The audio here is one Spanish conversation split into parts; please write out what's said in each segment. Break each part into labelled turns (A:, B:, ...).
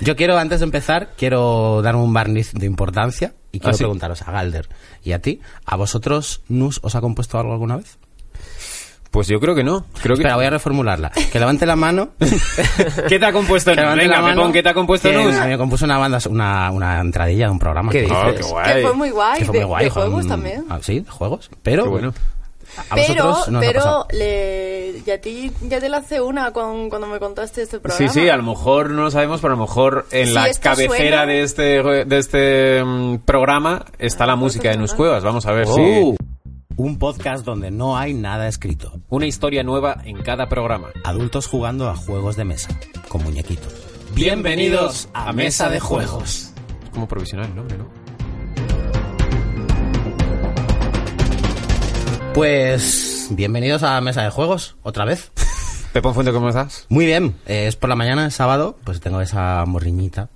A: Yo quiero, antes de empezar, quiero dar un barniz de importancia y quiero
B: Ah, sí.
A: preguntaros a Galder y a ti, ¿a vosotros Nus os ha compuesto algo alguna vez?
B: Pues yo creo que no. Creo que...
A: Espera, voy a reformularla. Que levante la mano.
B: ¿Qué te ha compuesto
A: que
B: Nus?
A: levante
B: Venga,
A: la mano.
B: Pepón, ¿qué te ha compuesto
A: que
B: Nus?
A: A mí me compuso una banda, una, una entradilla de un programa.
C: ¿Qué
A: que-
C: dices?
B: Ah, qué guay.
C: Que fue muy guay.
A: que fue muy
C: de-
A: guay.
C: de
A: joder,
C: juegos
A: un-
C: también.
A: ah, sí, de juegos. Pero,
B: Qué bueno.
A: a
C: Pero,
A: vosotros no os ha
C: pero,
A: pasado.
C: le, y a ti ya te la hace una con- cuando me contaste este
B: Sí,
C: programa.
B: sí, a lo mejor no lo sabemos, pero a lo mejor en
C: Si
B: la
C: esto
B: cabecera
C: suena-
B: de este, de este mm, programa está
C: Ah,
B: la música de Nus Cuevas. Vamos a ver
A: Oh,
B: si...
A: Un podcast donde no hay nada escrito.
B: Una historia nueva en cada programa.
A: Adultos jugando a juegos de mesa, con muñequitos.
B: Bienvenidos a Mesa de Juegos. Como provisional el nombre, ¿no?
A: Pues bienvenidos a Mesa de Juegos, otra vez.
B: Pepón Fuente, ¿cómo estás?
A: Muy bien, eh, es por la mañana, es sábado, pues tengo esa morriñita,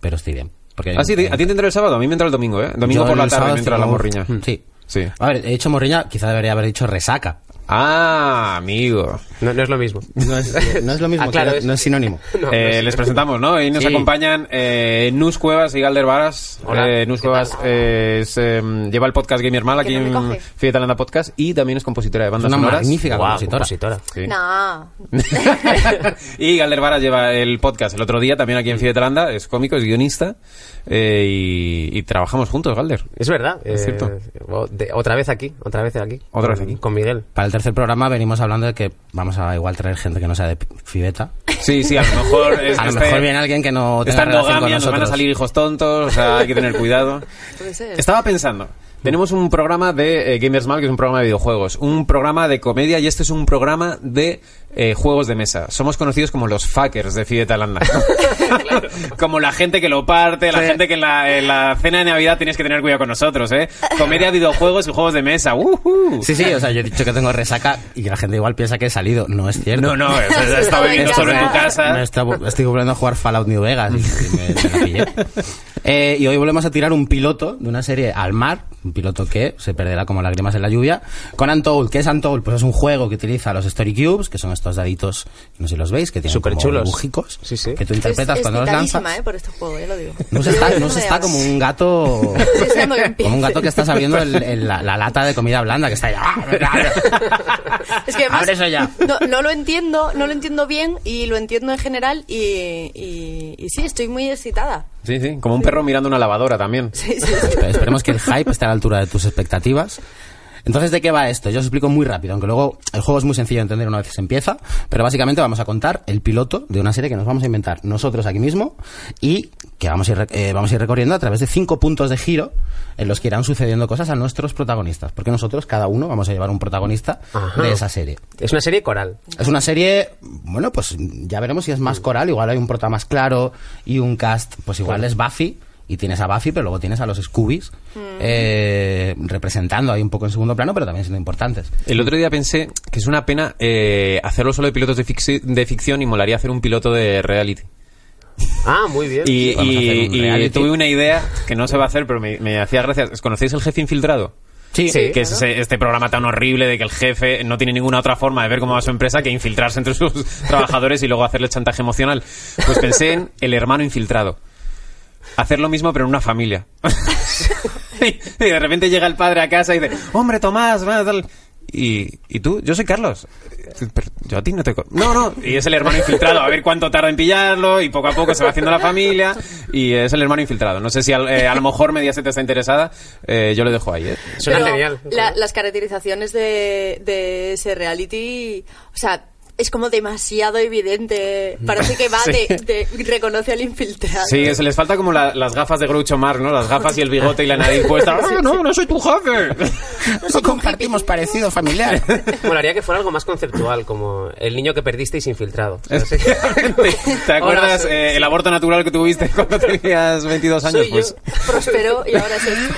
A: pero estoy bien. Porque
B: Ah, sí, a ti te entra el sábado, a mí me entra el domingo, ¿eh? Domingo
A: Yo
B: por la
A: el sábado
B: tarde me entra la
A: tengo- Mm.
B: morriña.
A: Sí.
B: Sí.
A: A ver, he dicho morriña, quizá debería haber dicho resaca.
B: Ah, amigo.
D: No, no es lo mismo.
A: No es, lo mismo,
D: Ah, claro,
A: que no-
D: es-
A: no es sinónimo.
D: No,
B: Eh,
D: no es-
B: les presentamos, ¿no? Hoy nos
A: Sí.
B: acompañan eh, Nus Cuevas y Galder Varas.
D: Hola.
B: Eh, Nus Cuevas eh, es, eh, lleva el podcast Gamer Mal aquí
C: Que no me
B: en
C: coge.
B: Fietalanda Podcast y también es compositora de
A: Es
B: bandas
A: una
B: sonoras.
A: magnífica
D: Guau,
A: compositora.
B: Sí.
C: Nah.
B: y Galder Varas lleva el podcast el otro día también aquí en Fietalanda. Es cómico, es guionista eh, y, y trabajamos juntos, Galder.
D: Es verdad.
B: Es
D: eh,
B: cierto.
D: o- de- otra vez aquí, otra vez aquí.
B: Otra vez aquí.
D: Con Miguel.
A: Para el tercer programa venimos hablando de que vamos a igual traer gente que no sea de Fibeta.
B: Sí, sí, a lo mejor... Es
A: A lo
B: este-
A: mejor viene alguien que no tenga
B: Está en
A: relación con
B: endogamia, nos van a
A: nosotros.
B: salir hijos tontos, o sea, hay que tener cuidado.
C: Puede ser.
B: Estaba pensando, tenemos un programa de eh, Gamers Mal, que es un programa de videojuegos, un programa de comedia y este es un programa de eh, juegos de mesa. Somos conocidos como los fuckers de Fidetalanda. como la gente que lo parte, la gente que en la, en la cena de Navidad tienes que tener cuidado con nosotros, ¿eh? Comedia, videojuegos y juegos de mesa. ¡Ujú!
A: Sí, sí, o sea, yo he dicho que tengo resaca y la gente igual piensa que he salido. No es cierto.
B: No, no, eso es- estaba
C: Estaba en
B: viviendo solo en tu
C: casa.
B: casa.
A: Me está- estoy volviendo a jugar Fallout New Vegas. y me- me la pillé. Eh, y hoy volvemos a tirar un piloto de una serie al mar, un piloto que se perderá como lágrimas en la lluvia, con Untold. ¿Qué es Untold? Pues es un juego que utiliza los Story Cubes, que son estos daditos, no sé si los veis, que tienen
D: Súper
A: como
D: chulos.
A: dibujicos,
D: Sí, sí.
A: que tú
C: Es-
A: interpretas
C: es
A: cuando los
C: pitadísima,
A: lanzas.
C: eh, por este juego, ya lo digo.
A: No se está, no se está como un gato...
C: Deseando que empiece.
A: Como un gato que está sabiendo el- el- la, la lata de comida blanda que está ahí. ¡ah,
C: Es que además,
A: Abre eso ya.
C: No, no lo entiendo, no lo entiendo bien y lo entiendo en general y, y, y sí, estoy muy excitada.
B: Sí, sí, como un perro mirando una lavadora también.
C: Sí, sí, sí.
A: Espe- Esperemos que el hype esté a la altura de tus expectativas. Entonces, ¿de qué va esto? Yo os explico muy rápido, aunque luego el juego es muy sencillo de entender una vez que se empieza, pero básicamente vamos a contar el piloto de una serie que nos vamos a inventar nosotros aquí mismo y que vamos a ir, rec- eh, vamos a ir recorriendo a través de cinco puntos de giro en los que irán sucediendo cosas a nuestros protagonistas, porque nosotros, cada uno, vamos a llevar un protagonista
D: Ajá.
A: de esa serie.
D: Es una serie coral.
A: Es una serie, bueno, pues ya veremos si es más coral, igual hay un prota más claro y un cast, pues igual es Buffy y tienes a Buffy, pero luego tienes a los Scoobies eh, representando ahí un poco en segundo plano, pero también siendo importantes.
B: El otro día pensé que es una pena eh, hacerlo solo de pilotos de, ficci- de ficción y molaría hacer un piloto de reality.
D: Ah, muy bien.
B: Y,
A: Vamos a hacer
B: y-
A: un
B: y
A: reality.
B: tuve una idea que no se va a hacer, pero me, me hacía gracia. ¿Conocéis el jefe infiltrado?
A: Sí,
D: Sí.
B: Que es ese- este programa tan horrible de que el jefe no tiene ninguna otra forma de ver cómo va su empresa que infiltrarse entre sus trabajadores y luego hacerle chantaje emocional. Pues pensé en el hermano infiltrado. Hacer lo mismo pero en una familia. y de repente llega el padre a casa y dice, hombre Tomás, va, tal". Y, y tú, yo soy Carlos. Pero yo a ti no te... co- No, no. Y es el hermano infiltrado. A ver cuánto tarda en pillarlo. Y poco a poco se va haciendo la familia. Y es el hermano infiltrado. No sé si al- eh, a lo mejor Mediaset está interesada. eh, yo lo dejo ahí. ¿eh?
D: Suena
C: Pero
D: genial.
C: la- las caracterizaciones de, de ese reality, o sea, es como demasiado evidente. Parece que va
B: Sí.
C: de, de- reconoce al infiltrado.
B: Sí, se les falta como la- las gafas de Groucho Marx, ¿no? Las gafas y el bigote y la nariz puesta. ¡Ah, no, no soy tu jefe!
A: No compartimos parecido familiar.
D: Molaría que fuera algo más conceptual, como el niño que perdisteis infiltrado. ¿sabes?
B: Efectivamente. ¿Te acuerdas
D: Hola, soy-
B: eh, el aborto natural que tuviste cuando tenías 22 años?
D: Soy yo.
B: pues
C: este. Prosperó y ahora es esto.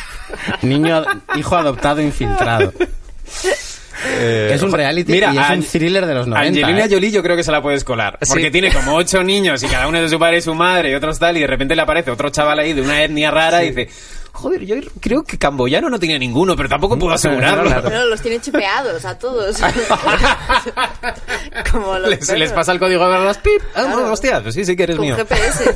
A: Niño, hijo adoptado infiltrado.
B: Eh,
A: Es un
B: ojo-
A: reality y es un thriller de los 90,
B: Angelina
A: ¿eh?
B: Jolie yo creo que se la puedes colar. Porque tiene como ocho niños y cada uno es de su padre y su madre y otros tal, y de repente le aparece otro chaval ahí de una etnia rara y dice, joder, yo creo que camboyano no tenía ninguno, pero tampoco puedo asegurarlo.
C: Bueno, los tiene chipeados a todos. Como los
B: les, les
C: perros.
B: pasa el código de las pip. Ah, no,
C: Claro.
B: hostia, pues sí, sí que eres
C: Con
B: mío.
C: GPS.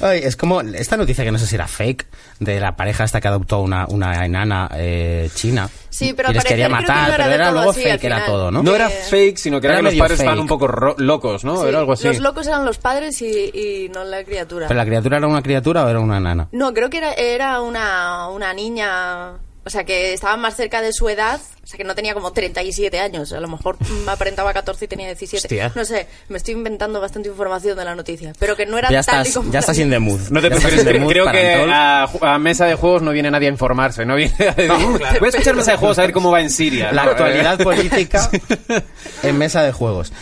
A: Ay, es como esta noticia que no sé si era fake, de la pareja hasta que adoptó una, una enana eh, china.
C: Sí, pero
A: y les
C: al parecer
A: quería
C: creo que
A: matar,
C: no era
A: pero
C: de
A: era
C: todo
A: luego
C: así, al
A: fake, era
C: final.
A: todo, ¿no?
B: No era
C: Que-
B: fake, sino que era,
A: Era
B: que los
A: medio
B: padres estaban
A: fake.
B: un poco ro- locos, ¿no?
C: Sí,
B: Era algo así.
C: Los locos eran los padres y, y no la criatura.
A: ¿Pero la criatura era una criatura o era una enana?
C: No, creo que era, era una, una niña, o sea, que estaba más cerca de su edad, o sea, que no tenía como 37 años, a lo mejor mm, aparentaba 14 y tenía 17.
B: Hostia.
C: No sé, me estoy inventando bastante información de la noticia, pero que no era
A: Ya
C: tal
A: estás,
C: y como...
A: ya estás in the mood.
B: No te
A: Ya estás
B: preocupes,
A: in the
B: creo,
A: mood
B: creo
A: para
B: que ah,
A: Antol.
B: a, ju- a mesa de juegos no viene nadie a informarse, no viene a decir, voy a escuchar mesa de juegos a ver cómo va en Siria.
A: La
B: ¿no? ¿Eh?
A: actualidad pues, política en mesa de juegos.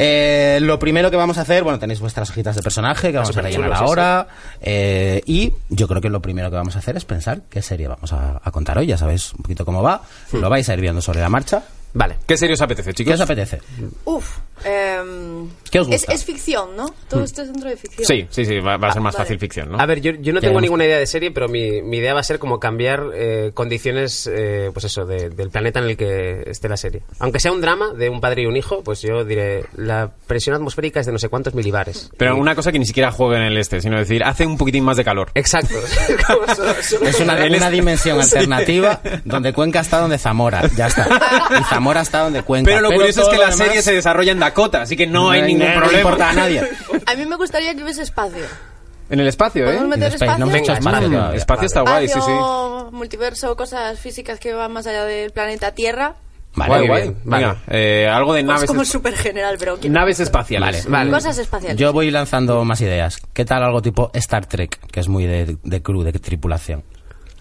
A: Eh, lo primero que vamos a hacer, bueno, tenéis vuestras hojitas de personaje que vamos a rellenar
D: superchulo, sí,
A: ahora. eh, y yo creo que lo primero que vamos a hacer es pensar qué serie vamos a, a contar hoy. Ya sabéis un poquito cómo va. Lo vais a ir viendo sobre la marcha.
D: Vale.
B: ¿Qué serio os apetece,
A: ¿Qué os
B: Hmm. chicos?
A: apetece?
C: Uf, em,
A: ¿Qué os
C: es-
A: gusta? Hmm.
C: Es, ficción, ¿no? Todo esto es dentro de ficción.
B: Sí, sí, sí, va, va a ser más
A: Ah,
C: Vale.
B: fácil ficción, ¿no?
D: A ver, yo, yo no
A: ¿Qué
D: tengo
A: vemos?
D: ninguna idea de serie, pero mi, mi idea va a ser como cambiar eh, condiciones, eh, pues eso, de- del planeta en el que esté la serie. Aunque sea un drama de un padre y un hijo, pues yo diré, la presión atmosférica es de no sé cuántos milibares.
B: Pero una cosa que ni siquiera juega en el este, sino decir, hace un poquitín más de calor.
D: Exacto. Como solo- solo-
A: Es una,
B: En
A: una
B: este-
A: dimensión
B: Sí.
A: alternativa donde Cuenca está donde Zamora. Ya está. Y Zamora está donde Cuenca.
B: Pero lo curioso es
A: todo
B: que
A: lo
B: la
A: demás
B: serie se desarrolla en Dakota, así que no, hay ningún
A: no
B: problema.
A: importa a nadie.
C: A mí me gustaría que hubiese espacio.
B: En el espacio, ¿eh?
C: Podemos meter
A: En Space,
C: espacio.
A: no me echas
D: Venga,
A: mano
D: espacio,
A: todavía.
B: espacio está guay, sí, sí.
C: Espacio, multiverso, cosas físicas que van más allá del planeta Tierra.
A: Vale,
B: guay,
A: muy
B: guay.
A: bien.
B: Venga, eh, algo de
C: Es
B: naves,
C: como
B: es-
C: súper general, pero... que-
B: naves espaciales.
A: Vale.
C: Cosas espaciales.
A: Yo voy lanzando más ideas. ¿Qué tal algo tipo Star Trek, que es muy de, de crew, de tripulación?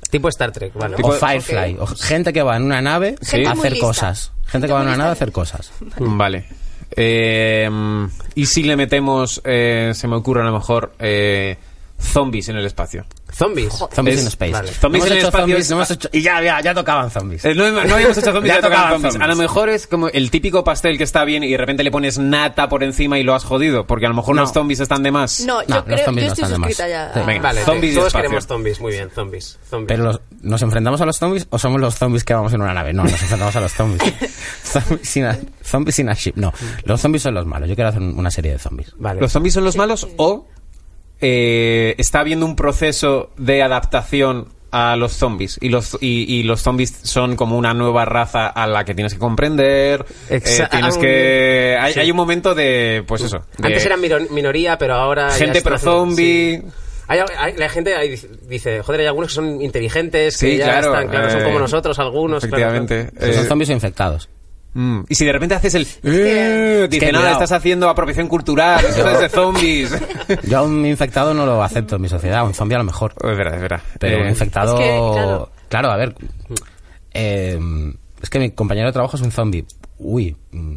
D: Tipo Star Trek, ¿vale?
B: Tipo-
A: o Firefly, o gente que va en una nave
C: Gente
A: a
C: muy
A: hacer
C: lista.
A: cosas. Gente
C: Gente
A: que va en
C: muy
A: una nave a
C: lista.
A: hacer cosas.
B: Mm, Vale. Eh, y si le metemos, eh, se me ocurre a lo mejor, eh, zombies en el espacio.
D: Zombies.
A: Zombies
B: Es-
A: in Space.
D: vale.
B: Zombies
A: Hemos
B: en el
A: hecho
B: espacio
A: zombies,
B: es-
A: no hemos hecho- y ya, ya, ya tocaban zombies.
B: Eh, No, no habíamos hecho zombies,
A: Ya
B: ya, tocaban
A: tocaban
B: zombies. A lo
A: zombies.
B: mejor es como el típico pastel que está bien y de repente le pones nata por encima y lo has jodido, porque a lo mejor
A: No.
B: los zombies están de más.
C: No, yo
A: No, los
C: creo...
A: zombies
C: Yo
A: no
C: estoy
A: están de
C: suscrita
A: más.
C: ya.
A: Sí.
C: a-
D: Vale,
B: Zombies y
D: todos
B: espacio.
D: queremos zombies, muy bien, zombies. zombies.
A: Pero los- ¿nos enfrentamos a los zombies o somos los zombies que vamos en una nave? No, nos enfrentamos a los zombies. zombies, in a, zombies in a ship. No, los zombies son los malos. Yo quiero hacer un- una serie de zombies.
D: Vale.
B: ¿Los zombies son los malos o eh, está habiendo un proceso de adaptación a los zombies y los y, y los zombies son como una nueva raza a la que tienes que comprender eh,
D: Exa-
B: tienes
D: ah,
B: que hay,
D: sí.
B: hay un momento de pues eso de-
D: Antes eran miro- minoría, pero ahora... ya
B: Gente
D: está-
B: pro-zombie.
D: sí. Hay- hay- la gente ahí dice, joder, hay algunos que son inteligentes, que
B: Sí,
D: ya
B: claro,
D: están, claro, son
B: eh,
D: como nosotros algunos. claro, claro.
B: efectivamente
A: Si Son
B: Eh,
A: zombies o infectados.
B: mm. y si de repente haces el eh, dice
A: que
B: nada
A: cuidado".
B: estás haciendo apropiación cultural eso es de zombies es
A: Yo a un infectado no lo acepto en mi sociedad, a un zombie a lo mejor.
B: verdad es verdad
A: Pero un
B: Eh,
A: infectado.
C: es que,
A: claro.
C: claro.
A: a ver. eh, es que mi compañero de trabajo es un zombie. Uy. mm,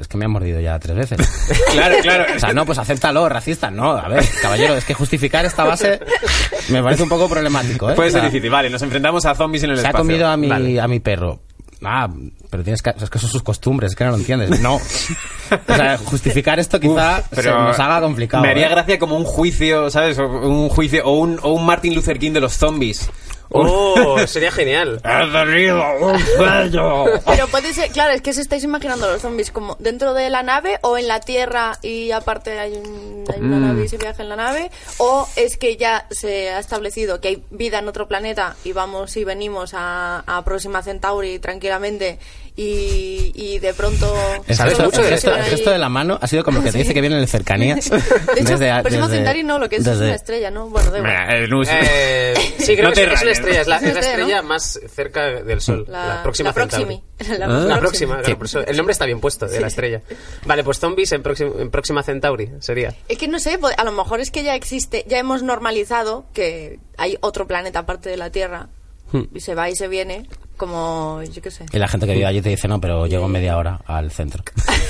A: Es que me ha mordido ya tres veces.
B: claro claro
A: O sea, no, pues acéptalo, racista. No, a ver, caballero, es que justificar esta base me parece un poco problemático, ¿eh?
B: puede ser
A: O sea,
B: difícil vale nos enfrentamos a zombies en el
A: Se ha
B: espacio
A: comido a mi,
D: Vale.
A: a mi perro. Ah, pero tienes que, o sea, es que son sus costumbres, es que no lo entiendes. No. O sea, justificar esto quizá
B: Uf,
A: se nos haga complicado.
B: Me haría
A: ¿eh?
B: gracia como un juicio, ¿sabes? O un juicio o un, o un Martin Luther King de los zombies.
D: Oh, sería genial.
B: ¡Has tenido un sueño!
C: Pero puede ser, claro, es que se estáis imaginando los zombies como dentro de la nave o en la tierra y aparte hay, un- hay
A: Mm.
C: una nave y se viaja en la nave. O es que ya se ha establecido que hay vida en otro planeta y vamos y venimos a, a Próxima Centauri tranquilamente y, y de pronto.
A: El
D: Sabes
A: gesto-
D: mucho
A: el
D: de
A: gesto,
D: esto,
A: el gesto de la mano ha sido como que te dice que vienen de cercanías.
C: De hecho,
A: a-
C: Próxima
A: desde-
C: Centauri no, lo que es es
A: desde-
C: una estrella, ¿no? Bueno, da igual.
D: Eh, sí, creo
B: Pues No
D: que
B: te
D: es- es, la
B: rayes.
D: estrella, es la, es la
C: Es estrella,
D: estrella más cerca del Sol. La, próxima
C: la próxima.
D: Centauri.
B: Ah.
A: Ah.
C: La,
D: La
C: próxima.
D: próxima, claro, por eso el nombre está bien puesto de la estrella. Vale, pues zombies en, próxim- en próxima Centauri sería.
C: Es que no sé, po- a lo mejor es que ya existe, ya hemos normalizado que hay otro planeta aparte de la Tierra
B: Hmm.
C: y se va y se viene, como yo qué sé.
A: Y la gente que vive allí te dice, no, pero llego en media hora al centro.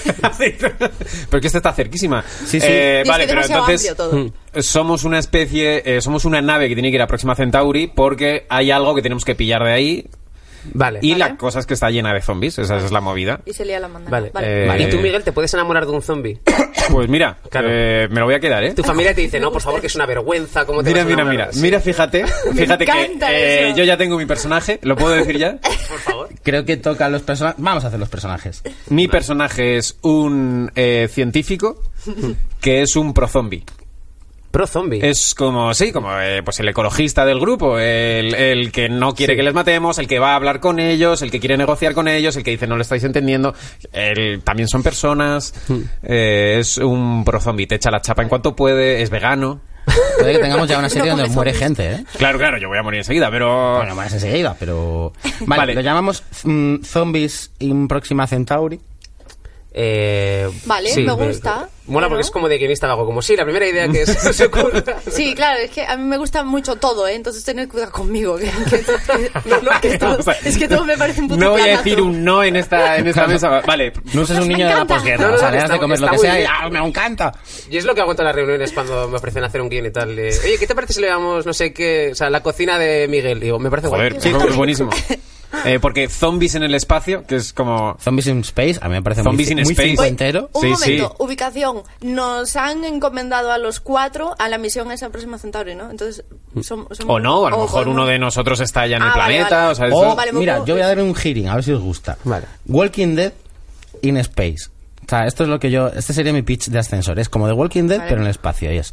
B: Porque esta está cerquísima.
A: Sí, sí.
B: Eh,
C: Y es
B: vale,
C: que
B: pero
C: demasiado
B: entonces Mm.
C: amplio
B: somos una especie, eh, somos una nave que tiene que ir a Próxima Centauri porque hay algo que tenemos que pillar de ahí.
D: Vale.
B: Y
C: Vale.
B: la cosa es que está llena de zombies, esa es la movida.
C: Y se lía la mandala.
D: Vale.
B: Eh,
D: ¿Y tú, Miguel, te puedes enamorar de un zombie?
B: Pues mira,
D: Claro.
B: eh, me lo voy a quedar, ¿eh?
D: Tu familia te dice, no, por favor, que es una vergüenza. ¿cómo te
B: Mira,
D: vas a
B: mira,
D: enamorar?
B: mira, mira, fíjate, fíjate que
C: encanta
B: eh,
C: eso.
B: yo ya tengo mi personaje, ¿lo puedo decir ya?
D: Sí, Por favor.
A: Creo que toca los personajes. Vamos a hacer los personajes.
B: Mi personaje es un eh, científico que es un pro-zombie.
D: Pro zombie.
B: Es como, sí, como eh, pues el ecologista del grupo, el, el que no quiere
D: Sí.
B: que les matemos, el que va a hablar con ellos, el que quiere negociar con ellos, el que dice no lo estáis entendiendo. El, también son personas, eh, es un pro-zombie, te echa la chapa en cuanto puede, es vegano.
A: Puede que tengamos ya una
C: No
A: serie donde
C: come
A: muere
C: zombies.
A: gente, ¿eh?
B: Claro, claro, yo voy a morir enseguida, pero...
A: Bueno, más enseguida, pero. Vale,
B: Vale.
A: lo llamamos mm, Zombies in Proxima Centauri.
D: Eh,
C: Vale, me gusta.
D: pero- Mola porque
C: Bueno.
D: es como de guionista vago, como sí, la primera idea que se se ocurra.
C: Sí, claro, es que a mí me gusta mucho todo, ¿eh? Entonces tened cuidado conmigo. que- que- que- no, no, que todo-
B: O sea,
C: es que todo me parece un puto
B: No voy a
C: planazo.
B: decir un no en esta, en esta mesa. Vale,
A: No es un
C: Me
A: niño de la
C: encanta.
A: posguerra.
D: No, no,
A: o sea,
D: no,
A: le das
D: está-
A: de comer lo
D: está
A: que
D: muy
A: sea y.
D: bien.
A: ¡Ah, me encanta!
D: Y es lo que aguanto en las reuniones cuando me ofrecen hacer un guion y tal. de, Oye, ¿qué te parece si le damos, no sé qué, o sea, la cocina de Miguel? Digo, me parece
B: joder,
D: guay. Sí,
B: es buenísimo. Eh, porque zombies en el espacio, que es como...
A: Zombies in Space, a mí me parece
B: Zombies
A: muy,
B: in
A: muy
B: Space.
A: cincuentero.
C: Un
B: Sí,
C: momento,
B: sí.
C: ubicación. Nos han encomendado a los cuatro a la misión esa próxima Centauri, ¿no? Entonces, som- somos-
B: Hmm. O no, a lo mejor
C: no.
B: uno de nosotros está ya en el
C: Ah, vale,
B: planeta.
C: vale.
B: O sea,
C: Vale,
B: eso-
A: O,
C: Vale, me
A: mira,
C: puedo-
A: yo voy a dar un hearing, a ver si os gusta.
D: Vale.
A: Walking Dead in Space. O sea, esto es lo que yo. Este sería mi pitch de ascensor. Es como The Walking Dead,
C: Vale.
A: pero en el espacio. Y es.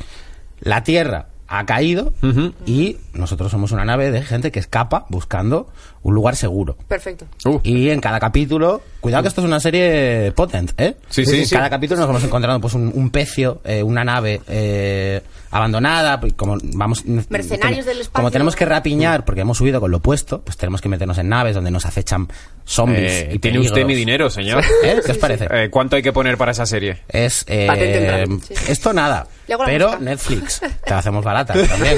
A: La Tierra ha caído
B: Ujú.
A: y nosotros somos una nave de gente que escapa buscando un lugar seguro.
C: Perfecto.
B: Uh,
A: Y en cada capítulo, cuidado que esto es una serie potent, ¿eh?
B: Sí, sí,
A: En
B: sí.
A: Cada capítulo nos vamos encontrando pues un, un pecio, eh, una nave eh, abandonada, pues, como vamos
C: Mercenarios del espacio.
A: Como tenemos que rapiñar porque hemos subido con lo opuesto, pues tenemos que meternos en naves donde nos acechan zombies
B: eh,
A: y
B: tiene usted
A: peligros.
B: mi dinero, señor.
A: ¿Eh? ¿Qué os parece?
B: Eh, ¿Cuánto hay que poner para esa serie?
A: Es eh,
D: Patente en grande.
A: Sí. esto nada,
C: Luego la
A: pero
C: busca.
A: Netflix te la hacemos barata también.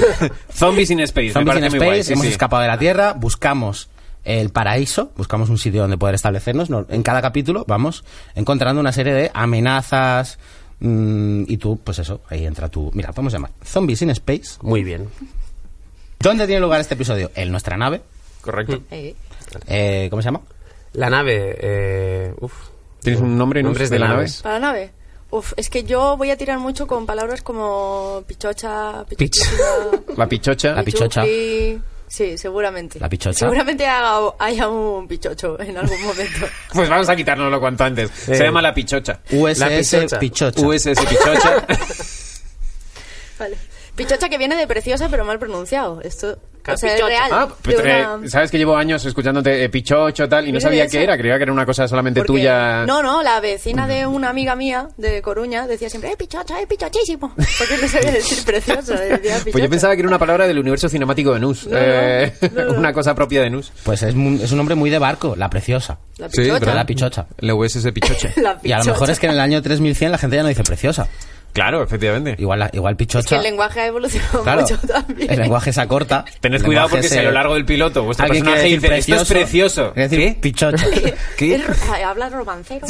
B: Zombies in Space. me
A: Zombies in
B: parece muy
A: Space,
B: guay, sí,
A: hemos
B: sí.
A: escapado de la Tierra, buscamos el paraíso, buscamos un sitio donde poder establecernos. No- En cada capítulo vamos encontrando una serie de amenazas mm, y tú, pues eso, ahí entra tú. Mira, podemos llamar Zombies in Space.
D: Muy bien.
A: ¿Dónde tiene lugar este episodio? En nuestra nave.
B: Correcto.
C: Eh,
A: Eh, ¿Cómo se llama?
D: La nave, eh, uf.
B: ¿Tienes un nombre y un
D: Nombres
B: de
D: de
B: la nave?
D: naves.
C: Para la nave. Uf, es que yo voy a tirar mucho con palabras como pichocha,
D: Pich.
C: pichocha.
B: La pichocha.
A: La pichocha.
C: pichupi. Sí, seguramente.
A: La pichocha.
C: Seguramente haga- haya un pichocho en algún momento.
B: Pues vamos a quitárnoslo cuanto antes.
D: Eh.
B: Se llama la pichocha.
A: USS
D: Pichocha.
A: Pichocha.
B: USS Pichocha.
C: Vale. Pichocha que viene de preciosa pero mal pronunciado. Esto o sea, es
D: Capichocha.
C: real.
B: Ah, pues,
C: De
B: eh,
C: una-
B: sabes que llevo años escuchándote eh, pichocho tal y no
C: Mira
B: sabía
C: eso.
B: qué era, creía que era una cosa solamente
C: porque-
B: tuya.
C: No, no, la vecina de una amiga mía de Coruña decía siempre, ¡eh, pichocha, eh, pichochísimo! Porque no sabía decir preciosa. Decía
B: Pues
C: pichocha.
B: yo pensaba que era una palabra del universo cinemático de Nus,
C: No, no,
B: eh,
C: no, no.
B: una cosa propia de Nus.
A: Pues es, mu- es un nombre muy de barco, la preciosa.
C: La
B: Sí,
C: pichocha.
B: ¿verdad?
A: La pichocha.
B: La USS Pichocha.
C: La
A: Y a lo
C: pichocha.
A: mejor es que en el año 3100 la gente ya no dice preciosa.
B: claro, efectivamente.
A: Igual, la- igual pichocha.
C: Es que el lenguaje ha evolucionado
A: Claro,
C: mucho también.
A: el lenguaje se acorta.
B: Tened
A: el
B: cuidado
A: lenguaje
B: porque si a lo largo del piloto vuestro
A: Alguien
B: personaje
A: quiere decir
B: dice, "Esto es precioso".
A: quiere decir
B: ¿Qué?
A: pichocho.
B: ¿Qué?
C: Es- eh, Habla romancero.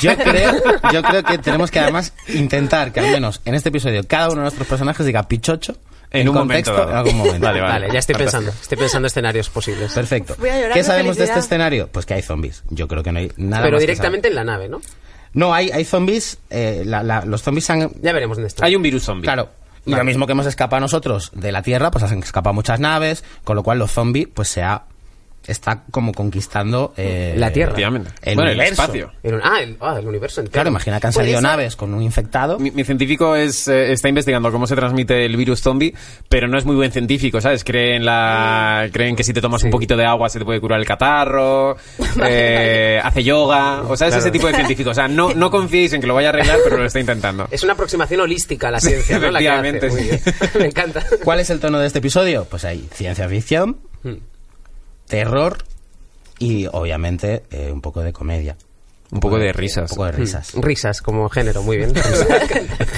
A: Yo creo, yo creo que tenemos que además intentar que al menos en este episodio cada uno de nuestros personajes diga pichocho
B: En un momento
A: contexto
B: dado.
A: en algún momento.
B: Vale,
D: Vale, ya estoy
B: Fantástico.
D: pensando. Estoy pensando escenarios posibles.
A: Perfecto.
C: Voy a llorar
A: ¿Qué
C: de
A: sabemos de este
C: felicidad.
A: escenario? Pues que hay zombies. Yo creo que no hay nada
D: Pero
A: más que
D: directamente en la nave, ¿no?
A: saber. No, hay, hay zombies. eh, la- la- los zombies han.
D: Ya veremos dónde está.
B: Hay un virus zombie.
A: Claro. Y lo mismo que hemos escapado nosotros de la Tierra, pues han escapado muchas naves, con lo cual los zombies, pues se ha. Está como conquistando. eh,
D: La Tierra.
B: Efectivamente.
A: El
B: bueno, el
A: universo.
B: espacio.
D: Era un- ah, el, ah, el universo entero.
A: Claro, imagina que han salido
C: Puede ser.
A: naves con un infectado.
B: Mi, mi científico es, eh, está investigando cómo se transmite el virus zombie, pero no es muy buen científico, ¿sabes? Creen, la, creen que si te tomas un poquito de agua se te puede curar el catarro, eh, hace yoga, o sea, es ese tipo de científico. O sea, no, no confiéis en que lo vaya a arreglar, pero lo está intentando.
D: Es una aproximación holística a la ciencia, ¿no? La que hace.
B: Efectivamente,
D: Muy bien.
B: sí.
D: Me encanta.
A: ¿Cuál es el tono de este episodio? Pues hay ciencia ficción,
D: Hmm.
A: terror y obviamente eh, un poco de comedia.
B: Un poco de
A: Un
B: risas.
A: poco de risas.
D: Risas como género, muy bien.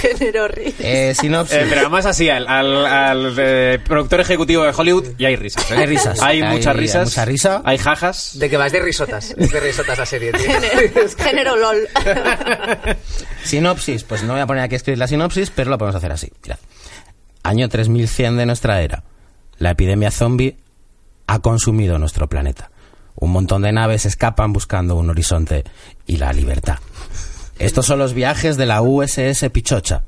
C: Género ríe.
A: Eh, sinopsis.
B: Eh, pero además así, al, al- al, eh, productor ejecutivo de Hollywood, y hay risas. ¿eh?
A: Hay risas.
B: Hay,
A: Hay-
B: muchas
A: hay
B: risas.
A: mucha risa.
B: Hay jajas.
D: ¿De qué vas? De risotas. Es de risotas la serie, tío.
C: eh, Género LOL.
A: Sinopsis, pues no voy a poner aquí a escribir la sinopsis, pero lo podemos hacer así. Mirad. Año 3100 de nuestra era. La epidemia zombie ha consumido nuestro planeta. Un montón de naves escapan buscando un horizonte y la libertad. Estos son los viajes de la USS Pichocha.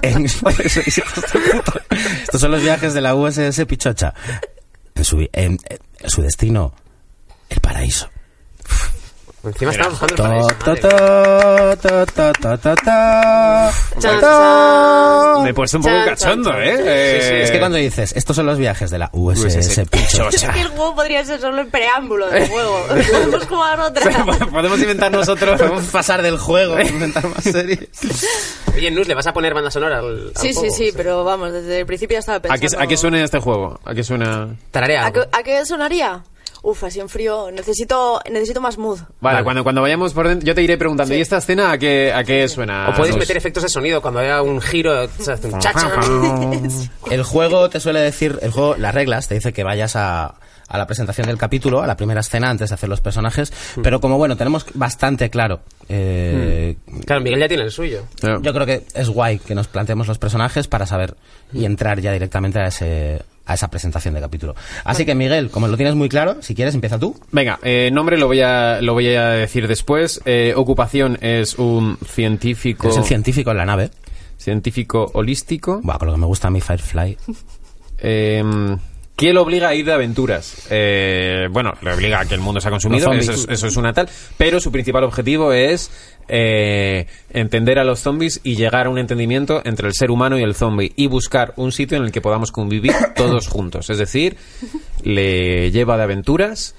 A: En- Estos son los viajes de la USS Pichocha. En su, en- en su destino, el paraíso.
D: Encima estamos buscando el
A: To,
D: paraíso,
A: to,
D: madre
A: to,
D: mía.
A: to, to, to, to, to.
C: Chan,
A: To.
B: Me he puesto un poco
C: Chan,
B: cachondo,
C: chan,
B: ¿eh?
C: chan.
B: Eh,
A: Sí, sí, es que cuando dices, estos son los viajes de la USS
C: Es
A: Pichocha.
C: que el juego podría ser solo el preámbulo del juego. Podemos jugar otra.
B: Podemos inventar nosotros.
A: pasar del juego, inventar más series.
D: Oye, Nus, ¿le vas a poner banda sonora al, al
C: Sí, sí,
D: juego?
C: sí, pero vamos, desde el principio ya estaba
B: ¿A qué,
C: pensando...
B: ¿A qué suena este juego? ¿A qué suena...?
D: Tararea.
C: ¿A qué, a qué sonaría? Uf, así en frío. Necesito, necesito más mood.
B: Vale, Cuando, cuando vayamos por dentro, yo te iré preguntando, ¿y esta escena a qué, a qué suena?
D: O podéis
B: Nus?
D: meter efectos de sonido cuando haya un giro, o sea, hace un chacha.
A: El juego te suele decir, el juego, las reglas, te dice que vayas a, a la presentación del capítulo, a la primera escena antes de hacer los personajes, pero como bueno, tenemos bastante claro. eh,
D: Claro, Miguel ya tiene el suyo.
B: Claro.
A: Yo creo que es guay que nos planteemos los personajes para saber y entrar ya directamente a, ese, a esa presentación de capítulo. Así que Miguel, como lo tienes muy claro, si quieres empieza tú.
B: Venga, eh, nombre lo voy a, lo voy a decir después. Eh, ocupación es un científico...
A: Es el científico en la nave.
B: científico holístico.
A: Buah, con lo que me gusta a mí Firefly.
B: Eh, ¿Qué lo obliga a ir de aventuras? Eh, bueno, le obliga a que el mundo sea consumido,
A: Los
B: eso
A: zombies.
B: es, eso es una tal, pero su principal objetivo es eh, entender a los zombies y llegar a un entendimiento entre el ser humano y el zombie y buscar un sitio en el que podamos convivir todos juntos. Es decir, le lleva de aventuras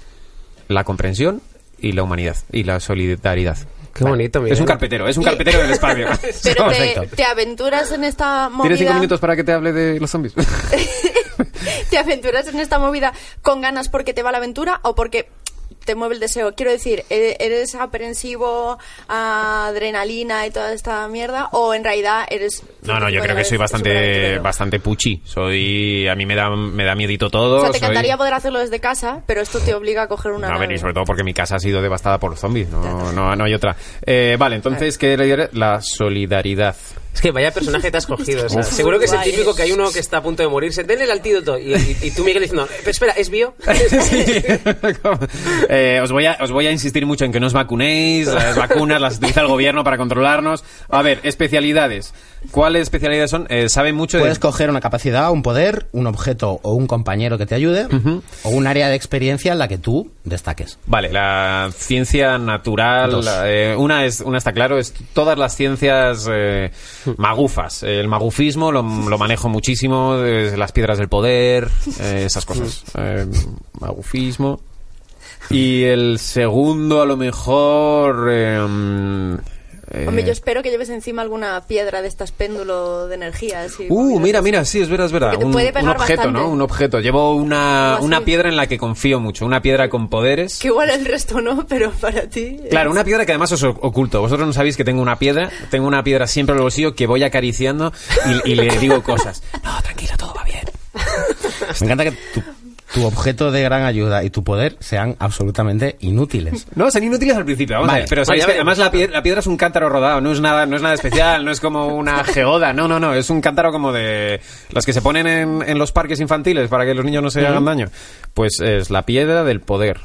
B: la comprensión y la humanidad y la solidaridad.
D: Qué bonito, Miguel.
B: Es un carpetero, es un carpetero del espacio.
C: Pero te,
A: Perfecto.
C: te aventuras en esta movida.
B: ¿Tienes cinco minutos para que te hable de los zombies?
C: ¿Te aventuras en esta movida con ganas porque te va la aventura o porque te mueve el deseo? Quiero decir, ¿e- ¿eres aprensivo a adrenalina y toda esta mierda? ¿O en realidad eres.?
B: No, no, yo creo que soy bastante,
C: superaventurero?
B: bastante puchi. Soy, a mí me da, me da miedito todo.
C: O sea, te
B: soy-
C: encantaría poder hacerlo desde casa, pero esto te obliga a coger una.
B: No, a ver,
C: nave.
B: y sobre todo porque mi casa ha sido devastada por zombies. No, no, no hay otra. Eh, vale, entonces, ¿qué le diré? La solidaridad.
D: Es que vaya personaje te has cogido. o sea,
C: Uf.
D: seguro que es el
C: Guay.
D: típico que hay uno que está a punto de morirse. Denle el antídoto. Y, y- y tú, Miguel, diciendo, "Eh, pero espera, ¿es bio?
B: Sí. Eh, os, voy a, os voy a insistir mucho en que no os vacunéis. Las vacunas las utiliza el gobierno para controlarnos. A ver, especialidades. ¿Cuáles especialidades son? Eh, sabe mucho de...
A: Puedes coger una capacidad, un poder, un objeto o un compañero que te ayude o un área de experiencia en la que tú destaques.
B: Vale, la ciencia natural,
A: Dos.
B: la- eh, una es una está claro, es todas las ciencias eh, magufas. El magufismo lo, lo manejo muchísimo, eh, las piedras del poder, eh, esas cosas. Eh, magufismo. Y el segundo, a lo mejor... eh, mm, eh,
C: Hombre, yo espero que lleves encima alguna piedra de estas péndulo de energía. así,
B: Uh,
C: movidas.
B: mira, mira, sí, es verdad, es verdad.
C: Porque te
B: Un,
C: puede pegar
B: un objeto,
C: bastante.
B: ¿no? Un objeto. Llevo una,
C: Algo así.
B: una piedra en la que confío mucho, una piedra con poderes.
C: Que igual el resto no, pero para ti. eh,
B: Claro, una piedra que además os o- oculto. Vosotros no sabéis que tengo una piedra, tengo una piedra siempre en el bolsillo que voy acariciando y, y le digo cosas. No, tranquila, todo va bien.
A: Me encanta que tu, tu objeto de gran ayuda y tu poder sean absolutamente inútiles.
B: No, son inútiles al principio, vamos a
A: Vale.
B: ver. Pero sabéis
D: Vale,
B: que
D: ya
B: además la piedra, la piedra es un cántaro rodado, no es nada, no es nada especial, no es como una geoda, no, no, no, es un cántaro como de las que se ponen en, en los parques infantiles para que los niños no se hagan daño. Pues es la piedra del poder.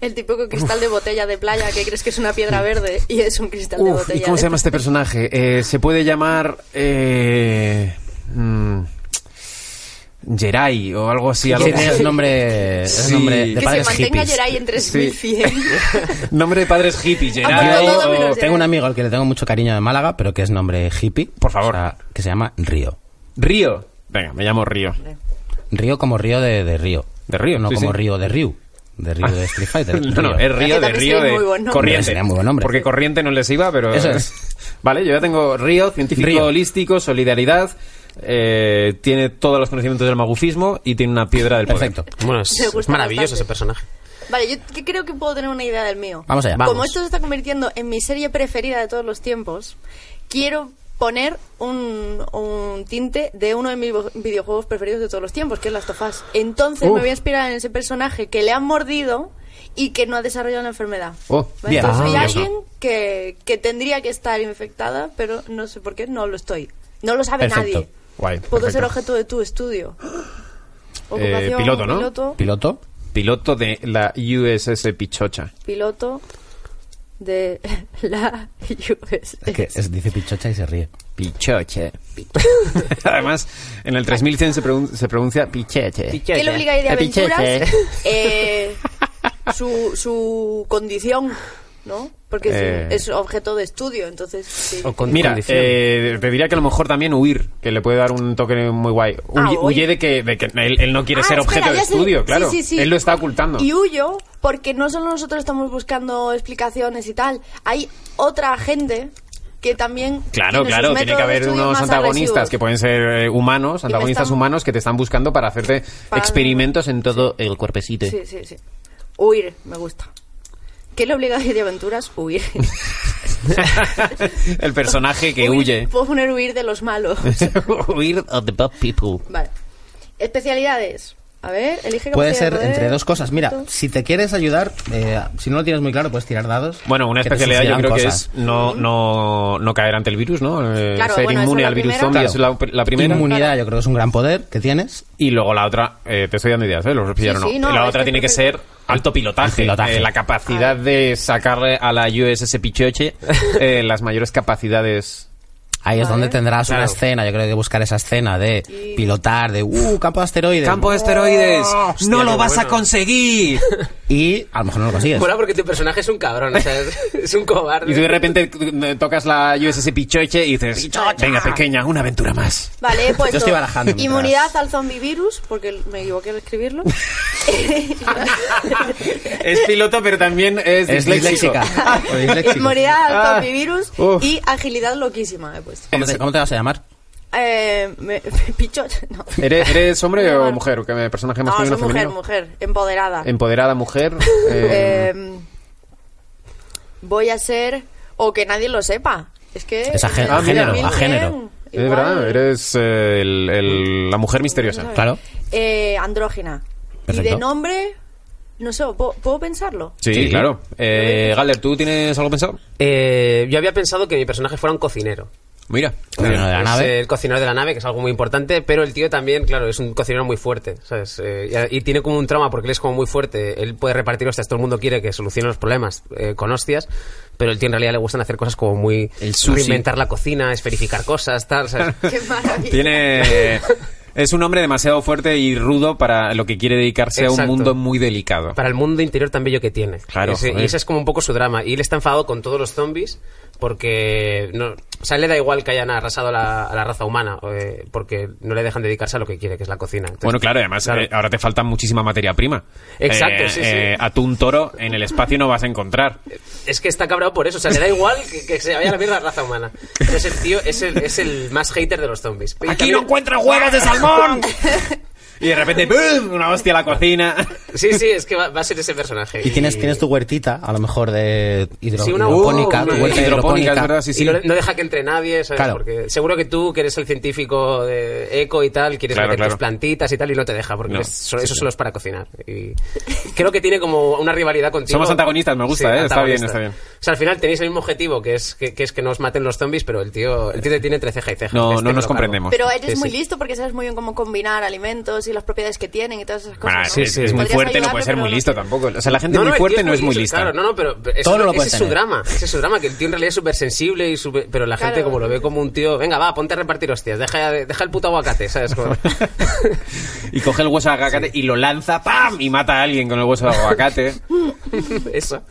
C: El típico cristal de botella de playa que crees que es una piedra verde y es un cristal de
B: Uf,
C: botella.
B: ¿Y cómo
C: de-
B: se llama este personaje? Eh, se puede llamar. Eh, mm, Jerai o algo así. Algo
A: Tiene el nombre, es el
B: Sí.
A: nombre
B: Que
A: de
C: Que se
A: padres
C: mantenga
A: hippies.
C: Yeray en 3100.
B: nombre de padres hippies, Jerai.
C: Apuntado,
B: o-
C: Ah, menos-
A: Tengo un amigo al que le tengo mucho cariño de Málaga, pero que es nombre hippie.
B: Por favor.
A: O sea, que se llama Río.
B: Río. Venga, me llamo Río.
A: Río como río de, de río.
B: De río,
A: No
B: sí,
A: como
B: sí. Ah.
A: río de río. De río de Street Fighter.
B: No, no,
A: Río.
B: es Río
C: Es que
B: de
C: también
B: Río
C: sería
B: de
C: muy buen nombre.
B: Corriente.
A: Sería muy buen nombre.
B: Porque Corriente no les iba, pero.
A: Eso es.
B: Vale, yo ya tengo Río, científico
A: Río.
B: holístico, solidaridad. eh, tiene todos los conocimientos del magufismo y tiene una piedra del poder.
A: Perfecto.
D: Bueno, es,
C: Me
D: es
C: gusta
D: maravilloso
C: bastante.
D: ese personaje.
C: Vale, yo que creo que puedo tener una idea del mío.
A: Vamos allá.
D: Vamos.
C: Como esto se está convirtiendo en mi serie preferida de todos los tiempos, quiero poner un, un tinte de uno de mis vo- videojuegos preferidos de todos los tiempos, que es Last of Us. Entonces
B: Uf.
C: me voy a inspirar en ese personaje que le han mordido y que no ha desarrollado una enfermedad.
B: Oh,
C: ¿Vale?
A: bien.
C: Entonces soy
B: Ah,
C: alguien que, que tendría que estar infectada, pero no sé por qué no lo estoy. No lo sabe
A: Perfecto.
C: nadie.
B: Guay.
C: Puedo
B: perfecto.
C: ser objeto de tu estudio. Ocupación,
B: piloto, ¿no?
C: Piloto,
A: ¿Piloto?
B: Piloto de la USS Pichocha.
C: piloto de la US.
A: Es que es- dice pichocha y se ríe.
B: Pichoche. Además, en el 3100 se, pregun- se pronuncia picheche.
C: ¿Qué le obliga a ir de
B: La pichecha,
C: aventuras?
B: ¿eh?
C: Eh, su, su condición, ¿no? Porque es,
B: Eh.
C: es objeto de estudio, entonces... sí.
D: O con
B: Mira,
D: condición.
B: eh, te diría que a lo mejor también huir, que le puede dar un toque muy guay.
C: Ah,
B: Huye,
C: hoy.
B: huye de que, de que él, él no quiere
C: Ah,
B: ser
C: espera,
B: objeto de
C: ya sé.
B: estudio,
C: Sí,
B: claro.
C: sí, sí.
B: Él lo está ocultando.
C: Y huyo porque no solo nosotros estamos buscando explicaciones y tal, hay otra gente que también...
B: Claro,
C: tiene
B: claro,
C: sus
B: tiene que
C: métodos de
B: haber
C: estudio
B: unos
C: más
B: antagonistas que
C: agresivos.
B: pueden ser eh, humanos,
C: me
B: antagonistas
C: están-
B: humanos que te están buscando para hacerte
C: Para-
B: experimentos en todo el cuerpecito.
C: Sí, sí, sí. Huir, me gusta. ¿Qué le obliga a ir de aventuras? Huir.
B: el personaje que
C: Huir,
B: huye.
C: Puedo poner huir de los malos.
A: Eh.
B: Huir of the bad people.
C: Vale. Especialidades. A ver, elige
A: Puede
C: capacidad de
A: ser
C: poder.
A: entre dos cosas. Mira, si te quieres ayudar, eh, si no lo tienes muy claro, puedes tirar dados.
B: Bueno, una
A: que te
B: especialidad yo
A: sucedan
B: creo que
A: cosas.
B: es no, no, no caer ante el virus, ¿no? Eh,
C: Claro,
B: ser
C: bueno,
B: inmune
C: esa es la
B: al virus
C: primera.
B: zombie
A: Claro.
B: es la, la primera.
A: Inmunidad, yo creo que es un gran poder que tienes.
B: Y luego la otra, eh, te estoy dando ideas, ¿eh? Los pillaron
C: Sí, sí,
B: no.
C: no,
B: la
C: es
B: otra
C: que
B: tiene que
C: creo que-
B: ser alto pilotaje.
A: El pilotaje.
B: eh, la capacidad de sacarle a la USS Pichoche eh, las mayores capacidades.
A: Ahí es
C: Vale.
A: donde tendrás
D: Claro.
A: una escena, yo creo que hay que buscar esa escena de pilotar, de uh, campo de asteroides.
B: esteroides!
A: hostia,
B: ¡No
D: lo qué vas a bueno.
B: conseguir!
A: Y a lo mejor no lo consigues.
D: Mola porque tu personaje es un cabrón, o sea, es, es un cobarde.
B: Y tú de repente eh, tocas la USS Pichoche y dices, venga pequeña, una aventura más.
C: Vale, he puesto
A: Yo estoy barajando mientras.
C: inmunidad al zombie virus, porque me equivoqué al escribirlo.
B: es piloto, pero también es,
A: Es
B: disléxico.
A: disléxica. O disléxico.
C: inmunidad al
B: Ah,
C: zombie virus
B: uf.
C: y agilidad loquísima he puesto.
A: ¿Cómo te, cómo te vas a llamar?
C: Eh, me, picho, no.
B: ¿Eres, eres hombre o mujer? ¿Qué personaje
C: No, soy
B: masculino
C: mujer,
B: o femenino?
C: mujer, empoderada.
A: Em-
B: Empoderada mujer. eh,
C: Eh, voy a ser, o que nadie lo sepa. Es que...
A: Es a gé-
C: en
A: a
C: el
A: género, a
C: 2010,
A: género.
B: Es
C: igual,
B: verdad, eres eh, el- el- la mujer misteriosa.
A: Claro.
C: eh, andrógina. Y
A: Perfecto.
C: de nombre, no sé, ¿puedo, puedo pensarlo?
B: Sí,
A: Sí.
B: claro. Eh, Galler, ¿tú tienes algo pensado?
D: Eh, yo había pensado que mi personaje fuera un cocinero.
B: Mira.
A: Claro, no, de la
D: Es,
A: nave.
D: eh, el cocinero de la nave, que es algo muy importante, pero el tío también, claro, es un cocinero muy fuerte, ¿sabes? Eh, y, y tiene como un trauma porque él es como muy fuerte. Él puede repartir hostias, todo el mundo quiere que solucione los problemas eh, con hostias, pero el tío en realidad le gustan hacer cosas como muy...
B: El sushi.
D: Reinventar la cocina, esferificar cosas, tal, ¿sabes?
C: Qué maravilla.
B: Tiene... Es un hombre demasiado fuerte y rudo para lo que quiere dedicarse a un
D: Exacto.
B: mundo muy delicado.
D: Para el mundo interior tan bello que tiene.
B: Claro,
D: Ese-
B: joder.
D: y ese es como un poco su drama. Y él está enfadado con todos los zombies porque. No, o sea, le da igual que hayan arrasado la- a la raza humana eh, porque no le dejan dedicarse a lo que quiere, que es la cocina. Entonces,
B: Bueno, claro, además
D: Claro.
B: eh, ahora te falta muchísima materia prima. Eh,
D: Exacto, sí, sí.
B: a tú un toro en el espacio no vas a encontrar.
D: Es que está cabrado por eso. O sea, le da igual que, que se vaya a la mierda la raza humana. Entonces el tío es el, es el más hater de los zombies. Y
B: ¡Aquí
D: también-
B: no encuentras huevas de salmón! y de repente, ¡bum! Una hostia a la cocina.
D: Sí, sí, es que va, va a ser ese personaje.
A: Y tienes, tienes tu huertita, a lo mejor de hidro-
D: Eh, Sí, una-
A: hidropónica,
D: Uh,
A: tu
D: una
A: huerta
B: hidropónica,
A: hidropónica.
B: es verdad, sí, sí.
D: Y no, no deja que entre nadie, ¿sabes?
A: Claro.
D: Porque seguro que tú, que eres el científico de eco y tal, quieres
B: Claro,
D: meter
B: claro.
D: tus plantitas y tal, y no te deja, porque
B: No,
D: es- so- eso solo es para cocinar. Y creo que tiene como una rivalidad contigo.
B: Somos antagonistas, me gusta, ¿eh? Está
D: antagonista.
B: bien, está bien.
D: O sea, al final tenéis el mismo objetivo, que es que, que es que no os maten los zombies, pero el tío, el tío te tiene entre ceja y ceja.
B: No,
D: Este
B: no nos
D: me lo cargo.
B: comprendemos.
C: Pero eres
D: Sí,
C: muy
D: sí.
C: listo porque sabes muy bien cómo combinar alimentos y las propiedades que tienen y todas esas cosas.
B: Bueno,
C: ¿no?
B: Ah, sí, sí, es muy
C: Podrías
B: fuerte, no puede
C: ayudarme,
B: ser muy
C: pero no.
B: listo tampoco. O sea, la gente muy
D: el tío
B: fuerte no es muy
D: listo,
B: lista.
D: Claro, no, no, pero eso-
A: Todo lo
D: ese
A: puedes
D: es su
A: tener.
D: drama, ese es su drama, que el tío en realidad es súper sensible, y súper- pero la
C: Claro.
D: gente como lo ve como un tío, venga, va, ponte a repartir hostias, deja, deja el puto aguacate, ¿sabes? Como-
B: y coge el hueso de aguacate y lo lanza, ¡pam! Y mata a alguien con el hueso de aguacate.
D: eso.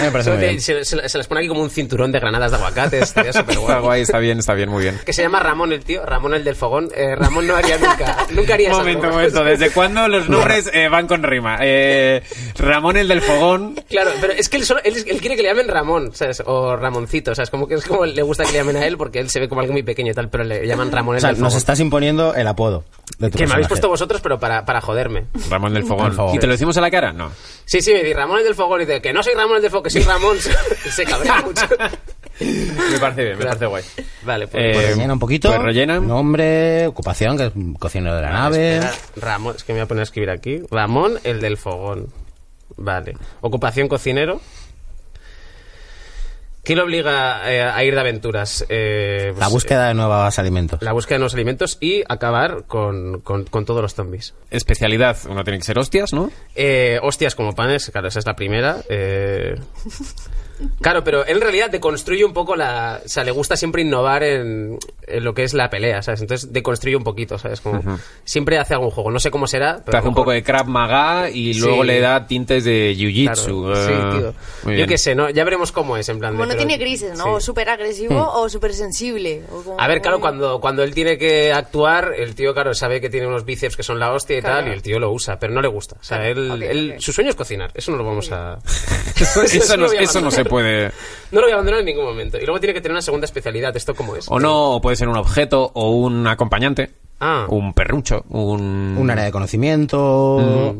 A: Me parece muy bien.
D: Se, se- se les pone aquí como un cinturón de granadas de aguacate, estaría súper
B: está guay, está bien, está bien, muy bien.
D: Que se llama Ramón el tío, Ramón el del fogón. Eh, Ramón no haría nunca, nunca haría esas
B: momento,
D: bromas.
B: momento. ¿Desde cuándo los nombres eh, van con rima? Eh, Ramón el del fogón.
D: Claro, pero es que él, solo, él, él quiere que le llamen Ramón, ¿sabes? O Ramoncito, ¿sabes? Como que es como le gusta que le llamen a él porque él se ve como algo muy pequeño y tal, pero le llaman Ramón el
A: O sea,
D: del
A: nos
D: fogón.
A: estás imponiendo el apodo de tu
D: Que me
A: personaje.
D: habéis puesto vosotros, pero para, para joderme.
B: Ramón del fogón.
A: Del fogón.
B: ¿Y te lo decimos a la cara? No.
D: Sí, sí, me di Ramón el del fogón y dice que no soy Ramón el del fogón, que soy Ramón. se cabrea mucho.
B: Me parece bien, me
D: Claro.
B: parece guay.
D: Vale,
B: Eh,
D: pues.
A: Pues rellena un poquito.
B: pues rellena.
A: Nombre, ocupación, que es un cocinero de la nave.
D: Espera, Ramón, es que me voy a poner a escribir aquí. Ramón, el del fogón. Vale. Ocupación cocinero. ¿Qué lo obliga eh, a ir de aventuras? Eh, pues, eh,
A: La búsqueda de nuevos alimentos.
D: la búsqueda de nuevos alimentos y acabar con, con- con todos los zombies.
B: Especialidad, uno tiene que ser hostias, ¿no?
D: Eh, hostias como panes, claro, esa es la primera. eh. Claro, pero él en realidad deconstruye un poco la... O sea, le gusta siempre innovar en, en lo que es la pelea, ¿sabes? Entonces deconstruye un poquito, ¿sabes? Como, Siempre hace algún juego, no sé cómo será, pero...
B: Te
D: a
B: hace
D: lo
B: un poco
D: mejor-
B: de Krav Maga y
D: Sí.
B: luego le da tintes de Jiu-Jitsu.
D: Claro, sí,
B: eh,
D: tío.
B: muy
D: Yo
B: bien.
D: qué sé, ¿no? ya veremos cómo es, en plan... de-
C: Bueno,
D: pero-
C: tiene grises, ¿no?
D: sí.
C: O súper agresivo
B: Mm.
C: o súper sensible. o como-
D: A ver, claro, cuando, cuando él tiene que actuar, el tío, claro, sabe que tiene unos bíceps que son la hostia y
C: Claro.
D: tal, y el tío lo usa, pero no le gusta. O sea,
C: Claro,
D: él,
C: ok,
D: él-
C: ok.
D: su sueño es cocinar, eso no lo vamos a...
B: eso, no,
D: lo voy a
B: eso no se
D: abandonar.
B: puede.
D: No lo voy a abandonar en ningún momento. Y luego tiene que tener una segunda especialidad, ¿esto cómo es?
B: O no, o puede ser un objeto o un acompañante.
D: Ah.
B: Un perrucho, un.
A: Un área de conocimiento,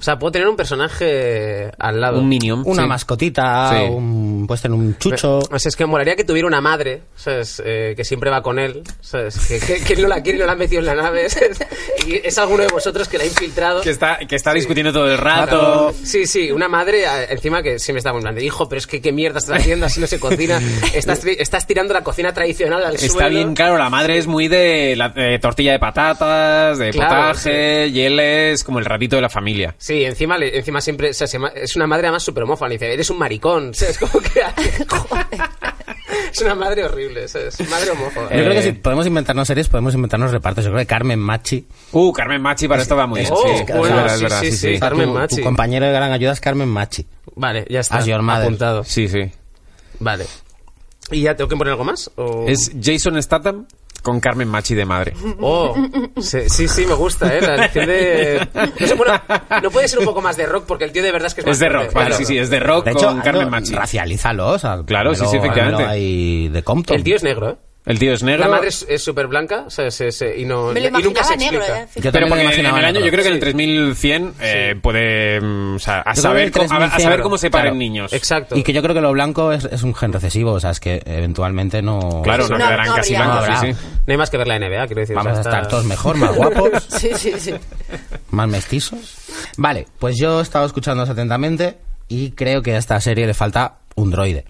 D: O sea, puedo tener un personaje al lado.
B: un minion.
A: una
B: sí.
A: mascotita,
B: Sí.
A: un, puedes tener un chucho.
D: O sea, es que molaría que tuviera una madre, ¿sabes? Eh, que siempre va con él, ¿sabes? Que, que- que él no la quiere y no la ha metido en la nave, ¿sabes? Y es alguno de vosotros que la ha infiltrado.
B: Que está, que está discutiendo todo el rato.
D: Claro. Sí, sí, una madre a- encima que siempre está muy grande. Hijo, pero es que qué mierda estás haciendo, así no se cocina. Estás, tri- estás tirando la cocina tradicional al suelo.
B: Está bien, claro, la madre es muy de la de tortilla de patatas, de
D: Claro,
B: potaje, y él es como el ratito de la familia.
D: Sí, encima, le- encima siempre o sea, se ma- es una madre además súper homófoba. Le dice, eres un maricón. ¿sabes? Como que, es una madre horrible, ¿sabes? Madre homófoba.
A: Yo creo que
B: eh.
A: si podemos inventarnos series, podemos inventarnos repartos. Yo creo que Carmen Machi.
B: Uh, Carmen Machi para esto va muy bien.
D: oh,
B: sí, es
D: bueno,
B: verdad, es
D: sí,
B: verdad,
D: sí,
B: sí,
D: sí.
B: sí.
D: Carmen
A: tu,
D: Machi.
A: Tu compañero de gran ayuda es Carmen Machi.
D: Vale, ya está.
A: As your mother.
D: Apuntado.
B: Sí, sí.
D: Vale. ¿Y ya tengo que poner algo más? O...
B: Es Jason Statham con Carmen Machi de madre.
D: Oh, sí, sí, sí, me gusta, ¿eh? La elección de... No, sé, bueno, no puede ser un poco más de rock porque el tío de verdad es que es...
B: Es de rock, vale,
D: claro.
B: sí, sí, es de
D: Oh,
B: ah, rock
A: De
B: con
A: hecho,
B: Carmen
A: no,
B: Machi.
A: racialízalo, o sea,
B: Claro, sí, sí,
A: dámelo-
B: efectivamente.
A: dámelo ahí de Compton.
D: El tío es negro, ¿eh?
B: El tío es negro.
D: La madre es es súper blanca, o sea, es- es- y, no,
C: Me lo
D: y nunca se
C: imaginaba negro,
D: explica.
C: ¿eh?
A: Yo
C: Fíjate.
A: también
B: Pero
A: lo
B: porque en
A: imaginaba
B: el año,
A: negro.
B: yo creo que en el 3100 eh, puede. mm, o sea, a
A: Yo creo que en
B: saber,
A: el
B: cómo- a- a
A: 3100,
B: saber cómo se
A: claro.
B: paren niños.
D: Exacto.
A: Y que yo creo que lo blanco es, es un gen recesivo, o sea, es que eventualmente no...
B: Claro, no,
C: No,
B: quedarán
C: no
B: casi
C: habría.
B: blancos,
A: No
B: sí,
A: habrá.
B: sí.
D: No hay más que ver la NBA, quiero decir. o sea,
A: Vamos a
D: está-
A: estar todos mejor, más guapos,
C: Sí, sí, sí.
A: más mestizos. Vale, pues yo he estado escuchándolos atentamente y creo que a esta serie le falta un droide.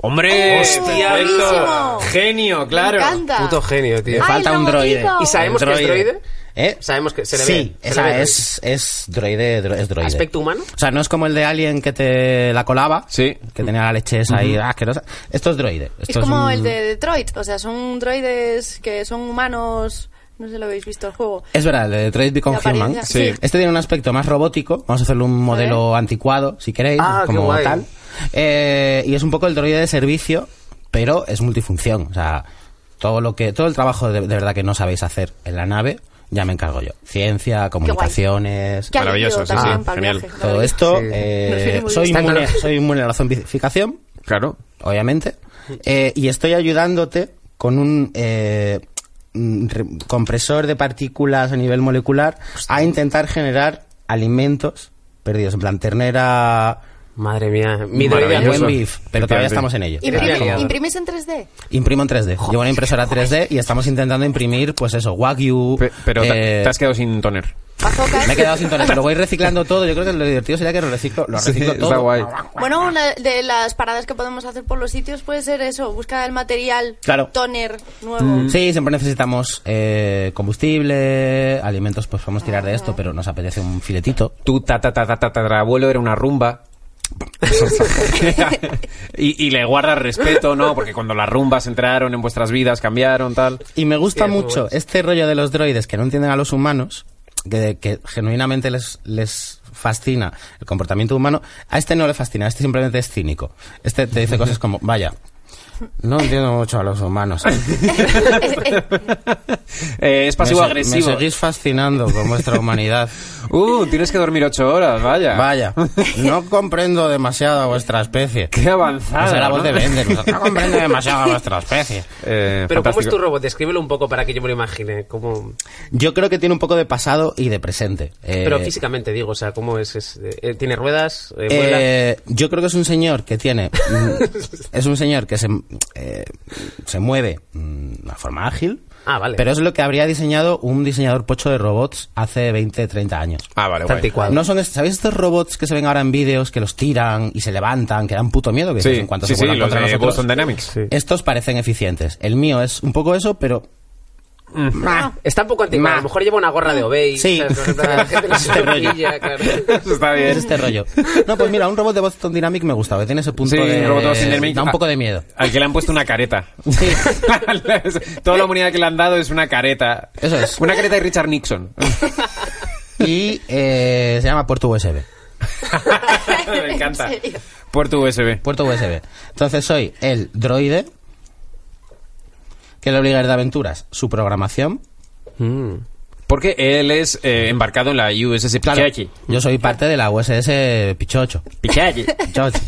B: ¡Hombre!
D: ¡Hostia,
B: perfecto!
C: buenísimo!
B: ¡Genio, claro!
C: Me encanta.
D: Puto genio, tío.
A: Le
C: Ay,
A: falta
C: el
A: un
C: robotito.
A: droide.
D: ¿Y sabemos
A: El
D: que es droide?
A: ¿Eh?
D: Sabemos que se le ve.
A: Sí,
D: se le
A: esa
D: ve droide.
A: es, es droide, dro- es droide.
D: ¿Aspecto humano?
A: O sea, no es como el de Alien que te la colaba,
B: Sí.
A: que tenía la leche esa ahí asquerosa. Esto es droide. Esto
C: es como
A: un-
C: el de Detroit. O sea, son droides que son humanos. No sé si lo habéis visto el juego.
A: Es verdad, el de Detroit Become
C: De apariencia,
A: Human.
C: sí.
A: Este tiene un aspecto más robótico. Vamos a hacerle un modelo anticuado, si queréis,
D: Ah, qué
A: como
D: guay.
A: tal. Eh, y es un poco el droide de servicio, pero es multifunción. O sea, todo lo que, todo el trabajo de, de verdad que no sabéis hacer en la nave, ya me encargo yo. Ciencia, comunicaciones,
C: Que ha
B: Maravilloso,
C: venido
B: sí, sí,
C: también para
B: genial.
C: viaje,
A: todo
C: maravilloso.
A: esto.
D: Sí.
A: eh,
C: Me refiero muy
A: soy,
C: bien.
A: inmune, soy inmune a la zombificación,
B: Claro.
A: obviamente. Eh, y estoy ayudándote con un eh, mm, re- compresor de partículas a nivel molecular a intentar generar alimentos perdidos, en plan ternera,
D: Madre mía. Mi droide
B: Maravilloso.
A: buen
D: ruso.
A: beef, pero todavía estamos en ello.
D: Imprime-
A: Todavía
C: Imprime-
A: como-
C: ¿Imprimes en 3D?
A: Imprimo en 3D. Llevo una impresora 3D y estamos intentando imprimir, pues eso, Wagyu.
B: Pe- pero te-
A: eh,
B: te has quedado sin toner.
C: Bazocas.
A: me he quedado sin tonel, pero voy reciclando todo. Yo creo que lo divertido sería que lo reciclo, lo
B: Sí,
A: reciclo todo.
B: está guay.
C: Bueno, una de las paradas que podemos hacer por los sitios puede ser eso, busca el material
A: Claro. Mm.
C: toner nuevo.
A: Sí, siempre necesitamos eh, combustible, alimentos, pues podemos tirar de esto, pero nos apetece un filetito.
B: tu ta ta ta ta ta ta- abuelo era una rumba. y, y le guardas respeto, ¿no? Porque cuando las rumbas entraron en vuestras vidas, cambiaron, tal.
A: Y me gusta
D: Hostia, muy
A: mucho
D: bueno.
A: este rollo de los droides que no entienden a los humanos, que, que genuinamente les, les fascina el comportamiento humano. A este no le fascina, este simplemente es cínico. Este te dice cosas como, vaya, no entiendo mucho a los humanos.
C: eh,
B: Eh, es
A: Me,
B: pasivo-agresivo.
A: se- me seguís fascinando con vuestra humanidad.
B: Uh, tienes que dormir ocho horas, vaya.
A: Vaya, no comprendo demasiado a vuestra especie.
B: Qué
D: Ah,
B: avanzada.
A: Esa era voz
B: ¿no?
A: de Bender. No comprendo demasiado a vuestra especie.
B: Eh,
D: Pero ¿cómo es
B: fantástico.
D: tu robot? Descríbelo un poco para que yo me lo imagine. ¿Cómo...
A: Yo creo que tiene un poco de pasado y de presente. Eh,
D: Pero físicamente digo, o sea, ¿cómo es? ¿Es, eh, ¿Tiene ruedas? Eh, vuela?
A: eh, yo creo que es un señor que tiene. mm, es un señor que se eh, se mueve mm, de una forma ágil.
D: Ah, vale.
A: Pero es lo que habría diseñado un diseñador pocho de robots hace 20, 30 años.
B: Ah, vale,
D: Tanto
B: guay.
D: y cual.
A: No son est- ¿Sabéis estos robots que se ven ahora en vídeos que los tiran y se levantan, que dan puto miedo? Que dices,
B: Sí,
A: en cuanto
B: sí,
A: se
B: sí,
A: vuelan
B: los
A: contra
B: de
A: nosotros,
B: Boston Dynamics.
A: Estos parecen eficientes. El mío es un poco eso, pero
D: Ah, Está un poco antiguo. A lo mejor lleva una gorra de
C: Ah.
D: Obey.
A: Sí.
D: ¿sabes? No sé, para La gente no
B: Este
D: se lo pilla, claro.
B: Está
A: Este es
B: bien.
A: este rollo. No, pues mira, un robot de Boston Dynamic me gustaba, que tiene ese punto
B: Sí,
A: de...
B: un robot de Boston Dynamics.
A: Da un poco de miedo.
B: Al que le han puesto una careta.
A: Sí.
B: Toda la humanidad que le han dado es una careta.
A: Eso es.
B: Una careta de Richard Nixon.
A: Y eh, se llama puerto USB.
B: Me encanta.
C: ¿En serio?
B: Puerto USB.
A: Puerto USB. Entonces soy el droide que le obliga a ir de aventuras su programación.
B: Porque él es eh, embarcado en la USS Pichachi.
A: Yo soy parte de la USS Pichocho.
B: Pichachi.
A: Pichocho.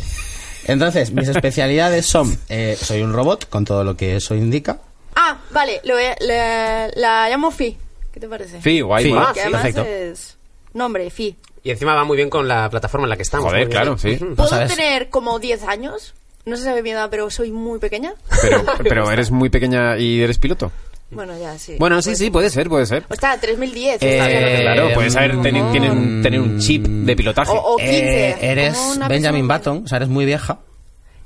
A: Entonces, mis especialidades son... eh, soy un robot, con todo lo que eso indica.
C: Ah, vale, lo voy a- le- la llamo Fi. ¿Qué te parece?
B: Sí, guay,
A: Sí.
B: guay.
C: Que
A: Ah, sí,
C: además
A: perfecto.
C: es nombre, Fi.
D: Y encima va muy bien con la plataforma en la que estamos.
B: Joder,
D: muy bien.
B: claro, sí.
A: Mm. No
C: ¿Puedo
A: sabes.
C: tener como 10 años? No se sabe mi edad, pero soy muy pequeña.
B: Pero, pero eres muy pequeña y eres piloto.
C: Bueno, ya, sí.
B: Bueno, sí,
C: Pues-
B: sí, puede ser, puede ser.
C: O sea, 3010.
A: Eh,
C: está bien.
B: Claro, puedes haber teni-
C: mm,
B: tienen- tener un chip de pilotaje.
D: Oh,
C: O- o 15.
A: Eh, eres
C: como una
A: Benjamin
C: persona-
A: Button, o sea, eres muy vieja.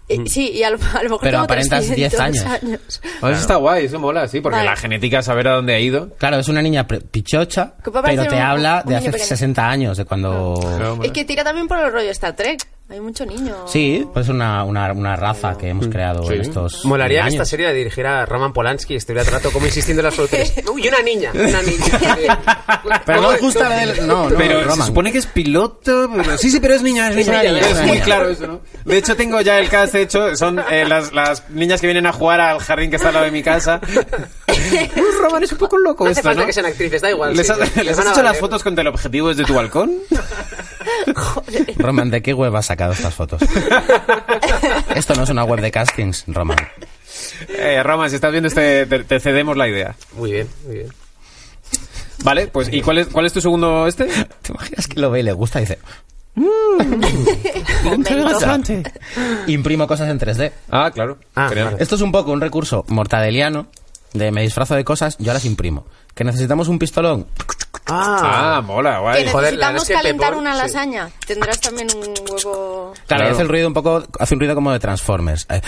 C: Eh, sí, y a lo, a lo mejor
A: Pero
C: tengo
A: aparentas 10
C: 300
A: años.
B: Oh, Eso está guay, eso mola, sí, porque
C: Vale.
B: la genética saber a dónde ha ido.
A: Claro, es una niña pre- pichocha,
C: Que puede
A: pero
C: parecer
A: te
C: un-
A: habla
C: un
A: de
C: niño
A: hace
C: pequeño.
A: 60 años, de cuando...
B: Claro,
C: Es
B: mola.
C: que tira también por el rollo Star Trek. Hay mucho niño.
A: Sí, pues una, una, una raza que hemos creado
B: Sí.
A: en estos
D: Molaría que
A: años.
D: esta serie la dirigiera Roman Polanski y estuviera todo el rato como insistiendo en las producciones. Uy, una niña, una niña.
A: Pero no
D: ¿Cómo-
A: es justa
D: cómo-
A: del... No, no,
B: pero se
A: Roman.
B: supone que es piloto. pero- Sí, sí, pero es niña, es
A: Es
B: niña.
A: una niña,
B: es
A: es una
B: muy
A: niña.
B: claro eso, ¿no? De hecho, tengo ya el cast hecho. Son eh, las, las niñas que vienen a jugar al jardín que está al lado de mi casa. Uh, Roman, es un poco loco
D: No hace
B: esto,
D: falta
B: ¿no?
D: que sean actrices, da igual.
B: ¿Les,
D: sí,
B: has-
D: les
B: les has
D: van a
B: hecho las
D: valer.
B: fotos con teleobjetivos de tu balcón?
C: Joder.
A: Roman, ¿de qué web has sacado estas fotos? Esto no es una web de castings, Roman.
B: Eh, Roman, si estás viendo este, te, te cedemos la idea.
D: Muy bien, muy bien.
B: Vale, pues ¿y cuál es, cuál es tu segundo este?
A: ¿Te imaginas que lo ve y le gusta? Y dice... Imprimo cosas en 3D.
B: Ah, claro.
D: Ah,
B: Genial.
D: vale.
A: Esto es un poco un recurso mortadeliano de me disfrazo de cosas, yo las imprimo. Que necesitamos un pistolón.
D: Ah,
B: Ah, mola,
C: Que
B: guay.
D: joder, la verdad
C: necesitamos
D: es que
C: calentar
D: Pepón,
C: una
D: sí.
C: lasaña. Tendrás también un huevo.
A: Claro,
B: Claro.
A: hace el ruido un poco, hace un ruido como de Transformers. Eh,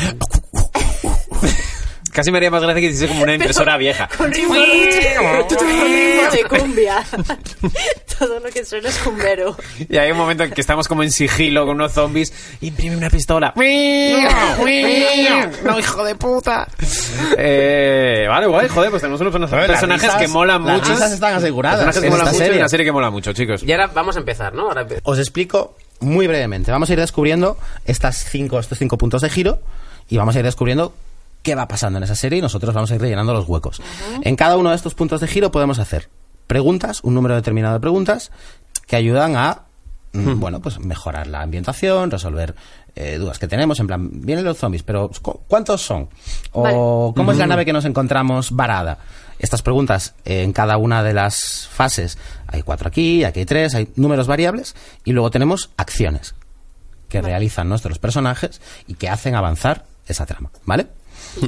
B: Casi me haría más gracia que hiciese como una impresora
D: Ah.
B: vieja.
C: Con ritmo de cumbia. Todo lo que suena es cumbero.
B: Y hay un momento en que estamos como en sigilo con unos zombies. Imprime una pistola.
E: No, hijo de puta.
B: Eh, vale, guay, joder, pues tenemos unos
A: Joder, las
B: personajes
A: risas-
B: que molan
A: las
B: mucho.
A: risas están aseguradas
B: Personajes que
A: en
B: molan
A: esta
B: mucho y
A: serie.
B: una serie que mola mucho, chicos.
D: Y ahora vamos a empezar, ¿no? Ahora empe-
A: Os explico muy brevemente. Vamos a ir descubriendo estas cinco, estos cinco puntos de giro y vamos a ir descubriendo qué va pasando en esa serie y nosotros vamos a ir rellenando los huecos. En cada uno de estos puntos de giro podemos hacer preguntas, un número determinado de preguntas que ayudan a mm, bueno, pues mejorar la ambientación, resolver eh, dudas que tenemos, en plan, vienen los zombies, pero ¿cu- ¿cuántos son? O
C: Vale.
A: ¿cómo es la nave que nos encontramos varada? Estas preguntas eh, en cada una de las fases, hay cuatro aquí, aquí hay tres, hay números variables, y luego tenemos acciones que realizan nuestros personajes y que hacen avanzar esa trama, ¿vale?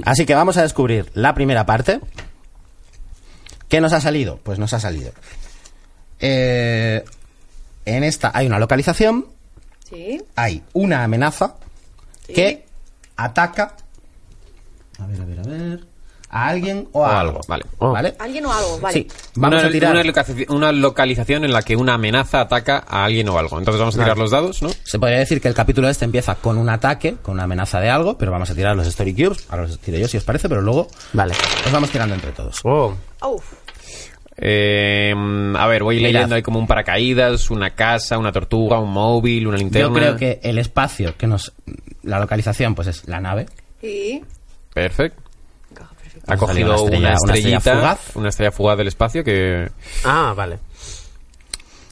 A: Así que vamos a descubrir la primera parte. ¿Qué nos ha salido? Pues nos ha salido. Eh, en esta hay una localización,
C: Sí.
A: hay una amenaza
C: Sí.
A: que ataca. A ver, a ver, a ver. A alguien o a
B: O algo,
A: algo.
B: vale.
A: ¿Vale?
C: Alguien o algo, vale.
A: Sí, vamos
B: una,
A: a tirar.
B: una locaci- una localización en la que una amenaza ataca a alguien o algo. Entonces vamos a tirar los dados, ¿no?
A: Se podría decir que el capítulo este empieza con un ataque, con una amenaza de algo, pero vamos a tirar los Story Cubes. Ahora los tiro yo si os parece, pero luego
D: Vale.
A: los vamos tirando entre todos.
D: Oh.
C: Uf.
B: Eh, a ver, voy
A: Mirad.
B: leyendo. Hay como un paracaídas, una casa, una tortuga, un móvil, una linterna.
A: Yo creo que el espacio que nos. La localización, pues es la nave.
C: Y.
B: Perfecto. Ha
A: Ha salido
B: cogido
A: una
B: una,
A: estrella- una estrella
B: estrellita, una estrella,
A: fugaz.
B: fugaz. del espacio que...
D: Ah, vale.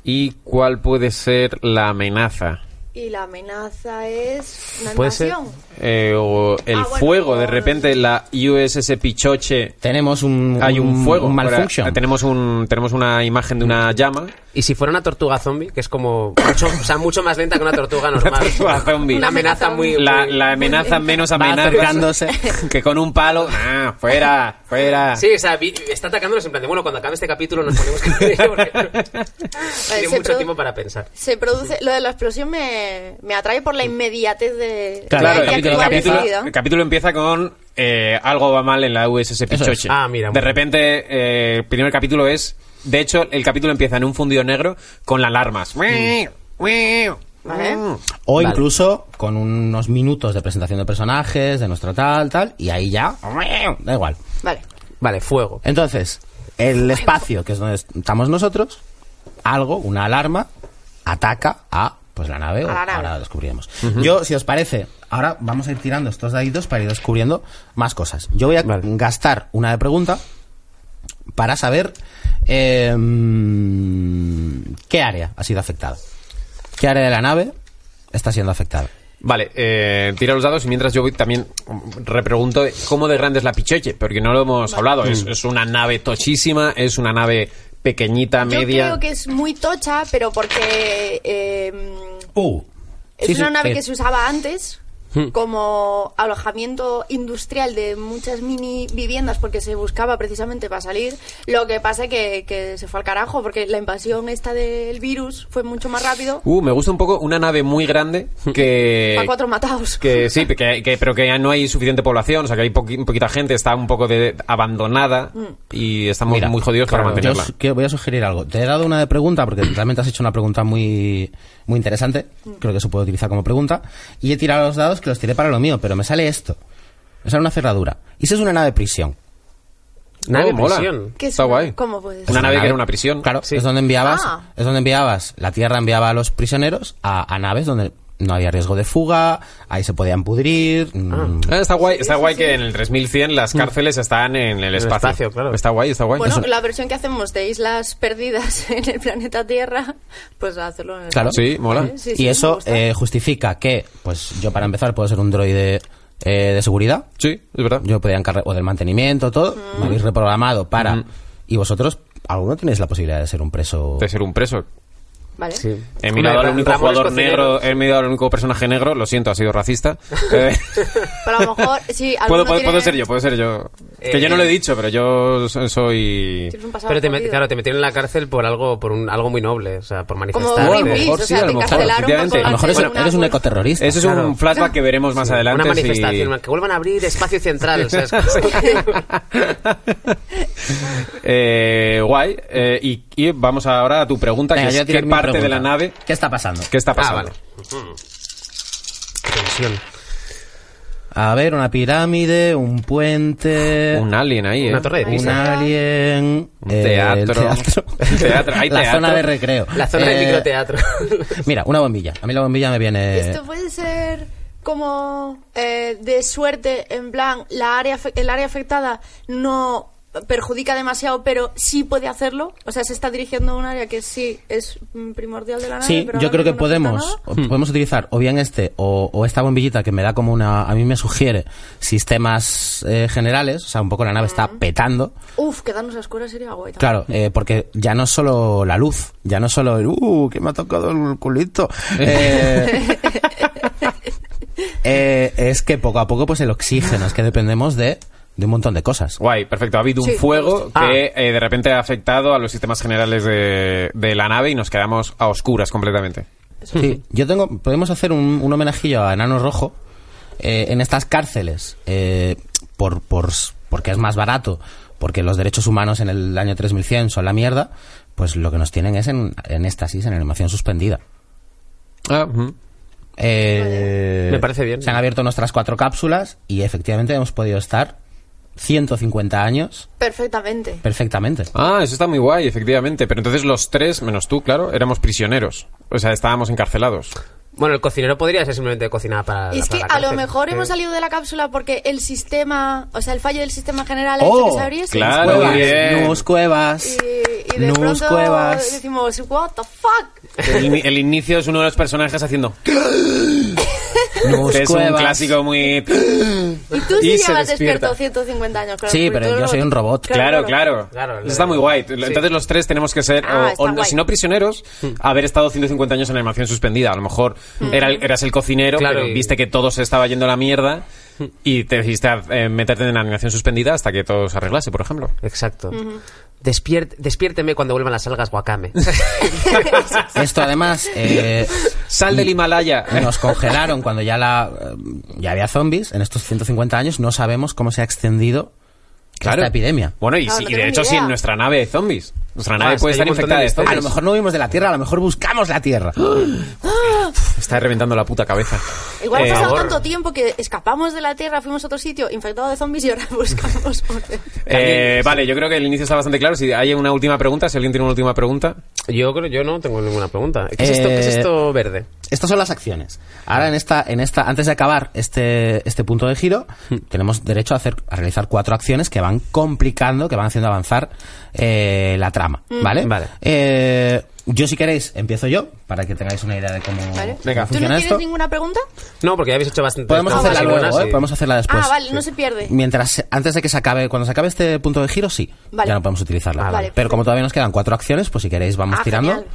B: ¿Y cuál puede ser la amenaza?
C: Y la amenaza es una
B: Puede ser.
C: invasión.
B: eh, o el
C: Ah, bueno,
B: fuego, de
C: pues-
B: repente la USS Pichoche.
A: Tenemos un,
B: Hay un fuego.
A: un
B: Ahora,
A: malfunction.
B: tenemos, un, tenemos una imagen de una llama.
D: Y si fuera una tortuga zombie, que es como mucho, o sea, mucho más lenta que una tortuga normal.
B: tortuga zombie.
D: Una amenaza muy...
B: La,
D: muy-
B: la amenaza menos amenaza
A: acercándose.
B: que con un palo. Ah, fuera, fuera.
D: Sí, o sea, vi- está atacándonos en plan de, bueno, cuando acabe este capítulo nos ponemos con ello porque tiene
C: Vale, se
D: mucho
C: produ-
D: tiempo para pensar.
C: Se produce, lo de la explosión me, me atrae por la inmediatez de
A: Claro,
C: hay
B: Claro,
C: que
B: el capítulo, el
C: actuar
B: capítulo-
C: enseguida.
B: el capítulo empieza con eh, algo va mal en la USS Pichoche.
D: Ah, mira,
B: De
D: bueno.
B: repente, eh, el primer capítulo es. De hecho, el capítulo empieza en un fundido negro con las alarmas. Mm.
C: Vale.
A: O
D: Vale.
A: incluso con unos minutos de presentación de personajes, de nuestro tal, tal, y ahí ya. Da igual.
C: Vale.
D: Vale, fuego.
A: Entonces, el espacio, que es donde estamos nosotros, algo, una alarma, ataca a pues la nave, o
C: A la nave.
A: ahora lo descubriremos. Yo, si os parece, ahora vamos a ir tirando estos daditos para ir descubriendo más cosas. Yo voy a
D: Vale.
A: gastar una de pregunta para saber eh, qué área ha sido afectada. ¿Qué área de la nave está siendo afectada?
B: Vale, eh, tira los dados y mientras yo voy también mm, repregunto cómo de grande es la Pichoche, porque no lo hemos hablado. Es, es una nave tochísima, es una nave pequeñita,
C: Yo
B: media.
C: creo que es muy tocha, pero porque eh,
A: Uh.
C: es
A: Sí,
C: una
A: sí,
C: nave
B: Eh.
A: sí.
C: que se usaba antes
B: Mm.
C: como alojamiento industrial de muchas mini viviendas porque se buscaba precisamente para salir. Lo que pasa que, que se fue al carajo porque la invasión esta del virus fue mucho más rápido.
B: Uh, me gusta un poco una nave muy grande que...
C: Para cuatro matados.
B: Eh, Que sí, que, que- pero que ya no hay suficiente población, o sea que hay poqui- poquita gente, está un poco de, abandonada
C: Mm.
B: y estamos
A: Mira,
B: muy jodidos
A: claro,
B: para mantenerla.
A: Yo os quiero- voy a sugerir algo. Te he dado una de pregunta porque realmente has hecho una pregunta muy, muy interesante.
C: Mm.
A: Creo que se puede utilizar como pregunta. Y he tirado los dados que los tiré para lo mío, pero me sale esto. Me sale una cerradura. Y eso es una nave de prisión.
D: Nave
B: Oh, mola.
D: prisión.
C: ¿Qué es
B: Está
C: una-
B: guay.
C: cómo puede
B: Una
C: ser?
B: nave que era una prisión.
A: Claro,
B: Sí.
A: es donde enviabas,
C: Ah.
A: es donde enviabas, la Tierra enviaba a los prisioneros a, a naves donde no había riesgo de fuga, ahí se podían pudrir. mm,
B: Ah, está guay, está guay que en el 3100 las cárceles están en el espacio.
D: espacio, claro.
B: Está guay, está guay.
C: Bueno,
B: Eso-
C: la versión que hacemos de islas perdidas en el planeta Tierra, pues hacerlo en el
A: Claro.
B: Sí, mola.
C: Sí, sí,
A: y
C: me
A: eso
C: gusta.
A: eh, justifica que, pues yo para empezar puedo ser un droide eh, de seguridad,
B: Sí, es verdad.
A: yo podía encargar o del mantenimiento, todo, me habéis reprogramado para y vosotros alguno tenéis la posibilidad de ser un preso.
B: De ser un preso.
C: Vale.
D: Sí.
B: He mirado
D: Hombre,
B: al único
D: Ramones
B: jugador
D: cocinero.
B: negro, he mirado al único personaje negro, lo siento, ha sido racista. Eh,
C: Pero a lo mejor, sí,
B: puedo,
C: alguno
B: puedo-
C: tiene-
B: puedo ser yo, puedo ser yo. que
D: Eh,
B: yo no lo he dicho, pero yo so- soy...
C: tienes un pasado
D: Pero te, met-
C: jodido.
D: claro, te metieron en la cárcel por algo por un, algo muy noble, o sea, por
C: Como
D: manifestar.
B: Greenpeace,
D: de-
C: Greenpeace,
B: sí,
C: o sea,
B: a lo
C: te
B: mejor,
C: encarcelaron por
B: efectivamente.
A: a lo mejor eres,
C: colgarte
B: Bueno,
C: en
A: eres un
C: una
A: ecoterrorista.
B: Eso es un flashback que veremos más adelante.
D: Una
B: si-
D: manifestación, que vuelvan a abrir espacio central. ¿sabes?
B: Eh, guay. Eh, y, y vamos ahora a tu pregunta,
A: Venga,
B: que
A: yo voy
B: es
A: a tirar
B: qué
A: mi
B: parte de
A: pregunta.
B: la nave...
A: ¿Qué está pasando?
B: ¿Qué está pasando?
D: Ah, vale. Tensión.
A: A ver, una pirámide, un puente,
B: Un alien ahí, ¿eh?
D: Una torre de
A: un
D: pizza.
A: alien,
B: Un
A: eh, el
B: teatro.
A: teatro.
B: Teatro, hay
A: la
B: teatro.
A: zona de recreo.
D: La zona
A: Eh,
D: de microteatro.
A: Mira, una bombilla. A mí la bombilla me
B: eh.
A: viene
C: Esto puede ser como eh, de suerte, en plan, la área, afe- el área afectada no perjudica demasiado, pero sí puede hacerlo. O sea, se está dirigiendo a un área que sí es mm, primordial de la nave.
A: Sí,
C: pero
A: yo
C: ahora
A: creo que
C: mismo no afecta
A: podemos,
C: nada.
A: o- podemos utilizar o bien este o, o esta bombillita que me da como una, a mí me sugiere sistemas eh, generales, o sea, un poco la nave está petando,
C: Uf, quedarnos a oscuras sería guay. también.
A: claro, eh, porque ya no es solo la luz, ya no es solo el, uh, que me ha tocado el culito, Eh, eh, es que poco a poco pues el oxígeno, es que dependemos de, de un montón de cosas.
B: Guay, perfecto. Ha habido
C: Sí,
B: un fuego
D: justo.
B: que eh, de repente ha afectado a los sistemas generales de, de la nave y nos quedamos a oscuras completamente.
A: Sí, yo tengo. Podemos hacer un, un homenajillo a Enano Rojo eh, en estas cárceles eh, por, por, porque es más barato, porque los derechos humanos en el año 3100 son la mierda. Pues lo que nos tienen es en, en éxtasis, en animación suspendida.
B: Ah, ujú.
A: Eh,
D: Me parece bien.
A: Se han abierto nuestras cuatro cápsulas y efectivamente hemos podido estar 150 años
C: Perfectamente.
A: perfectamente.
B: Ah, eso está muy guay, efectivamente. Pero entonces los tres, menos tú, claro, éramos prisioneros. O sea, estábamos encarcelados.
D: bueno, el cocinero podría ser simplemente cocinada para.
C: Y es
D: para
C: que
D: la
C: a lo
D: cárcel,
C: mejor
D: pero-
C: hemos salido de la cápsula porque el sistema, o sea, el fallo del sistema general ha
A: Oh,
C: hecho que se abriese.
B: claro.
A: Cuevas,
B: bien.
A: Nus, cuevas.
C: Y, y y de
A: Nus
C: pronto
A: Cuevas.
C: decimos, what the fuck.
B: El, el inicio es uno de los personajes haciendo.
A: Nus
B: que es un
A: Cuevas.
B: clásico muy.
C: Y tú
B: Y
C: sí
B: se
C: llevas
B: despierta.
C: despierto 150 años, claro.
A: Sí,
C: porque
A: pero
C: tú
A: yo
C: no-
A: soy un robot.
B: Claro, claro.
D: Claro, el-
B: Está muy guay. Entonces los tres tenemos que ser,
C: Ah,
B: o,
C: está
B: o-
C: guay.
B: si no prisioneros,
D: Hmm.
B: haber estado 150 años en animación suspendida. A lo mejor
C: Hmm.
B: era el- eras el cocinero,
D: Claro,
B: pero
D: y-
B: viste que todo se estaba yendo a la mierda y te decidiste a, eh, meterte en la animación suspendida hasta que todo se arreglase, por ejemplo.
D: Exacto. Despier- despiérteme cuando vuelvan las algas wakame.
A: Esto además eh,
B: Sal del Himalaya.
A: nos congelaron cuando ya la eh, ya había zombies. En estos 150 años no sabemos cómo se ha extendido
B: Claro.
A: esta epidemia.
B: Bueno, y,
C: Claro,
B: si-
C: no
B: y de
C: tengo
B: hecho,
C: ni
B: si en
C: idea.
B: nuestra nave de zombies. Nuestra nave
D: Ah, es
B: puede
D: que hay
B: estar
D: un
B: infectada
D: montón de
B: de zombies.
A: A lo mejor no vimos de la Tierra, a lo mejor buscamos la Tierra.
B: Está reventando la puta cabeza.
C: Igual ha
B: Eh,
C: pasado
D: favor.
C: tanto tiempo que escapamos de la Tierra, fuimos a otro sitio infectado de zombies y ahora buscamos.
B: eh, vale, yo creo que el inicio está bastante claro. Si hay una última pregunta, si alguien tiene una última pregunta.
D: yo creo, yo no tengo ninguna pregunta. ¿Qué es esto, qué es
A: Eh,
D: esto verde?
A: Estas son las acciones. Ahora en esta, en esta, antes de acabar este, este punto de giro, tenemos derecho a hacer, a realizar cuatro acciones que van complicando, que van haciendo avanzar eh, la trama,
C: Mm.
A: ¿vale?
D: Vale.
A: Eh, yo si queréis empiezo yo para que tengáis una idea de cómo,
C: ¿Vale?
A: cómo
B: Venga.
C: ¿Tú no
A: funciona
C: tienes
A: esto. Pues,
C: ninguna pregunta?
D: No, porque ya habéis hecho bastante.
A: Podemos
C: Ah,
A: hacerla
C: vale.
A: luego, ¿eh? podemos hacerla después.
C: ah, vale, no se pierde.
A: Mientras, antes de que se acabe, cuando se acabe este punto de giro, sí,
C: Vale.
A: ya no podemos utilizarla.
C: Ah, vale.
A: Pero como todavía nos quedan cuatro acciones, pues si queréis vamos
C: Ah,
A: tirando.
C: genial.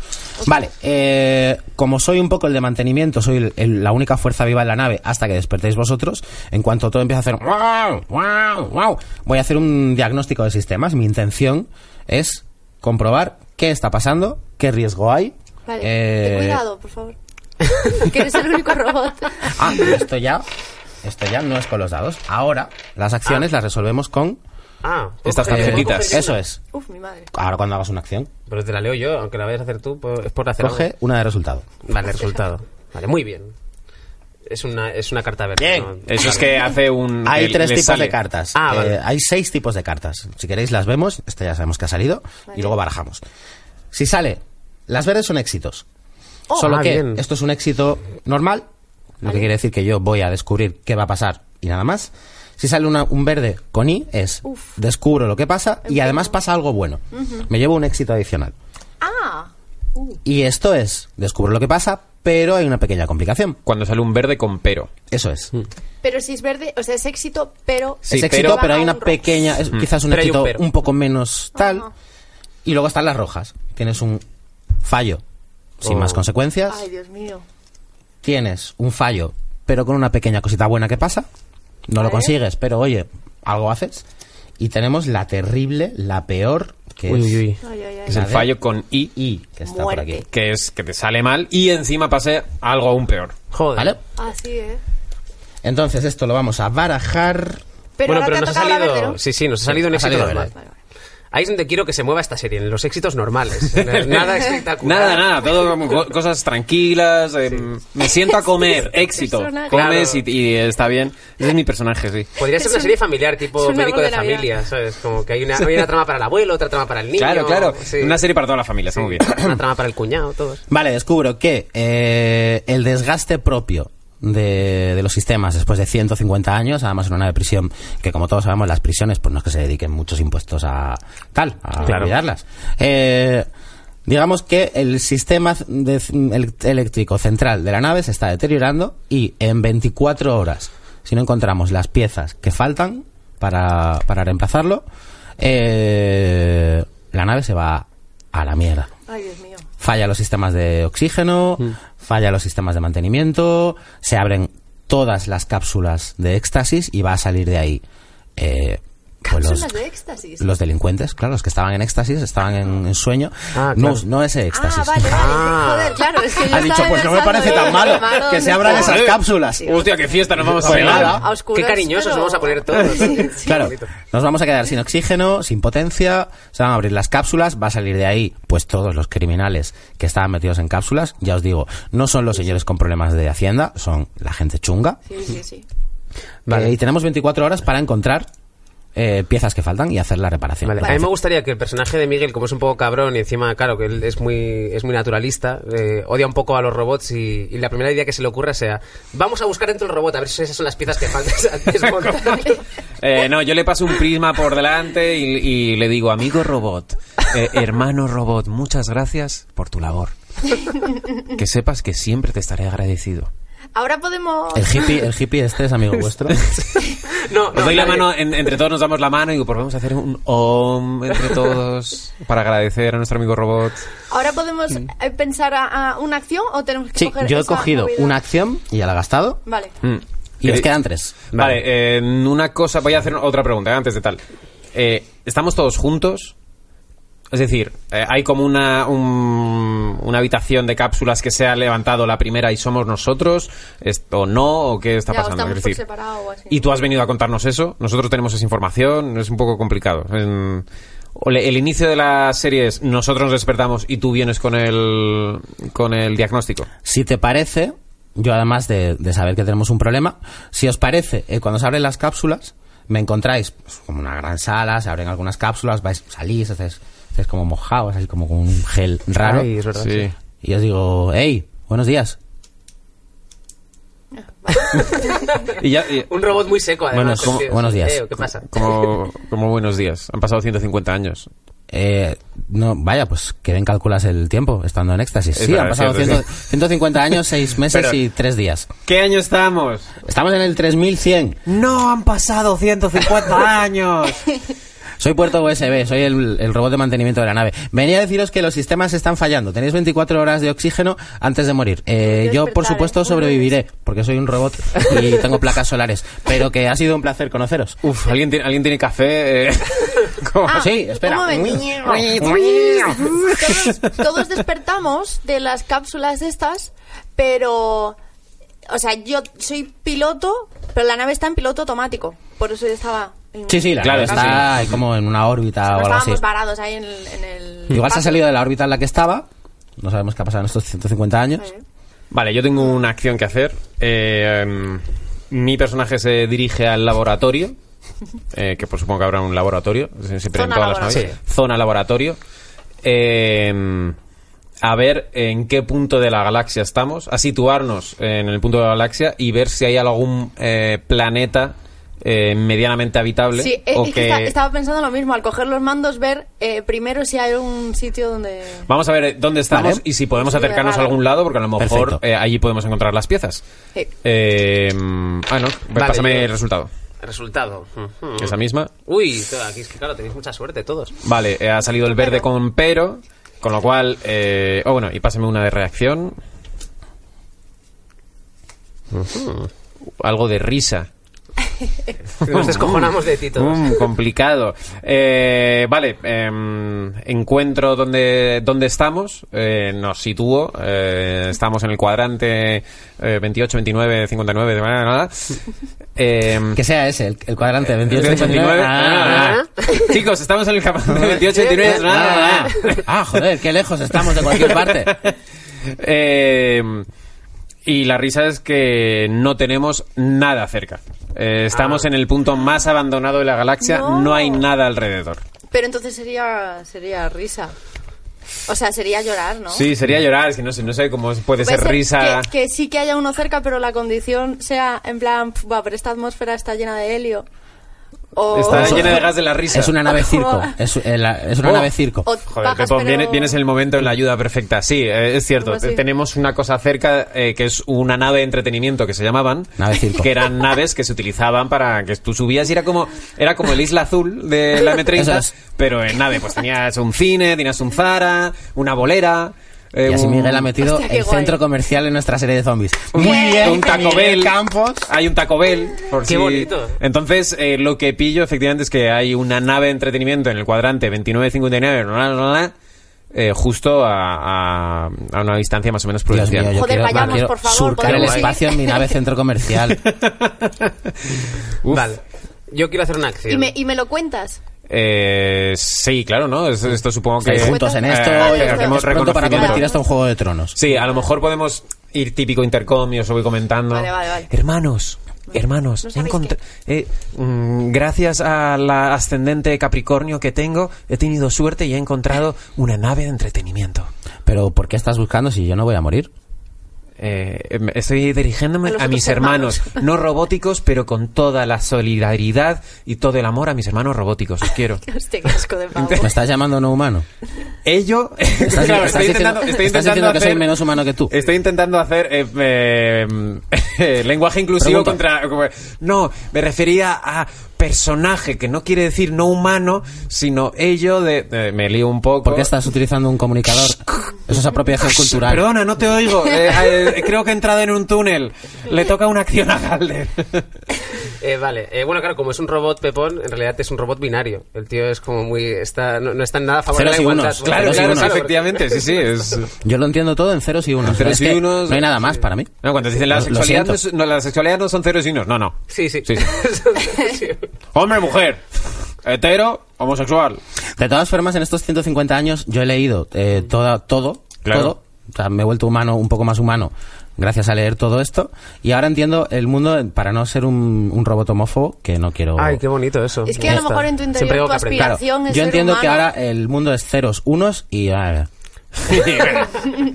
A: Vale, eh, como soy un poco el de mantenimiento, soy el- el- la única fuerza viva de la nave hasta que despertéis vosotros, en cuanto todo empieza a hacer wow, wow, wow, voy a hacer un diagnóstico de sistemas. Mi intención es comprobar qué está pasando, qué riesgo hay.
C: Vale,
A: eh,
C: ten cuidado, por favor. que eres el único robot.
A: Ah, esto ya, esto ya no es con los dados. Ahora las acciones las resolvemos con
D: Ah,
B: Estas
D: ok.
A: eh,
B: tarjetitas.
A: Eso es.
C: Uf, mi madre.
A: Ahora cuando hagas una acción,
D: Pero te la leo yo, aunque la vayas a hacer tú, po- es por hacer.
A: coge
D: algo.
A: una de resultado.
D: Vale, resultado. Vale, muy bien. Es una, es una carta verde.
A: Bien.
D: ¿no?
B: Eso es que hace un.
A: Hay
B: que
A: tres
B: Mm, le
A: tipos
B: sale.
A: de cartas.
D: Ah,
A: Eh,
D: vale.
A: hay seis tipos de cartas. Si queréis las vemos, esta ya sabemos que ha salido, y luego barajamos. Si sale, las verdes son éxitos.
C: Oh,
A: Solo
D: ah,
A: que
D: bien.
A: esto es un éxito normal, lo que quiere decir que yo voy a descubrir qué va a pasar y nada más. Si sale una- un verde con I, es
C: Uf.
A: descubro lo que pasa y además pasa algo bueno. Me llevo un éxito adicional.
C: Ah,
A: Y esto es, descubro lo que pasa, pero hay una pequeña complicación.
B: Cuando sale un verde con pero.
A: Eso es.
B: Mm.
C: pero si es verde, o sea, es éxito, pero.
B: Sí,
A: es éxito, pero,
C: baja
A: hay
C: un
A: una
C: rojo.
A: pequeña, es quizás un
D: Mm. Pero hay un
A: éxito
D: pero.
A: un, poco menos tal.
C: Ajá.
A: Y luego están las rojas. Tienes un fallo sin
D: Oh.
A: más consecuencias.
C: Ay, Dios mío.
A: Tienes un fallo, pero con una pequeña cosita buena que pasa. No lo
C: Vale.
A: consigues, pero oye, algo haces. Y tenemos la terrible, la peor, que
D: Uy,
A: es,
D: uy, uy.
C: Ay, ay, ay.
B: Es el
A: La de-
B: fallo con I,
A: y que está
C: Muerte.
A: por aquí.
B: que es que te sale mal y encima pase algo aún peor.
D: Joder.
A: ¿Vale?
C: Así, ¿eh?
A: Entonces esto lo vamos a barajar.
C: Pero
D: bueno,
C: ahora te
D: pero
C: ha
D: nos ha
C: tocado la
D: salido.
C: verde, ¿no?
D: Sí, sí, nos ha salido un
A: Ha
D: éxito
A: salido
D: normal.
A: verde.
D: Ahí es donde quiero que se mueva esta serie, en los éxitos normales. Eh, nada espectacular.
B: Nada, nada, todo como co- cosas tranquilas. eh, Me siento a comer, éxito.
C: personaje.
B: Comes y,
D: Claro.
B: y está bien. Ese es mi personaje, sí.
D: Podría ser una serie familiar,
C: es
D: tipo
C: un
D: médico
C: árbol
D: de
C: de Navidad.
D: familia, ¿sabes? Como que hay una, hay una trama para el abuelo, otra trama para el niño.
B: Claro, claro.
D: sí.
B: Una serie para toda la familia, está muy bien.
D: Una trama para el cuñado, todos.
A: Vale, descubro que eh, el desgaste propio de, de los sistemas después de 150 años, además en una nave de prisión, que como todos sabemos, las prisiones, pues no es que se dediquen muchos impuestos a tal, a
D: Claro.
A: cuidarlas. Eh, digamos que el sistema de- el- eléctrico central de la nave se está deteriorando y en 24 horas, si no encontramos las piezas que faltan para, para reemplazarlo, eh, la nave se va a la mierda
C: Ay, Dios mío.
A: falla los sistemas de oxígeno,
D: Mm.
A: falla los sistemas de mantenimiento, se abren todas las cápsulas de éxtasis y va a salir de ahí. eh, pues los-
C: Cápsulas de éxtasis.
A: los delincuentes, claro, los que estaban en éxtasis, estaban en, en sueño.
D: Ah,
A: no,
D: claro.
A: no ese
C: Ah,
A: éxtasis.
C: vale, vale.
D: Ah.
C: Joder, claro, es que yo
A: Ha dicho,
C: estaba
A: pues no me
C: pensando,
A: parece
C: eh,
A: tan malo
C: malo,
A: que se
C: ¿dónde
A: abran
C: está?
A: esas cápsulas.
B: Hostia, qué fiesta nos vamos a
A: Pues
B: pegar.
A: nada.
C: A oscuras,
D: Qué cariñosos
C: pero-
D: nos vamos a poner todos.
C: Sí, sí.
A: Claro,
D: bonito.
A: nos vamos a quedar sin oxígeno, sin potencia, se van a abrir las cápsulas, va a salir de ahí pues todos los criminales que estaban metidos en cápsulas, ya os digo, no son los señores con problemas de hacienda, son la gente chunga.
C: Sí, sí, sí.
A: Eh, y tenemos 24 horas para encontrar eh, piezas que faltan y hacer la reparación.
D: Vale, A mí me gustaría que el personaje de Miguel, como es un poco cabrón y encima, claro, que él es muy, es muy naturalista, eh, odia un poco a los robots y, y la primera idea que se le ocurra sea, vamos a buscar dentro del robot a ver si esas son las piezas que faltan a desmontar".
B: Eh, no, yo le paso un prisma por delante y, y le digo, amigo robot, eh, hermano robot, muchas gracias por tu labor. Que sepas que siempre te estaré agradecido.
C: Ahora podemos...
A: El hippie, el hippie este es amigo vuestro.
D: No,
B: Os doy la
D: nadie. Ah,
B: mano, en- entre todos nos damos la mano y digo, pues vamos a hacer un om entre todos para agradecer a nuestro amigo robot.
C: Ahora podemos eh, pensar a, a una acción o tenemos que
A: Mm. Sí,
C: coger
A: yo he
C: esa
A: cogido
C: movida?
A: una acción y ya la he gastado.
C: Vale.
B: Mm.
A: Y nos
B: Eh,
A: quedan tres.
B: Vale, eh, una cosa, voy a hacer otra pregunta eh, antes de tal. Eh, ¿Estamos todos juntos? Es decir, eh, hay como una, un- una habitación de cápsulas que se ha levantado la primera y somos nosotros, esto no, o qué está
C: Ya, o
B: pasando.
C: estamos
B: Es
C: por
B: decir,
C: separado o así.
B: Y tú has venido a contarnos eso, nosotros tenemos esa información, es un poco complicado. En- o le- el inicio de la serie es nosotros nos despertamos y tú vienes con el, con el diagnóstico.
A: Si te parece, yo además de, de saber que tenemos un problema, si os parece, eh, cuando se abren las cápsulas, me encontráis pues, como una gran sala, se abren algunas cápsulas, vais, salís, hacéis, hacéis como mojados, así como con un gel raro.
D: Ay, es verdad,
B: Sí.
D: sí.
A: Y os digo, hey, buenos días.
B: Y ya- y-
D: Un robot muy seco, además.
A: Bueno, es como-
D: Sí, sí.
A: buenos días.
D: Eh, ¿Qué pasa?
B: Como, como buenos días. Han pasado 150 años.
A: Eh, no, vaya, pues que bien calculas el tiempo estando en éxtasis.
B: Es
A: sí,
B: verdad,
A: han pasado
B: es cierto,
A: 100 150 años, 6 meses
B: Pero-
A: y 3 días.
B: ¿Qué año estamos?
A: Estamos en el 3100.
B: No han pasado 150 años.
A: Soy puerto USB, soy el, el robot de mantenimiento de la nave. Venía a deciros que los sistemas están fallando. Tenéis 24 horas de oxígeno antes de morir. Eh,
C: Yo
A: yo,
C: despertaré,
A: por supuesto,
C: un
A: sobreviviré, porque soy un robot y tengo placas solares. Pero que ha sido un placer conoceros.
B: Uf, ¿alguien tiene, ¿alguien tiene café? Eh, ¿Cómo?
C: Ah,
A: sí, espera.
C: un momento. todos, todos despertamos de las cápsulas estas, pero... O sea, yo soy piloto, pero la nave está en piloto automático. Por eso yo estaba... en-
A: Sí, sí, la
B: Claro,
A: claro,
B: sí,
A: está ahí como en una órbita
C: No
A: o algo así.
C: estábamos parados ahí en el... en el
A: Igual se ha
C: espacio.
A: salido de la órbita en la que estaba. No sabemos qué ha pasado en estos 150 años.
B: Vale, yo tengo una acción que hacer. Eh, em, mi personaje se dirige al laboratorio. eh, que por supongo que habrá un laboratorio. Siempre en
C: Zona
B: todas las
C: laboratorio.
B: naves. Zona laboratorio. Eh, a ver en qué punto de la galaxia estamos. A situarnos en el punto de la galaxia y ver si hay algún eh, planeta eh, medianamente
A: ¿eh?
B: habitable.
C: Sí, es-
B: o
C: es que esta- estaba pensando lo mismo. Al coger los mandos, ver eh, primero si hay un sitio donde...
B: Vamos a ver eh, dónde estamos
A: Vale.
B: y si podemos
C: Sí,
B: acercarnos a
C: vale.
B: algún lado, porque a lo mejor
A: Perfecto.
B: eh, allí podemos encontrar las piezas.
C: Sí.
B: Eh, mm, ah, no.
D: Vale,
B: Pásame
D: yo-
B: el resultado.
D: Resultado. Ujú.
B: Esa misma.
D: Uy, todo aquí es que claro, tenéis mucha suerte todos.
B: Vale, eh, ha salido el verde con pero, con lo cual... Eh, oh, bueno, y pásame una de reacción. Ujú. Algo de risa.
D: Nos descojonamos de ti todos.
B: Mm, complicado. Eh, vale, em, encuentro donde, donde estamos, eh, nos sitúo, eh, estamos en el cuadrante eh, 28, 29, 59, de manera nada. Em,
A: Que sea ese, el, el cuadrante 28
B: 29,
A: 29. Ah,
B: Eh, ah, ah. Chicos, estamos en el campamento 28, 29.
A: ah,
B: ah,
A: ah. Ah, joder, qué lejos estamos de cualquier parte.
B: ah. Eh, y la risa es que no tenemos nada cerca. Eh, estamos en el punto más abandonado de la galaxia,
C: No.
B: no hay nada alrededor.
C: Pero entonces sería, sería risa. O sea, sería llorar, ¿no?
B: Sí, sería llorar, es que no sé, no sé cómo puede
C: Puede
B: ser risa.
C: Que, que sí que haya uno cerca, pero la condición sea en plan, "Pf, buah, pero esta atmósfera está llena de helio. O,
B: Está
A: Eso-
B: llena de gas de la risa.
A: Es una nave circo. Es, eh, la- es una
B: Oh.
A: nave circo.
C: o
B: Joder,
C: bajas,
B: Pepón,
C: pero-
B: viene- vienes en el momento en la ayuda perfecta. Sí, eh, es cierto.
C: Pues sí.
B: Te- Tenemos una cosa cerca eh, que es una nave de entretenimiento que se llamaban.
A: Nave circo.
B: Que eran naves que se utilizaban para que tú subías y era como, era como el Isla Azul de la M30,
A: Eso es.
B: pero en nave. Pues tenías un cine, tenías un Zara, una bolera. eh,
A: Y así
B: un-
A: Miguel ha metido
C: Hostia, qué
A: el
C: guay.
A: centro comercial en nuestra serie de zombies.
B: Un-
A: Muy bien,
B: un Taco
A: Miguel
B: Bell.
A: Campos.
B: Hay un Taco Bell. Por
D: Qué
B: si-
D: bonito.
B: Entonces, eh, lo que pillo efectivamente es que hay una nave de entretenimiento en el cuadrante 2959, bla, bla, bla, eh, justo a, a- a una distancia más o menos
A: Dios mío,
B: prudencial.
A: yo
C: Joder,
A: quiero,
C: vayamos,
A: quiero
C: por favor,
A: surcar el
C: podemos ir.
A: espacio en mi nave centro comercial.
B: Uf.
D: Vale. Yo quiero hacer una acción.
C: Y me, y me lo cuentas.
B: Eh, sí, claro, ¿no? Es- Esto supongo que...
A: Estáis juntos en
C: Eh,
A: esto.
C: vale,
A: es pronto
C: hacemos
A: para
B: reconocimiento.
A: convertir esto en juego de tronos.
B: Sí, a lo mejor podemos ir típico intercambio, os voy comentando.
C: Vale, vale, vale.
B: Hermanos, Eh, hermanos,
C: No sabéis
B: encontr- eh, mm, gracias a la ascendente Capricornio que tengo, he tenido suerte y he encontrado una nave de entretenimiento.
A: Pero ¿por qué estás buscando si yo no voy a morir?
B: eh, estoy dirigiéndome
C: A los
B: a,
C: otros
B: mis hermanos. no robóticos, pero con toda la solidaridad y todo el amor a mis hermanos robóticos. Os quiero.
C: Hostia, qué asco de pavo.
A: ¿Me estás llamando no humano?
B: Ello.
A: ¿Estás, estás
B: Claro, estoy
A: diciendo,
B: intentando, estoy
A: estás
B: intentando
A: diciendo que soy
B: hacer- este
A: menos humano que tú.
B: Estoy intentando hacer eh, eh, lenguaje inclusivo
A: Pregunta.
B: contra... como- No, me refería a personaje, que no quiere decir no humano, sino ello de... eh, me lío un poco.
A: ¿Por qué estás utilizando un comunicador? Eso es apropiación cultural.
B: Perdona, no te oigo. Eh, eh, creo que he entrado en un túnel. Le toca una acción a Galder.
D: Eh, vale, Eh, bueno, claro, como es un robot Pepón, en realidad es un robot binario. El tío es como muy. Está, no, no está en nada a favor de
A: Ceros
D: la
A: y
D: igualdad.
A: unos,
D: Bueno,
B: claro,
A: Pero sí,
B: claro,
A: uno.
B: sí, efectivamente. Sí, sí. es-
A: Yo lo entiendo todo en ceros y unos.
B: ceros
A: Es
B: y
A: que
B: unos,
A: No hay nada más para mí.
B: No, cuando dicen la
A: Lo- lo
B: sexualidad, no,
A: siento.
B: es- no, la sexualidad no son ceros y unos. No, no.
D: Sí, sí.
B: Sí,
D: Sí.
B: Hombre, mujer. Hetero, homosexual.
A: De todas formas, en estos 150 años yo he leído eh, toda- todo,
B: Claro.
A: todo. O sea, me he vuelto humano, un poco más humano, gracias a leer todo esto. Y ahora entiendo el mundo eh, para no ser un, un robot homófobo, que no quiero...
D: Ay, qué bonito eso.
C: Es que a
D: Ya
C: lo
D: está.
C: mejor en tu interior
D: Siempre tengo
C: tu
D: que aprender.
A: Claro,
C: aspiración es
A: yo
C: ser
A: entiendo que
C: humano.
A: ahora el mundo es ceros, unos y... ah,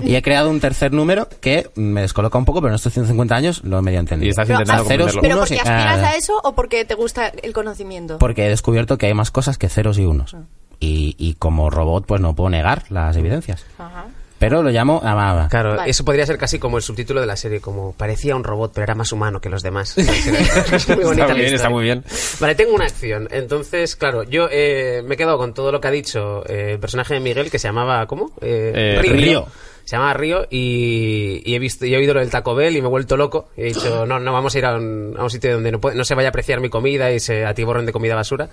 A: y he creado un tercer número que me descoloca un poco, pero en estos 150 años lo he medio entendido.
B: Y estás
C: Pero
B: intentando
A: a ceros,
B: comprenderlo.
C: ¿Pero
A: Unos
C: porque
A: y-
C: aspiras
A: ah.
C: a eso o porque te gusta el conocimiento?
A: Porque he descubierto que hay más cosas que ceros y
C: Ah.
A: unos. Y, y como robot, pues no puedo negar las evidencias.
C: Ajá.
A: Pero lo llamo ah, amaba.
D: Claro,
C: Vale.
D: eso podría ser casi como el subtítulo de la serie, como parecía un robot, pero era más humano que los demás. Es muy
B: Está muy
D: bonita la
B: bien, está
D: historia.
B: muy bien.
D: Vale, tengo una acción. Entonces, claro, yo eh, me he quedado con todo lo que ha dicho eh, el personaje de Miguel, que se llamaba, ¿cómo?
B: Eh,
A: Río.
D: Se llamaba Río y, y he visto y he oído lo del Taco Bell y me he vuelto loco. Y he dicho, no, no, vamos a ir a un, a un sitio donde no, puede- no se vaya a apreciar mi comida y se atiborren de comida basura.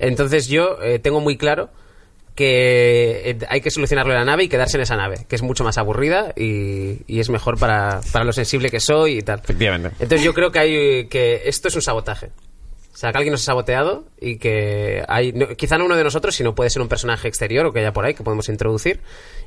D: Entonces yo eh, tengo muy claro que eh, hay que solucionarlo en la nave y quedarse en esa nave, que es mucho más aburrida y, y es mejor para, para lo sensible que soy y tal.
B: Efectivamente.
D: Entonces yo creo que hay que esto es un sabotaje. O sea, que alguien nos ha saboteado y que hay, no- quizá no uno de nosotros, sino puede ser un personaje exterior o que haya por ahí que podemos introducir.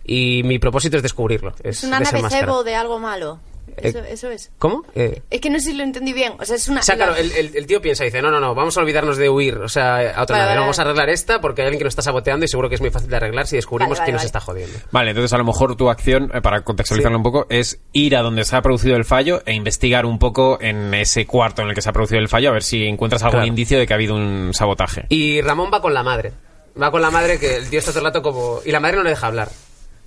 D: Y mi propósito es descubrirlo. Es,
C: Es una nave
D: desenmascarar.
C: cebo de algo malo. Eso,
D: Eh,
C: eso es.
D: ¿Cómo? Eh,
C: Es que no sé si lo entendí bien. O sea, es una.
D: o sea, claro,
C: la-
D: el, el- el tío piensa, dice, no, no, no, vamos a olvidarnos de huir, o sea, a otra
C: Vale,
D: nave,
C: vale,
D: no vamos a
C: vale.
D: arreglar esta porque hay alguien que nos está saboteando y seguro que es muy fácil de arreglar si descubrimos
C: Vale, vale,
D: quién nos
C: vale.
D: está jodiendo.
B: Vale, entonces a lo mejor tu acción, eh, para contextualizarlo
D: Sí.
B: un poco, es ir a donde se ha producido el fallo e investigar un poco en ese cuarto en el que se ha producido el fallo, a ver si encuentras algún
D: Claro.
B: indicio de que ha habido un sabotaje.
D: Y Ramón va con la madre. Va con la madre que el tío está todo el rato como... Y la madre no le deja hablar.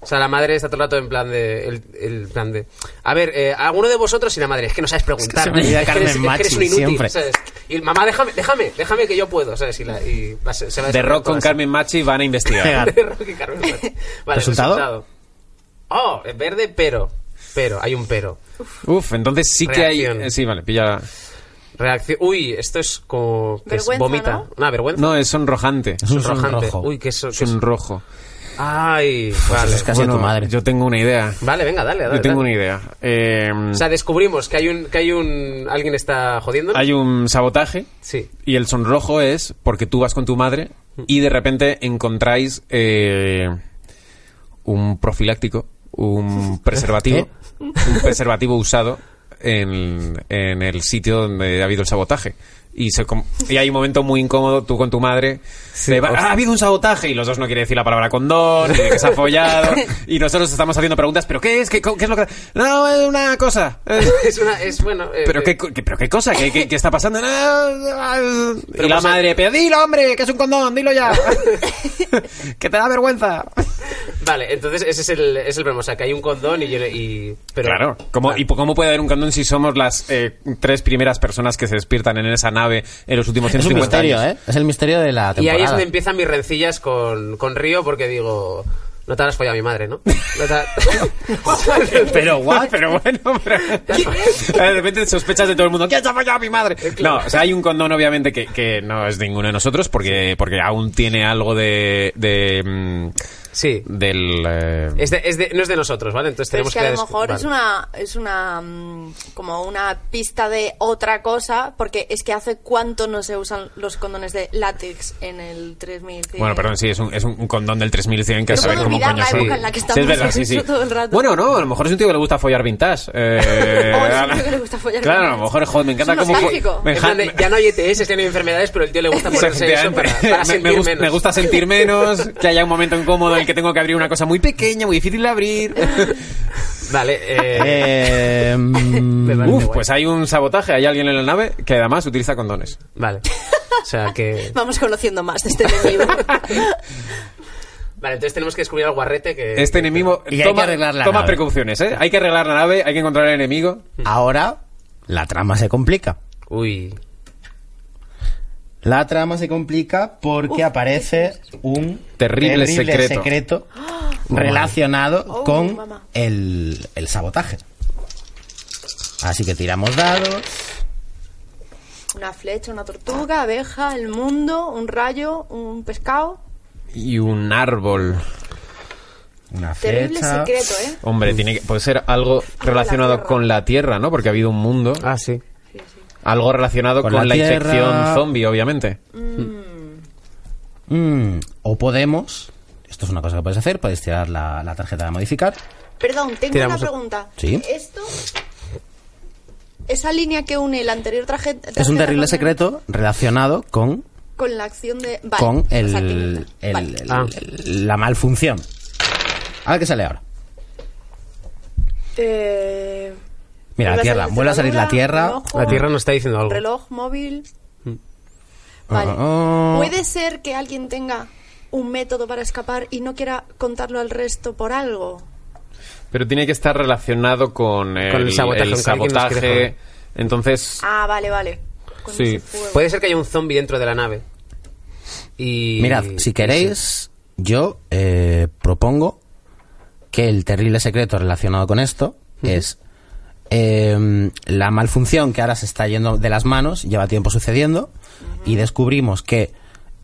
D: O sea, la madre está todo el rato en plan de... El, el plan de... A ver, eh, ¿alguno de vosotros? Y la madre, es que no sabes preguntar.
A: se me olvida
D: Es que eres-
A: Carmen
D: es que eres
A: Machi
D: un inútil,
A: siempre.
D: ¿sabes? Y mamá, déjame, déjame, déjame que yo puedo, ¿sabes? Y, la, y va- se, se va
B: De rock
D: todo
B: con
D: así.
B: Carmen Machi van a investigar.
D: De rock y Carmen Machi. Vale,
A: ¿Resultado?
D: resultado. Oh, es verde, pero... Pero, hay un pero.
B: Uf, entonces sí que hay...
D: Reacción.
B: eh, Sí, vale, pilla...
D: Reacción... Uy, esto es como... que es
C: Vergüenza,
D: vomita.
C: ¿no?
D: Una vergüenza.
B: No, es sonrojante.
A: Es un
D: Sonrojante.
A: sonrojo.
D: Uy, que eso...
B: Es
D: que
B: un
D: eso-
B: rojo.
D: Ay, vale.
A: Pues es casi a tu madre.
B: Yo tengo una idea.
D: Vale, venga, dale, dale.
B: Yo tengo
D: dale.
B: una idea. Eh,
D: O sea, descubrimos que hay un que hay un alguien está jodiendo.
B: hay un sabotaje
D: Sí.
B: Y el sonrojo es porque tú vas con tu madre y de repente encontráis eh, un profiláctico, un preservativo, un preservativo usado en, en el sitio donde ha habido el sabotaje. Y, se com- y hay un momento muy incómodo, tú con tu madre, de, "Va- ha habido un sabotaje, y los dos no quieren decir la palabra condón, ni de que se ha follado, y nosotros estamos haciendo preguntas, ¿pero qué es? ¿Qué, co- qué es lo que...? No, es una cosa. eh".
D: Es una es bueno, eh,
B: ¿Pero
D: eh,
B: qué, co- qué- pero qué cosa? ¿Qué, qué- qué está pasando? y la
D: pues,
B: madre, pero dilo, hombre, que es un condón, dilo ya. que te da vergüenza.
D: Vale, entonces ese es el es el problema, o sea, que hay un condón y yo le- y pero
B: claro. ¿Cómo,
D: Vale.
B: ¿Y po- cómo puede haber un condón si somos las eh, tres primeras personas que se despiertan en esa nave en los últimos
A: Es un
B: 150
A: misterio,
B: años?
A: ¿eh? Es el misterio de la
D: Y
A: temporada.
D: ahí es donde empiezan mis rencillas con, con Río porque digo, no te habrás follado a mi madre, ¿no? No te ha-
B: Pero guau, pero bueno, pero- de repente sospechas de todo el mundo. ¿Quién se ha fallado a mi madre? No, o sea, hay un condón obviamente que, que no es de ninguno de nosotros porque, porque aún tiene algo de, de mm,
D: Sí.
B: del eh,
D: Es de- es de- no es de nosotros, ¿vale? Entonces
C: Pero es
D: tenemos
C: que a
D: des-
C: lo mejor
D: vale.
C: es una es una mm, como una pista de otra cosa porque es que hace cuánto no se usan los condones de látex en el 3000
B: Bueno, perdón, sí, es un, es un condón del 3100 que
C: Este,
B: saber
C: No puedo
B: cómo
C: olvidar
B: coño
C: la
B: son.
C: época en la que estamos,
B: es verdad, sí, sí.
C: todo el rato.
B: Bueno, no, a lo mejor es un tío que le gusta follar vintage. Eh,
C: O es un tío que le gusta follar
B: claro, a lo
C: vintage.
B: mejor, joder, me encanta
C: Es
B: cómo...
C: nostálgico.
B: me
D: En
B: ja-
D: plan de- ya no hay E ETS, ya no hay enfermedades, pero el tío le gusta ponerse eso para,
B: Efectivamente.
D: para
B: Me-
D: sentir
B: me, gust-
D: menos.
B: me gusta sentir menos, que haya un momento incómodo en el que tengo que abrir una cosa muy pequeña, muy difícil de abrir.
D: Vale, eh,
A: Eh,
D: me
A: mm,
D: parece
B: Uf,
D: guay.
B: pues hay un sabotaje, hay alguien en la nave que además utiliza condones.
D: Vale. O sea que.
C: Vamos conociendo más de este enemigo.
D: Vale, entonces tenemos que descubrir al guarrete que.
B: Este enemigo
A: Y hay que
B: toma,
A: arreglar la
B: toma
A: nave.
B: precauciones, ¿eh? Hay que arreglar la nave, hay que encontrar al enemigo.
A: ahora la trama se complica.
D: Uy.
A: La trama se complica porque aparece un
B: Terrible secreto.
A: secreto relacionado
C: Oh,
A: con
C: mamá.
A: el, el sabotaje. Así que tiramos dados.
C: Una flecha, una tortuga, abeja, el mundo, un rayo, un pescado.
B: Y un árbol.
A: Una
C: Terrible
A: flecha.
C: secreto, ¿eh?
B: Hombre, tiene que, puede ser algo
C: la
B: relacionado
C: Tierra.
B: con la Tierra, ¿no? Porque ha habido un mundo.
D: Ah, sí.
B: Algo relacionado
A: Con
B: con,
A: la
B: la,
A: Tierra.
B: infección zombie, obviamente.
A: Mm, o podemos. Esto es una cosa que puedes hacer. Puedes tirar la, la tarjeta de modificar.
C: Perdón, tengo
D: Tiramos
C: una
D: a-
C: pregunta.
A: Sí.
C: Esto. Esa línea que une el anterior traje.
A: Es un
C: tarjeta
A: terrible
C: con-
A: secreto relacionado con,
C: Con la acción de. Vale,
A: con
C: o sea, que no
A: el,
C: está.
A: el-
C: Vale.
A: el-
D: Ah.
A: el- la malfunción. A ver qué sale ahora.
C: Eh,
A: Mira, la
C: vuelve
A: tierra.
C: salir
A: Vuelve a salir la
C: cerradura,
A: tierra.
C: reloj,
D: La Tierra nos está diciendo algo.
C: Reloj, móvil. Vale.
A: Ah, ah.
C: Puede ser que alguien tenga un método para escapar y no quiera contarlo al resto por algo.
B: Pero tiene que estar relacionado con el,
D: Con el sabotaje,
B: el
D: con que alguien nos quiere
B: sabotaje.
D: joder.
B: Entonces,
C: Ah, vale, vale. Con
B: Sí.
C: ese fuego.
D: Puede ser que haya un zombie dentro de la nave. Y.
A: Mirad, si queréis, yo eh, propongo que el terrible secreto relacionado con esto es eh, la malfunción que ahora se está yendo de las manos, lleva tiempo sucediendo, y descubrimos que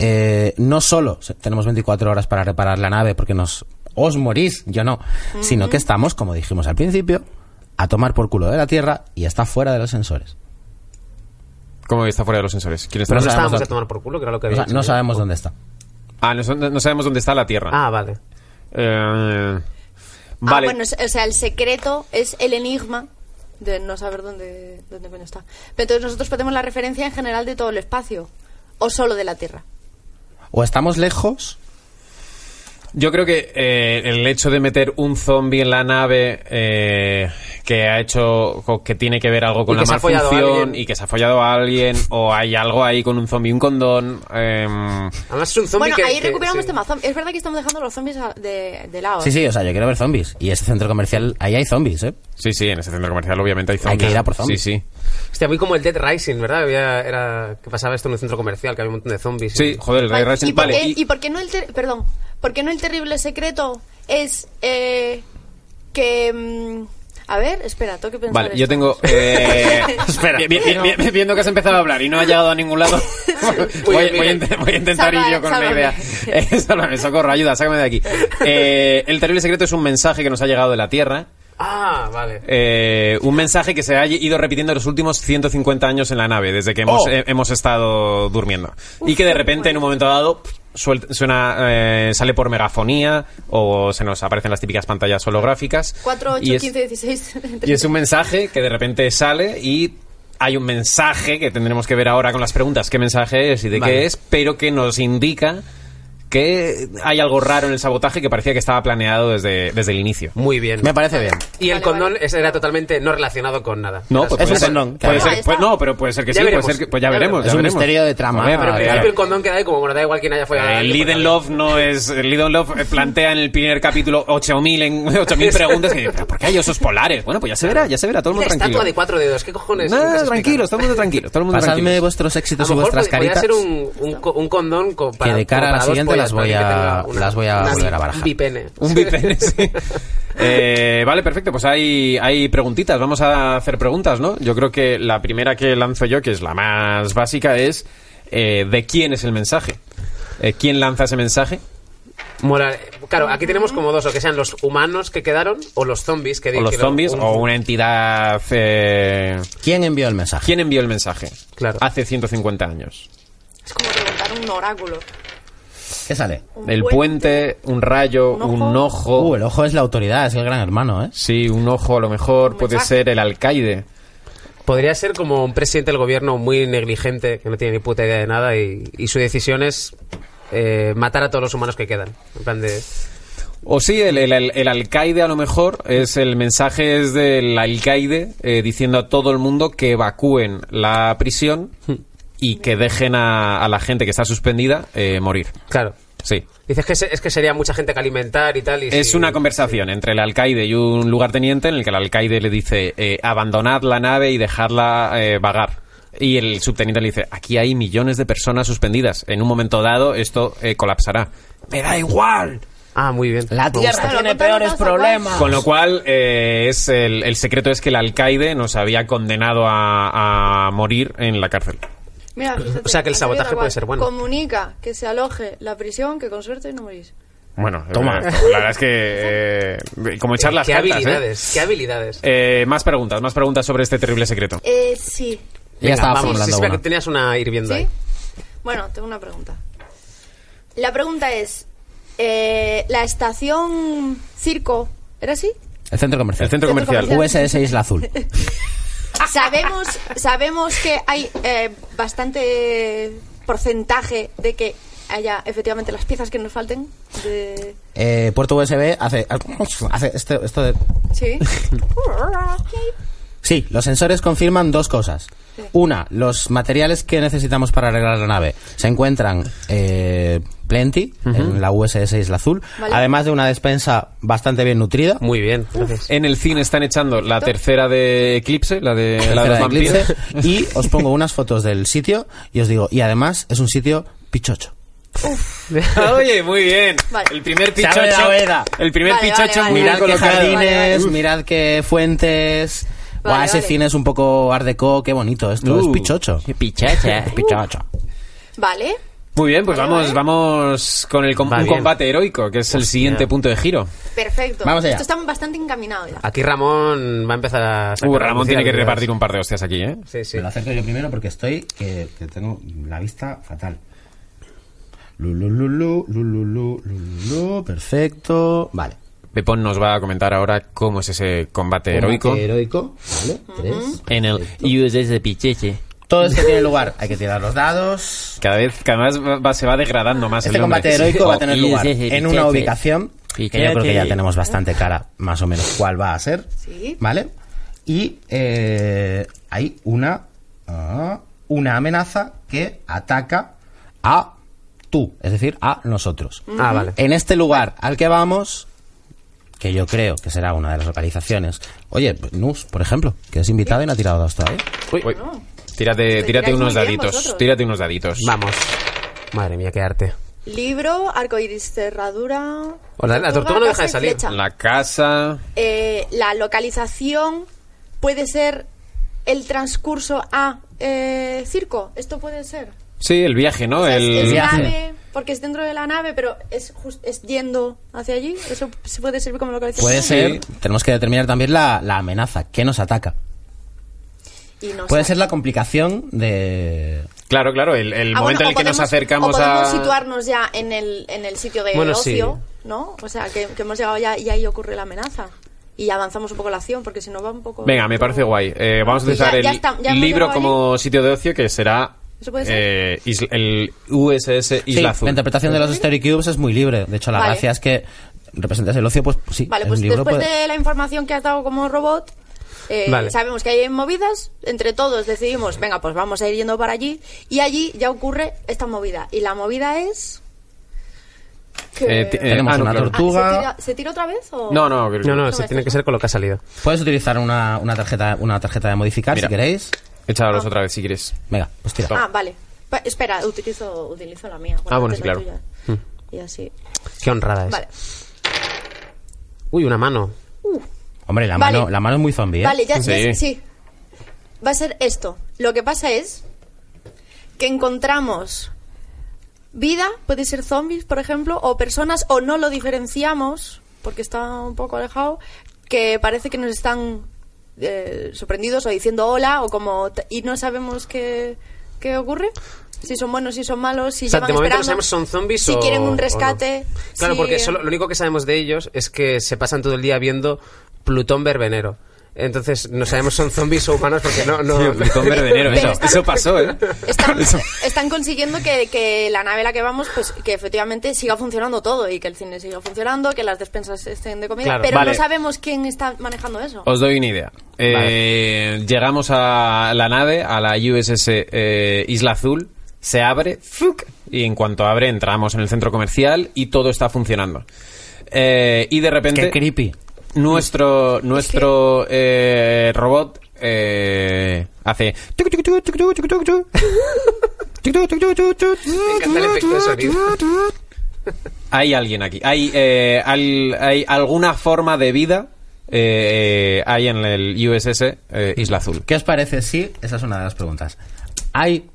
A: eh, no solo se- tenemos 24 horas para reparar la nave porque nos os morís, yo no, sino que estamos, como dijimos al principio, a tomar por culo de la Tierra y está fuera de los sensores.
B: ¿cómo está fuera de los sensores? ¿Quién está
A: Pero
D: Pero no
A: no
D: estábamos
A: sabemos
D: a tomar por culo, que era lo
A: O
D: que había
A: sea,
D: dicho
A: no
D: yo.
A: sabemos dónde está.
B: Ah, no, no sabemos dónde está la Tierra.
D: Ah, vale.
B: Eh,
C: Ah,
B: vale.
C: bueno, es- o sea, el secreto es el enigma de no saber dónde, dónde coño está. Pero entonces nosotros ponemos la referencia en general de todo el espacio. O solo de la Tierra.
A: O estamos lejos
B: Yo creo que eh, el hecho de meter un zombie en la nave eh, que ha hecho co- que tiene que ver algo con
D: Y
B: la
D: que se ha follado a
B: malfunción
D: alguien.
B: y que se ha follado a alguien o hay algo ahí con un zombie, un condón. em,
D: Además es un zombie
C: Bueno,
D: que.
C: ahí
D: que-
C: recuperamos este
D: sí.
C: tema zombie. Es verdad que estamos dejando los zombies a- de, de lado.
A: Sí, sí, o sea, yo quiero ver zombies. Y ese centro comercial, ahí hay zombies, ¿eh?
B: sí, sí, en ese centro comercial obviamente hay zombies.
A: que ir a por zombies.
B: Sí, sí.
D: Hostia, muy como el Dead Rising, ¿verdad? Había, era que pasaba esto en un centro comercial, que había un montón de zombies.
B: Sí, joder, el Ray
C: Vale, ¿Y,
B: Racing-
C: por
B: Vale,
C: qué,
B: y-
C: y por qué no el ter- perdón, por qué no el terrible secreto es eh, que mm, a ver, espera, tengo que pensar.
B: Vale, yo
C: esto.
B: tengo. eh,
A: Espera.
B: vi- vi- vi- vi- viendo que has empezado a hablar y no has llegado a ningún lado, voy,
D: Oye,
B: voy a,
D: Miguel.
B: int- voy a intentar ir yo con
C: Sálvame,
B: una idea. Eh, sálvame, socorro, ayuda, sácame de aquí. Eh, el terrible secreto es un mensaje que nos ha llegado de la Tierra.
D: Ah, vale.
B: Eh, un mensaje que se ha ido repitiendo los últimos 150 años en la nave, desde que hemos,
A: Oh.
B: eh, hemos estado durmiendo. y que de repente, en un momento dado, pff, suel- suena, eh, sale por megafonía o se nos aparecen las típicas pantallas holográficas.
C: 4 8
B: Y es-
C: 15 16.
B: y es un mensaje que de repente sale y hay un mensaje que tendremos que ver ahora con las preguntas qué mensaje es y de
D: Vale.
B: qué es, pero que nos indica que hay algo raro en el sabotaje que parecía que estaba planeado desde, desde el inicio.
D: Muy bien.
A: Me parece bien.
D: Y el
C: Vale,
D: condón
C: vale.
D: ese era totalmente no relacionado con nada.
B: No,
D: Era
B: pues
A: Es
B: puede
A: un
B: ser-
A: condón,
B: puede
A: claro.
B: ser-
C: Ah,
B: pues
C: está.
B: no, pero puede ser que
D: Ya
B: sí,
D: veremos.
B: puede ser que, pues ya
D: Ya
B: veremos.
D: veremos.
B: ya
A: Es un
B: veremos.
A: misterio de trama.
B: Joder, pero
A: Ah,
D: Al
B: claro.
D: principio el condón queda ahí como, bueno, da igual quién haya follado. a
B: Eh,
D: alguien,
B: Lead
D: pues,
B: and
D: nada.
B: Love no es. Lead and Love eh, plantea en el primer capítulo 8000 en- 8000 preguntas. Que, ¿Pero por qué hay osos polares? Bueno, pues ya se verá, ya se verá, todo el
D: Una
B: mundo tranquilo.
D: estatua de cuatro dedos, ¿qué cojones? Nunca se
B: Nada,
D: explica.
B: tranquilos, todo el mundo tranquilo. Todo el mundo
A: Pasadme
B: tranquilo.
A: vuestros
D: A lo
A: éxitos y
D: mejor
A: vuestras
D: pod- podría
A: caritas.
D: ser un, un co- un condón co- para,
A: Que de cara a
D: como
A: la
D: para dos
A: siguiente
D: pollas,
A: las voy
D: para que
A: a-
D: tenga una-
A: las voy a
D: una
A: volver a barajar.
D: Bipene.
B: Un VPN, sí. Eh, vale, perfecto. Pues hay, hay preguntitas. Vamos a hacer preguntas, ¿no? Yo creo que la primera que lanzo yo, que es la más básica, es eh, ¿de quién es el mensaje? Eh, ¿Quién lanza ese mensaje?
D: Mola. Claro, aquí tenemos como dos, o que sean los humanos que quedaron o los zombies que
B: ¿O los
D: dijeron-
B: zombies?
D: un-
B: ¿O
A: e-,
B: una entidad... eh,
A: ¿Quién envió el mensaje?
B: ¿Quién envió el mensaje?
D: Claro.
B: Hace 150 años.
C: Es como preguntar un oráculo.
A: ¿Qué sale?
C: Un
B: El puente, un rayo,
C: un
B: un ojo.
C: ojo.
B: Oh.
A: Uh, el ojo es la autoridad, es el gran hermano, ¿eh?
B: Sí, un ojo a lo mejor.
C: Un
B: Puede
C: mensaje.
B: ser el alcaide.
D: Podría ser como un presidente del gobierno muy negligente, que no tiene ni puta idea de nada y, y su decisión es eh, matar a todos los humanos que quedan. En plan de...
B: O sí, el, el- el- el alcaide a lo mejor es el mensaje es del alcaide eh, diciendo a todo el mundo que evacúen la prisión
D: Hmm.
B: y que dejen a, a la gente que está suspendida eh, morir.
D: Claro.
B: Sí.
D: Dices que se- es que sería mucha gente que alimentar y tal. y
B: Es
D: sí.
B: una conversación entre el alcaide y un lugarteniente en el que el alcaide le dice eh, abandonad la nave y dejadla eh, vagar. Y el subteniente le dice, aquí hay millones de personas suspendidas. En un momento dado esto eh, colapsará. Me da igual.
D: Ah, muy bien.
E: La Tierra
C: gusta.
E: tiene
C: Pero contando
E: peores
C: las aguas.
E: problemas.
B: Con lo cual, eh, es el, el secreto es que el alcaide nos había condenado a, a morir en la cárcel.
C: Mira, fíjate,
D: O sea, que el
C: ha salido
D: sabotaje
C: guay.
D: puede ser bueno.
C: Comunica que se aloje la prisión, que con suerte no morís.
B: Bueno,
A: Toma.
B: eh, la verdad es que... eh, como echar las
D: qué
B: cartas, ¿eh?
D: habilidades, qué habilidades.
B: Eh, más preguntas, más preguntas sobre este terrible secreto.
C: Eh, sí.
A: ya estaba
D: vamos, sí,
A: formulando
D: espera,
A: una.
D: que tenías una hirviendo
C: ¿Sí?
D: ahí.
C: Bueno, tengo una pregunta. La pregunta es, eh, ¿la estación circo era así?
A: El centro comercial.
B: El centro comercial.
C: comercial.
A: USS Isla Azul.
C: Sabemos, sabemos que hay eh, bastante porcentaje de que haya efectivamente las piezas que nos falten. De...
A: Eh, puerto USB hace, hace este- esto de...
C: Sí.
A: Sí, los sensores confirman dos cosas.
C: Sí.
A: Una, los materiales que necesitamos para arreglar la nave se encuentran eh, plenty en la USS Isla Azul,
C: Vale.
A: además de una despensa bastante bien nutrida.
D: Muy bien, gracias.
B: En el cine están echando la tercera de Eclipse, la de, la
A: tercera
B: de los
A: de
B: vampiros.
A: Eclipse, y os pongo unas fotos del sitio y os digo, y además es un sitio pichocho.
B: Oye, muy bien.
C: Vale.
B: El primer
A: Se abre la
B: pichocho.
A: veda.
B: El primer
C: Vale, vale,
B: pichocho
C: vale,
B: muy
C: vale.
A: Mirad
B: bien
A: qué
B: colocado.
A: jardines,
C: Vale, vale.
A: mirad qué fuentes.
C: Vale,
A: Buah, ese
C: vale.
A: cine es un poco art deco, qué bonito esto, es
B: Uh.
A: pichocho.
E: Pichacha.
A: Pichocho.
C: Vale.
B: Muy bien, pues
C: Vale,
B: vamos,
C: vale.
B: vamos con el com-
D: Va
B: un
D: bien.
B: combate heroico, que es el siguiente punto de giro.
C: Perfecto.
A: Vamos allá.
C: Esto está bastante encaminado ya.
D: Aquí Ramón va a empezar a... sacar
B: Uh,
D: las
B: Ramón tiene que
D: habilidades.
B: repartir un par de hostias aquí, ¿eh?
D: Sí, sí.
A: Me lo acerco yo primero porque estoy que, que tengo la vista fatal. Lulululu, lululu, lululu, perfecto. Vale.
B: Pepón nos va a comentar ahora cómo es ese combate heroico.
A: Combate Heroico. Vale, tres.
E: En el USS de Picheche.
A: Todo esto tiene lugar. Hay que tirar los dados.
B: Cada vez, cada vez va- va- se va degradando más
A: Este
B: el nombre.
A: combate heroico va a
E: Oh,
A: tener
E: y
A: lugar
E: ese es el
A: en una
E: jefe.
A: ubicación que
E: Y
A: yo creo que
E: jefe.
A: ya tenemos bastante cara, más o menos, cuál va a ser.
C: Sí.
A: ¿Vale? Y eh, hay una, ah, una amenaza que ataca a tú, es decir, a nosotros.
D: Ah, vale.
A: En este lugar al que vamos, que yo creo que será una de las localizaciones. Oye, pues, Nus, por ejemplo, que es invitado y no ha tirado dados todavía.
B: Uy, uy. Tírate, tírate
C: tiráis
B: unos
C: muy bien
B: daditos.
C: vosotros.
B: Tírate unos daditos.
D: Vamos. Madre mía, qué arte.
C: Libro, arcoiris, cerradura.
D: O la- la tortuga no deja de
C: casa y
D: salir.
C: flecha.
B: La casa.
C: Eh, la localización puede ser el transcurso a eh, circo. Esto puede ser.
B: Sí, el viaje, ¿no?
C: O sea, es-
B: el...
C: es,
A: viaje.
C: nave, porque es dentro de la nave, pero es, jus- es yendo hacia allí. Eso se puede servir como localización.
A: Puede ser, tenemos que determinar también la, la amenaza, que nos ataca.
C: Y no
A: Puede
C: sé.
A: ser la complicación de...
B: Claro, claro, el, el
C: Ah, bueno,
B: momento en
C: o
B: el que nos
C: podemos-
B: acercamos
C: o podemos
B: a...
C: situarnos ya en el, en el sitio de
D: Bueno, sí.
C: ocio, ¿no? O sea, que, que hemos llegado ya y ahí ocurre la amenaza. Y avanzamos un poco la acción, porque si no va un poco...
B: Venga, me parece guay. Eh, vamos a
C: Y ya-
B: utilizar el
C: ya está- ya hemos
B: libro
C: llegado
B: como sitio de ocio que será
C: ¿Eso puede ser?
B: eh, isla- el USS
A: Sí,
B: Isla Azul.
A: La interpretación de los Story Cubes es muy libre. De hecho, la
C: Vale.
A: gracia es que representas el ocio, pues sí,
C: Vale,
A: en
C: pues
A: un libro
C: después
A: puede-
C: de la información que has dado como robot, eh,
D: Vale.
C: sabemos que hay movidas, entre todos decidimos, venga, pues vamos a ir yendo para allí, y allí ya ocurre esta movida. Y la movida es... que-
B: Eh, ti- eh,
A: Tenemos una
B: claro.
C: Ah,
A: tortuga.
C: ¿se, tira, se tira otra vez o...?
B: No, no, creo que-
D: No, no, se tiene que ser con lo que ha salido.
A: Puedes utilizar una, una tarjeta una tarjeta de modificar
B: Mira.
A: si queréis.
B: Échalos
C: Ah.
B: otra vez si quieres.
A: Venga, pues tira.
C: Ah, vale. Pa- espera, utilizo, utilizo la mía.
B: Ah, bueno,
C: antes
B: sí,
C: la
B: claro. Mm.
C: tuya. Y así.
D: Qué honrada es.
C: Vale.
D: Uy, una mano.
A: Hombre, la,
C: Vale.
A: mano, la mano es muy zombie, ¿eh?
C: Vale, ya, ya-
B: Sí.
C: sí. Va a ser esto. Lo que pasa es que encontramos vida, puede ser zombies, por ejemplo, o personas, o no lo diferenciamos, porque está un poco alejado, que parece que nos están eh, sorprendidos o diciendo hola, o como. t- y no sabemos qué, qué ocurre. Si son buenos, si son malos, si
D: O sea,
C: llevan
D: de momento no
C: esperando,
D: sabemos si son zombies
C: si
D: o-
C: quieren
D: o
C: un
D: no.
C: rescate.
D: Claro,
C: si-
D: porque solo, lo único que sabemos de ellos es que se pasan todo el día viendo Plutón verbenero. Entonces, no sabemos son zombies o humanos porque no... no
B: Tío, Plutón verbenero,
C: Pero
B: eso,
C: está-
B: eso pasó, ¿eh?
C: Están,
B: Eso-
C: están consiguiendo que, que la nave a la que vamos, pues que efectivamente siga funcionando todo y que el cine siga funcionando, que las despensas estén de comida,
D: Claro,
C: pero
B: vale.
C: no sabemos quién está manejando eso.
B: Os doy una idea. Eh, Llegamos a la nave, a la USS eh, Isla Azul, se abre, ¡fuc! y en cuanto abre entramos en el centro comercial y todo está funcionando. Eh, y de repente
A: Qué creepy.
B: nuestro nuestro eh, robot eh, hace tuc, tuc, tuc, tuc, tuc, tuc, tuc, tuc. Tuc, tuc, tuc, tuc, tuc, tuc,
D: Me encanta el efecto de sonido.
B: hay alguien aquí. Hay, eh, al- hay alguna forma de vida eh, hay en el USS eh, Isla Azul.
A: ¿Qué os parece si, esa es una de las preguntas, hay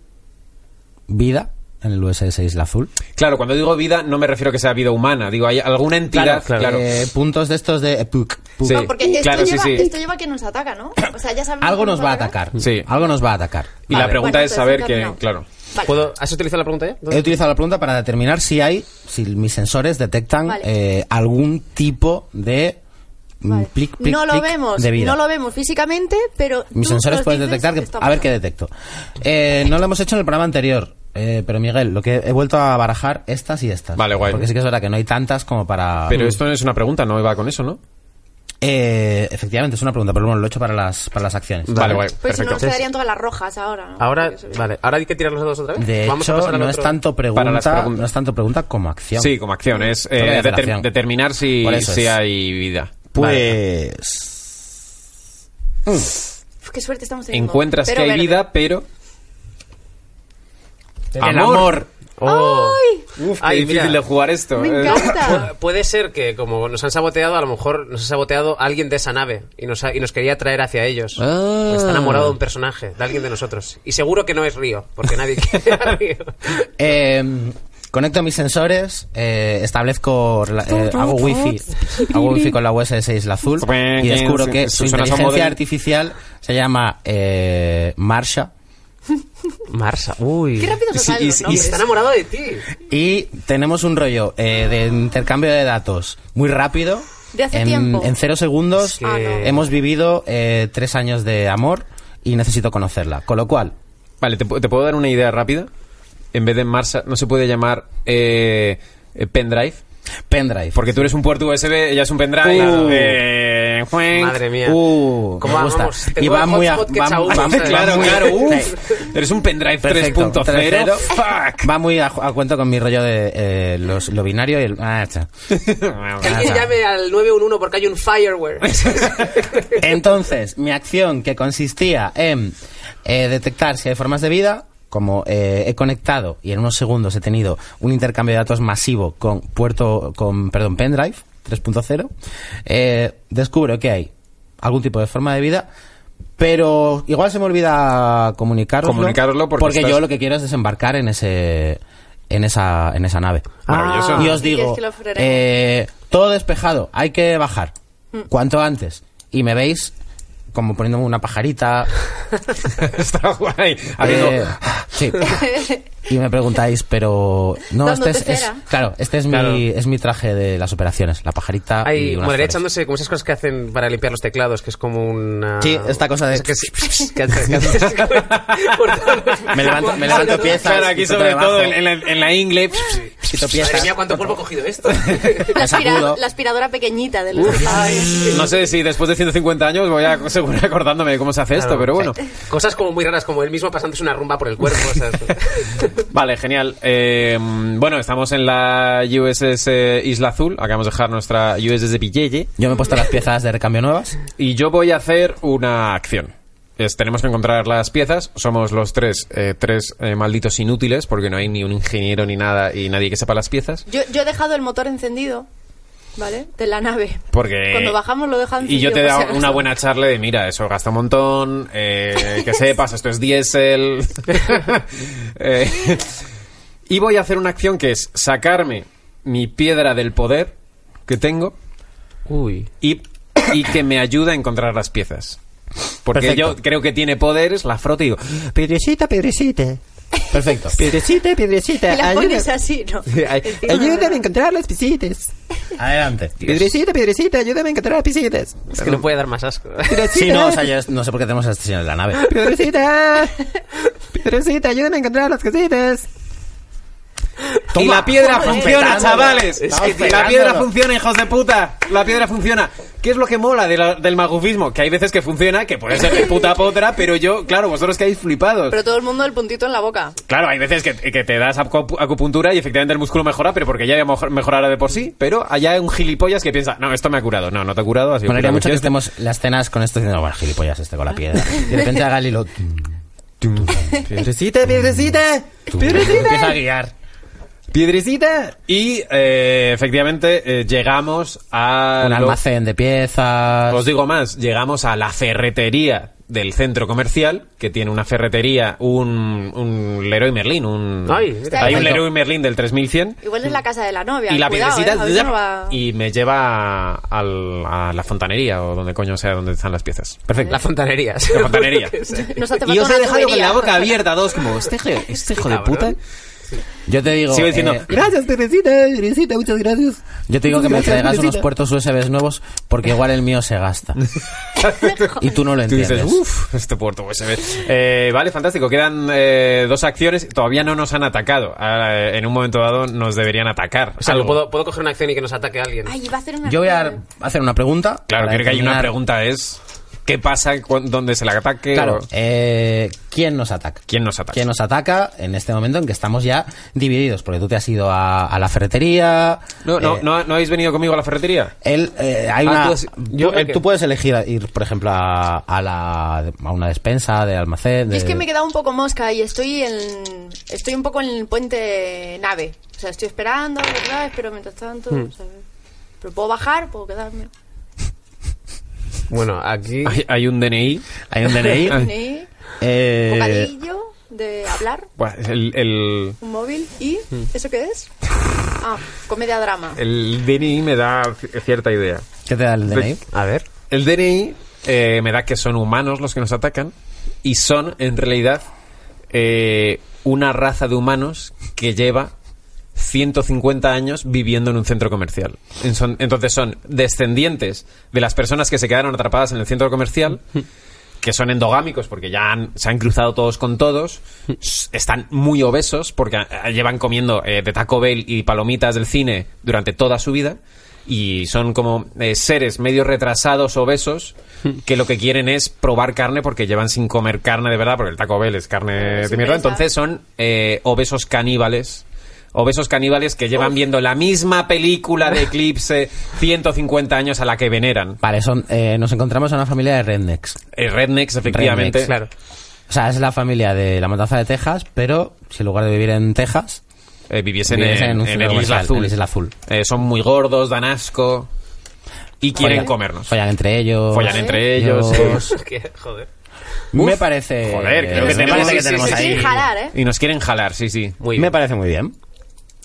A: vida en el USS Isla Azul?
B: Claro, cuando digo vida no me refiero a que sea vida humana. Digo, hay alguna entidad... Ah, Claro,
A: Eh, puntos de estos de... eh, puc, puc.
B: Sí.
C: No, porque esto,
B: claro, sí,
C: lleva,
B: sí.
C: esto lleva a que nos ataca, ¿no? O sea, ya sabemos
A: Algo
C: que
A: nos va a atacar.
B: Sí.
A: Algo nos va a atacar.
B: Y
C: Vale.
B: la pregunta
C: Bueno,
B: es
C: entonces
B: saber
C: he
B: que...
C: terminado.
B: Claro.
C: Vale.
D: ¿Puedo- ¿Has utilizado la pregunta ya?
A: He utilizado la pregunta para determinar si hay, si mis sensores detectan
C: Vale.
A: eh, algún tipo de... mm,
C: Vale.
A: plic, plic,
C: no lo
A: plic
C: vemos,
A: de vida.
C: no lo vemos físicamente, pero
A: Mis
C: tú
A: sensores
C: nos
A: pueden
C: dices
A: detectar, que-
C: está
A: a ver qué
C: pasando.
A: detecto. Eh, no lo hemos hecho en el programa anterior, eh, pero Miguel, lo que he vuelto a barajar estas y estas.
B: Vale, guay.
A: Porque sí que es verdad que no hay tantas como para... mm,
B: Pero esto no es una pregunta, no va con eso, ¿no?
A: Eh, efectivamente, es una pregunta, pero bueno, lo he hecho para las, para las acciones.
B: Vale, guay,
C: Pues si no
B: perfecto.
C: nos quedarían todas las rojas ahora. ¿no?
D: Ahora,
C: Porque eso-
D: vale, ahora hay que tirar los dados otra vez.
A: De
D: Vamos a
A: hecho,
D: pasar al
A: no es,
D: otro.
A: tanto
B: Para las
A: pregunta,
B: preguntas.
A: no es tanto pregunta como acción.
B: Sí, como acción. Es
A: Todo
B: eh,
A: es
B: deter-
A: relación.
B: determinar si,
A: Por eso
B: si
A: es.
B: hay vida.
A: Pues...
C: Uf, qué suerte estamos teniendo.
B: Encuentras
C: Pero
B: que hay
C: verde.
B: vida, pero...
D: El
B: amor.
D: Oh.
B: Uf, qué
D: Ay,
B: difícil
D: mira.
B: de jugar
A: Oh.
B: esto.
C: Me
B: Eh,
C: encanta.
D: Pu- Puede ser que, como nos han saboteado, a lo mejor nos ha saboteado alguien de esa nave y nos, ha- y nos quería traer hacia ellos. Pues
A: Ah.
D: Está enamorado de un personaje, de alguien de nosotros. Y seguro que no es Río, porque nadie quiere a Río.
A: Eh, conecto mis sensores, eh, establezco, rela- eh, hago wifi, hago wifi con la USS Isla Azul y descubro que su
B: Suena son
A: inteligencia
B: modelo.
A: artificial se llama eh, Marsha
D: Marsa, uy.
C: Qué rápido se
B: Sí,
C: salen
B: y-
C: los
B: y-
D: Y
C: nombres.
D: está enamorado de ti.
A: y tenemos un rollo eh, de intercambio de datos muy rápido.
C: De hace
A: en,
C: tiempo.
A: en cero segundos
D: Es que- Ah, no.
A: hemos vivido eh, tres años de amor y necesito conocerla. Con lo cual,
B: Vale, ¿te, pu- te puedo dar una idea rápida? En vez de Marsa, no se puede llamar eh, eh, pendrive.
A: pendrive.
B: Porque tú eres un puerto USB, ella es un pendrive.
A: Uh.
B: Eh, jueng.
D: Madre mía.
A: Mm. Uh,
D: ¿Cómo
A: me
D: vamos?
A: gusta.
D: Tengo
A: Y va
D: el
A: muy a-
D: hotspot que
A: va-
D: echa humo.
A: va- va
B: Claro,
A: muy-
B: claro. uf.
A: Sí.
B: Eres un pendrive
A: Perfecto,
B: 3.0.
A: 3.0.
B: Fuck.
A: Va muy a, a cuento con mi rollo de eh, los, lo binario y el... ah, cha.
D: Que alguien
A: Marsa.
D: llame al 911 porque hay un fireware.
A: Entonces, mi acción que consistía en eh, detectar si hay formas de vida, como eh, he conectado y en unos segundos he tenido un intercambio de datos masivo con puerto, con perdón, pendrive 3.0, eh, descubro que hay algún tipo de forma de vida. Pero igual se me olvida comunicaroslo,
B: Comunicároslo porque estás-
A: yo lo que quiero es desembarcar en ese en esa en esa nave.
B: Maravilloso.
A: Y os
C: ¿Quieres
A: digo,
C: que lo frenemos?
A: eh, todo despejado, hay que bajar.
C: Mm.
A: Cuanto antes. Y me veis como poniéndome una pajarita.
B: Está guay. Haciendo-
A: eh, sí. Y me preguntáis, pero... No,
C: Dándote
A: este es, es-
C: cera.
A: Claro, este es,
D: Claro.
A: Mi, es mi traje de las operaciones. La
B: Ah,
A: pajarita
D: Hay
A: y unas
D: molaría
A: flores.
D: echándose como esas cosas que hacen para limpiar los teclados, que es como una...
A: Sí, esta cosa de-
D: Que es- que hace- que hace- por todos los-
A: Me levanto, me levanto piezas.
B: Claro, aquí
A: quito de
B: sobre todo
A: abajo,
B: en, en la, en la ingle.
A: quito
D: Madre
A: piezas.
D: mía, cuánto polvo ha cogido esto.
C: La,
A: Me sacudo.
C: aspirado- la aspiradora pequeñita del Ay.
B: No sé si después de 150 años voy a seguir acordándome de cómo se hace esto, pero bueno.
D: Cosas como muy raras, como él mismo pasándose una rumba por el cuerpo. o sea,
B: Vale, genial. Eh, bueno, estamos en la USS Isla Azul. Acabamos de dejar nuestra USS Pilleye.
A: Yo me he puesto las piezas de recambio nuevas.
B: Y yo voy a hacer una acción. Es- tenemos que encontrar las piezas. Somos los tres, eh, tres eh, malditos inútiles, porque no hay ni un ingeniero ni nada y nadie que sepa las piezas.
C: Yo, yo he dejado el motor encendido, ¿vale? De la nave.
B: Porque
C: Cuando bajamos lo dejan
B: Y yo te he
C: encendido,
B: dado
C: por si
B: una
C: acaso.
B: buena charla de, mira, eso gasta un montón, eh, que sepas, esto es diésel. Eh, y voy a hacer una acción que es sacarme mi piedra del poder que tengo
D: Uy.
B: y, y que me ayuda a encontrar las piezas. Porque
A: Perfecto.
B: yo creo que tiene poderes, la froto y digo,
F: Piedrecita, piedrecita.
A: Perfecto.
F: Piedrecita,
C: Y la
F: piedrecita.
C: pones
F: Ayúdame,
C: así, ¿no?
F: Ay-
C: Encima,
F: ayúdame a
C: ¿no?
F: encontrar las piecitas.
A: Adelante.
F: Piedrecita, piedrecita, ayúdame a encontrar pisitas.
D: Es que no puede dar más asco.
F: Piedrecita.
A: Sí, no, o sea, yo no sé por qué tenemos a este señor en la nave.
F: Piedrecita. Piedrecita, ayúdame a encontrar las cositas.
B: Y la piedra
A: Estamos
B: funciona,
A: petándolo.
B: chavales.
A: Estamos
B: Y la piedra
A: petándolo.
B: funciona, hijos de puta. La piedra funciona. ¿Qué es lo que mola de la- del magufismo? Que hay veces que funciona, que puede ser de puta potra, pero yo, claro, vosotros que hay flipados.
C: Pero todo el mundo el puntito en la boca.
B: Claro, hay veces que, que te das acu- acupuntura y efectivamente el músculo mejora, pero porque ya había mejor- mejorado de por sí, pero allá hay un gilipollas que piensa, no, esto me ha curado. No, no te ha curado, así
A: Molaría mucho que estemos las cenas con esto diciendo, bueno, gilipollas este con la piedra. Y de repente a Gali lo...
F: Piedrecita, piedrecita.
A: Empieza a guiar.
B: Piedrecita. Y eh, efectivamente eh, llegamos a...
A: Un
B: lo- Pues,
A: almacén de piezas.
B: Os digo más, llegamos a la ferretería del centro comercial, que tiene una ferretería, un, un Leroy Merlin, un...
D: Ay, mira.
B: hay
C: Perfecto.
B: un Leroy Merlin del 3100.
C: Igual es la casa de la novia.
B: y la
C: cuidado,
B: piedrecita
C: ¿eh? A veces no va-
B: y me lleva al- a la fontanería o donde coño sea donde están las piezas.
A: Perfecto.
D: La fontanería.
B: La fontanería.
C: Nos hace
B: y
C: falta
B: os he
C: una
B: dejado con
C: tubería.
B: la boca abierta, dos, como, este, hijo- este hijo de puta.
A: Yo te digo...
B: Sigo diciendo,
A: eh,
F: Gracias, piedrecita, piedrecita, muchas gracias.
A: yo te digo que me
F: Gracias,
A: traigas unos
F: piedrecita.
A: puertos USB nuevos porque igual el mío se gasta. Y tú no lo
B: Tú
A: entiendes.
B: dices, uff, este puerto USB. Eh, vale, fantástico. Quedan eh, dos acciones. Todavía no nos han atacado. Ahora, eh, en un momento dado nos deberían atacar.
D: O sea,
B: Algo.
D: puedo, puedo coger una acción y que nos ataque alguien.
C: Ay, iba a hacer una.
A: Yo voy a hacer una pregunta.
B: Claro,
A: para
B: creo que hay una
A: determinar-
B: pregunta es ¿qué pasa cu- donde se le ataque?
A: Claro,
B: o
A: eh, ¿quién nos ataca?
B: ¿Quién nos ataca?
A: ¿Quién nos ataca en este momento en que estamos ya divididos? Porque tú te has ido a, a la ferretería.
B: No, no,
A: eh,
B: no, ¿no habéis venido conmigo a la ferretería?
A: Él, eh, hay
B: Ah,
A: una,
B: tú has- yo
A: tú,
B: creo
A: eh,
B: que-
A: tú puedes elegir ir, por ejemplo, a, a la, a una despensa, de almacén.
C: Yo es
A: de-
C: que me he quedado un poco mosca y estoy en. Estoy un poco en el puente nave. O sea, estoy esperando, ¿verdad? Espero mientras tanto.
B: Hmm.
C: o sea, Pero puedo bajar, puedo quedarme.
D: Bueno, aquí...
B: Hay, hay un DNI.
A: Hay un DNI.
C: Ni
A: eh,
C: bocadillo de hablar,
B: Buah, El, el,
C: un móvil y.
B: Mm.
C: ¿Eso qué es? Ah, comedia drama.
B: Eh, el DNI me da ci- cierta idea.
A: ¿Qué te da el DNI?
D: A ver.
B: El DNI eh, me da que son humanos los que nos atacan y son, en realidad, eh, una raza de humanos que lleva 150 años viviendo en un centro comercial. En son- Entonces son descendientes de las personas que se quedaron atrapadas en el centro comercial, que son endogámicos porque ya han- se han cruzado todos con todos, s- están muy obesos porque eh, llevan comiendo eh, de Taco Bell y palomitas del cine durante toda su vida y son como eh, seres medio retrasados, obesos, que lo que quieren es probar carne porque llevan sin comer carne de verdad, porque el Taco Bell es carne de
C: Sin
B: mierda,
C: pensar.
B: entonces son eh, obesos caníbales. Obesos caníbales que llevan viendo la misma película de Eclipse 150 años a la que veneran.
A: Vale, son, eh, nos encontramos en una familia de rednecks.
B: Eh, rednecks, efectivamente.
A: Rednecks, claro. O sea, es la familia de la matanza de Texas, pero si en lugar de vivir en Texas,
B: Eh, viviesen en,
A: Viviesen en un
B: en
A: centro
B: el Isla
A: comercial,
B: Azul.
A: en el Isla Azul.
B: Eh, son muy gordos, dan asco y quieren
A: follan-
B: comernos.
A: Follan
B: Follan,
A: entre ellos.
B: entre ellos.
A: Dios.
D: ¿Qué? Joder.
A: me parece.
B: joder, creo
A: me
B: que tenemos-
A: parece
B: sí, sí, sí, sí.
A: ahí.
C: Sin jalar, ¿eh?
B: Y nos quieren jalar, sí, sí.
D: Muy
A: Me
D: bien.
A: parece muy bien.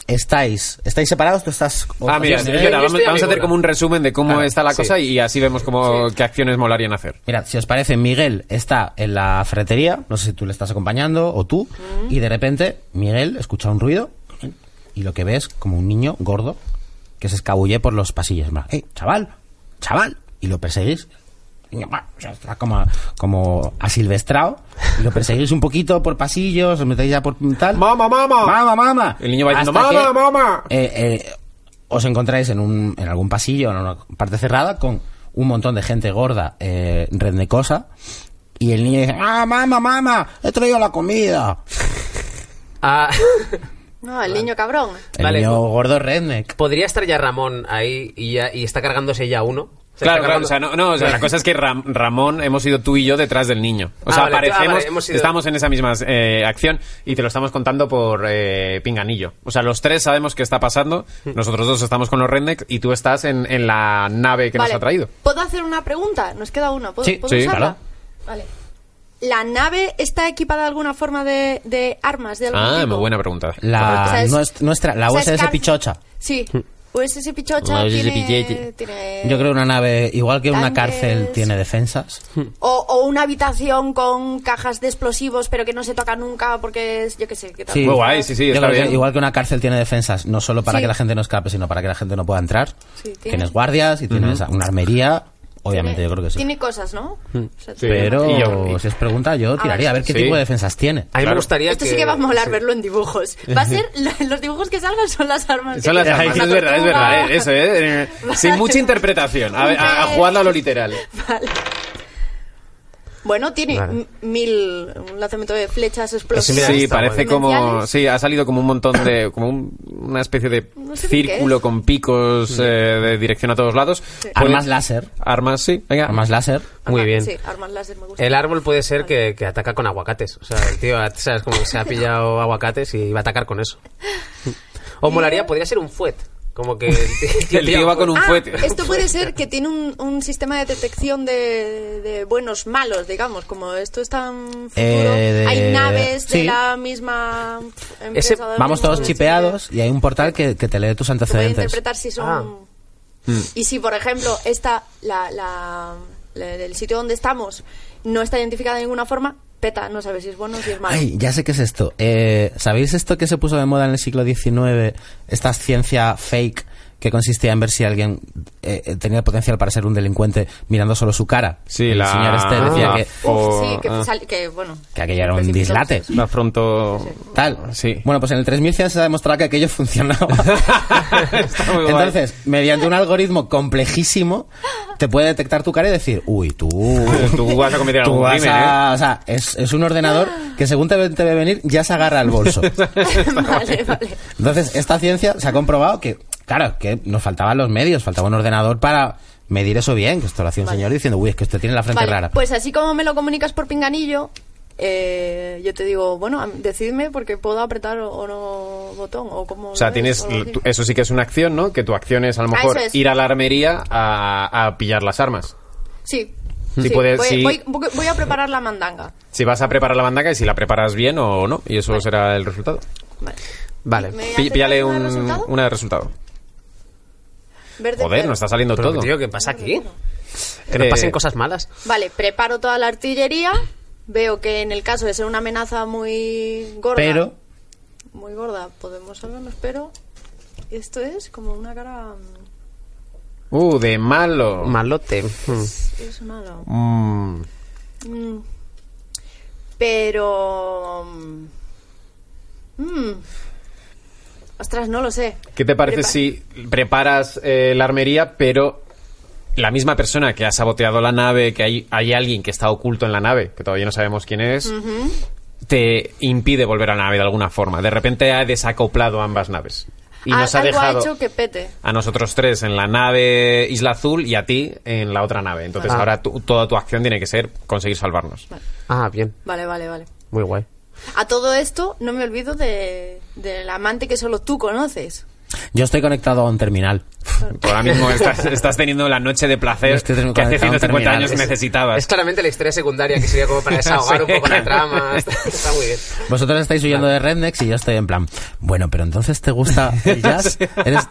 A: Estáis, estáis separados, tú estás.
B: Ah, mira,
A: Dios,
D: yo-
B: espera,
D: yo
B: vamos,
D: estoy
B: vamos a hacer
D: amigona.
B: como un resumen de
A: Ah,
B: cómo está la cosa y así vemos cómo, qué acciones molarían hacer.
A: Mirad, si os parece, Miguel está en la ferretería, no sé si tú le estás acompañando o tú, y de repente Miguel escucha un ruido y lo que ve es como un niño gordo que se escabulle por los pasillos. En plan, ¡Eh, chaval! ¡Chaval! Y lo perseguís. Niño, va, o sea, Está como, como asilvestrado. Y lo perseguís un poquito por pasillos, os metéis ya por tal.
B: ¡Mama, mama!
A: ¡Mama, mama!
B: El niño va diciendo,
A: Hasta
B: "Mama,
A: que,
B: mama".
A: eh, eh, os encontráis en, un, en algún pasillo, en una parte cerrada, con un montón de gente gorda, eh, rednecosa, y el niño dice, ¡Ah, mamá, mamá! ¡He traído la comida!
D: Ah,
C: No, Ah, el niño cabrón.
A: El
D: Vale.
A: niño gordo redneck.
D: Podría estar ya Ramón ahí y, ya- y está cargándose ya uno. Se
B: Claro,
D: está
B: claro, o
D: cargando-
B: sea, no, no, o sea, la cosa es que Ram- Ramón hemos ido tú y yo detrás del niño. O
D: Ah,
B: sea,
D: vale,
B: aparecemos,
D: ah, vale, hemos ido-
B: estamos en esa misma eh, acción y te lo estamos contando por eh, pinganillo. O sea, los tres sabemos qué está pasando,
D: Hmm.
B: nosotros dos estamos con los Rendex y tú estás en, en la nave que
C: Vale,
B: nos ha traído.
C: ¿Puedo hacer una pregunta? Nos queda una. ¿Puedo,
B: Sí,
C: ¿puedo
B: sí, claro.
C: usarla? Vale. ¿La nave está equipada de alguna forma de, de armas? De algún
B: Ah,
C: tipo?
B: muy buena pregunta.
A: La,
C: Correcto. O sea, es-
A: nuestra, nuestra- la
C: O sea,
A: USS
C: Scar-
B: Hmm.
A: Pichocha.
C: Sí. Pues ese pichocha
E: No, ese
C: tiene,
E: pichete.
C: tiene-
A: Yo creo que una nave, igual que una
C: Tanques.
A: cárcel, tiene defensas.
C: O, o una habitación con cajas de explosivos, pero que no se toca nunca porque es, yo qué sé, qué tal.
A: Sí.
B: Muy guay, sí, sí,
A: Yo
B: está
A: creo que
B: bien.
A: igual que una cárcel tiene defensas, no solo para
C: Sí.
A: que la gente no escape, sino para que la gente no pueda entrar.
C: Sí, tiene-
A: Tienes guardias y tienes una armería. Obviamente, yo creo que sí. Mm.
C: Tiene cosas, ¿no? O sea,
A: Pero
B: Y yo- y-
A: si es pregunta, yo tiraría a ver qué
B: sí. Ah.
A: tipo de defensas tiene.
D: A mí me
B: Claro.
D: gustaría
C: Esto
D: que...
C: sí que va a molar
D: sí.
C: verlo en dibujos. Va a ser. la- los dibujos que salgan son las armas. que
B: Son las
C: tiene.
B: armas.
C: Una
B: es verdad, es
C: tortuga.
B: verdad, eh, eso, eh.
C: Vale.
B: Sin mucha interpretación, a, ver, a- a
C: Vale.
B: jugarlo a lo literal.
C: Vale. Bueno, tiene
D: Vale.
C: m- mil. Un lanzamiento de flechas
D: Sí,
C: explosivas.
D: mira,
B: Sí,
D: está
B: parece
C: bueno.
B: como.
C: Dimensionales.
B: Sí, ha salido como un montón de. como un- una especie de
C: No sé ni qué
B: círculo
C: es.
B: con picos eh, de dirección a todos lados. Puede-
A: Armas láser.
B: Armas, sí, venga.
A: Armas láser.
D: Muy
C: Ajá,
D: bien.
C: Sí, armas láser me gusta.
D: El árbol puede ser que, que ataca con aguacates. O sea, el tío, ¿sabes? Como que se ha pillado aguacates y va a atacar con eso. O molaría, podría ser un fuet. Como que el
B: El tío va con un
C: Ah,
B: fuete.
C: Esto puede ser que tiene un, un sistema de detección de, de buenos malos, digamos, como esto es tan futuro.
A: Eh, de-
C: Hay naves de
A: sí.
C: la misma empresa.
D: Ese-
C: del
A: Vamos
C: mismo
A: todos
C: sitio.
A: chipeados y hay un portal que, que te lee tus
C: Se puede
A: antecedentes.
C: interpretar si son... Mm.
D: Ah.
C: Y si, por ejemplo, esta, la, la- la- el sitio donde estamos no está identificada de ninguna forma, peta, no sabes si es bueno o si es malo.
A: Ay, ya sé qué es esto. Eh, ¿Sabéis esto que se puso de moda en el siglo XIX? Esta ciencia fake que consistía en ver si alguien eh, eh, tenía el potencial para ser un delincuente mirando solo su cara.
B: Sí,
A: el
B: la.
A: señor este decía
B: la
A: que,
C: Uf,
B: fo-
C: sí, que,
B: ah,
C: sal- que, bueno.
A: que aquello era un
C: Precipitó.
A: dislate.
B: La fronto.
A: Tal.
B: Sí.
A: Bueno, pues en el 3100 se ha demostrado que aquello funcionaba.
B: Está muy guay.
A: Entonces, mediante un algoritmo complejísimo, te puede detectar tu cara y decir, uy, tú.
B: Eh, Tú vas a cometer
A: tú
B: algún
A: vas
B: crimen, ¿eh?
A: a- O sea, es, es un ordenador que según te ve, te ve venir ya se agarra al bolso.
C: vale, vale.
A: Entonces, esta ciencia se ha comprobado que, claro, que nos faltaban los medios, faltaba un ordenador para medir eso bien, que esto lo hacía un señor diciendo, uy, es que usted tiene la frente
C: Vale,
A: rara.
C: Pues así como me lo comunicas por pinganillo, eh, yo te digo, bueno, am- decidme porque puedo apretar o, o no botón. O, como
B: O sea, tienes, eh, tú- eso sí que es una acción, ¿no? Que tu acción es a lo mejor
C: Ah, eso es.
B: ir a la armería a, a pillar las armas.
C: Sí.
B: Sí,
C: sí,
B: puedes-
C: voy,
B: sí.
C: voy- voy- voy a preparar la mandanga.
B: Si vas a preparar la bandaca y si la preparas bien o no. Y eso será el resultado.
C: Vale.
D: Vale.
C: ¿Me
B: Pi-
C: haces
B: Píllale
C: alguna
B: un,
C: de resultado?
B: una de resultado.
C: Verde,
B: Joder,
C: verde.
B: nos está saliendo
D: Pero,
B: todo.
D: tío, ¿qué pasa aquí? Que nos
B: Eh,
D: pasen cosas malas.
C: Vale, preparo toda la artillería. Veo que en el caso de ser una amenaza muy gorda.
A: Pero,
C: Muy gorda, podemos salvarnos, pero. Esto es como una cara. mm,
B: Uh, de malo.
D: Malote. Mm.
C: Es malo.
B: Mm.
C: Mm. Pero. mm, mm, Ostras, no lo sé.
B: ¿Qué te parece
C: Prepa-
B: si preparas eh, la armería, pero la misma persona que ha saboteado la nave, que hay, hay alguien que está oculto en la nave, que todavía no sabemos quién es, te impide volver a la nave de alguna forma? De repente ha desacoplado ambas naves. Y
C: Al-
B: nos ha
C: algo
B: dejado
C: ha hecho que pete.
B: a nosotros tres en la nave Isla Azul y a ti en la otra nave. Entonces
D: Ah.
B: ahora tu- toda tu acción tiene que ser conseguir salvarnos.
D: Ah, bien.
C: Vale, vale, vale.
D: Muy guay.
C: A todo esto, no me olvido de, del amante que solo tú conoces.
A: yo estoy conectado a un terminal.
B: Tú ahora mismo estás, estás teniendo la noche de placer
A: Estoy teniendo
B: que hace
A: conectado un
B: 150
A: terminal.
B: años
A: Es-
B: necesitabas.
D: Es claramente la historia secundaria que sería como para desahogar
B: Sí.
D: un poco la trama. Está, está muy bien.
A: Vosotros estáis huyendo de Rednecks y yo estoy en plan, bueno, pero entonces te gusta el jazz. Eres-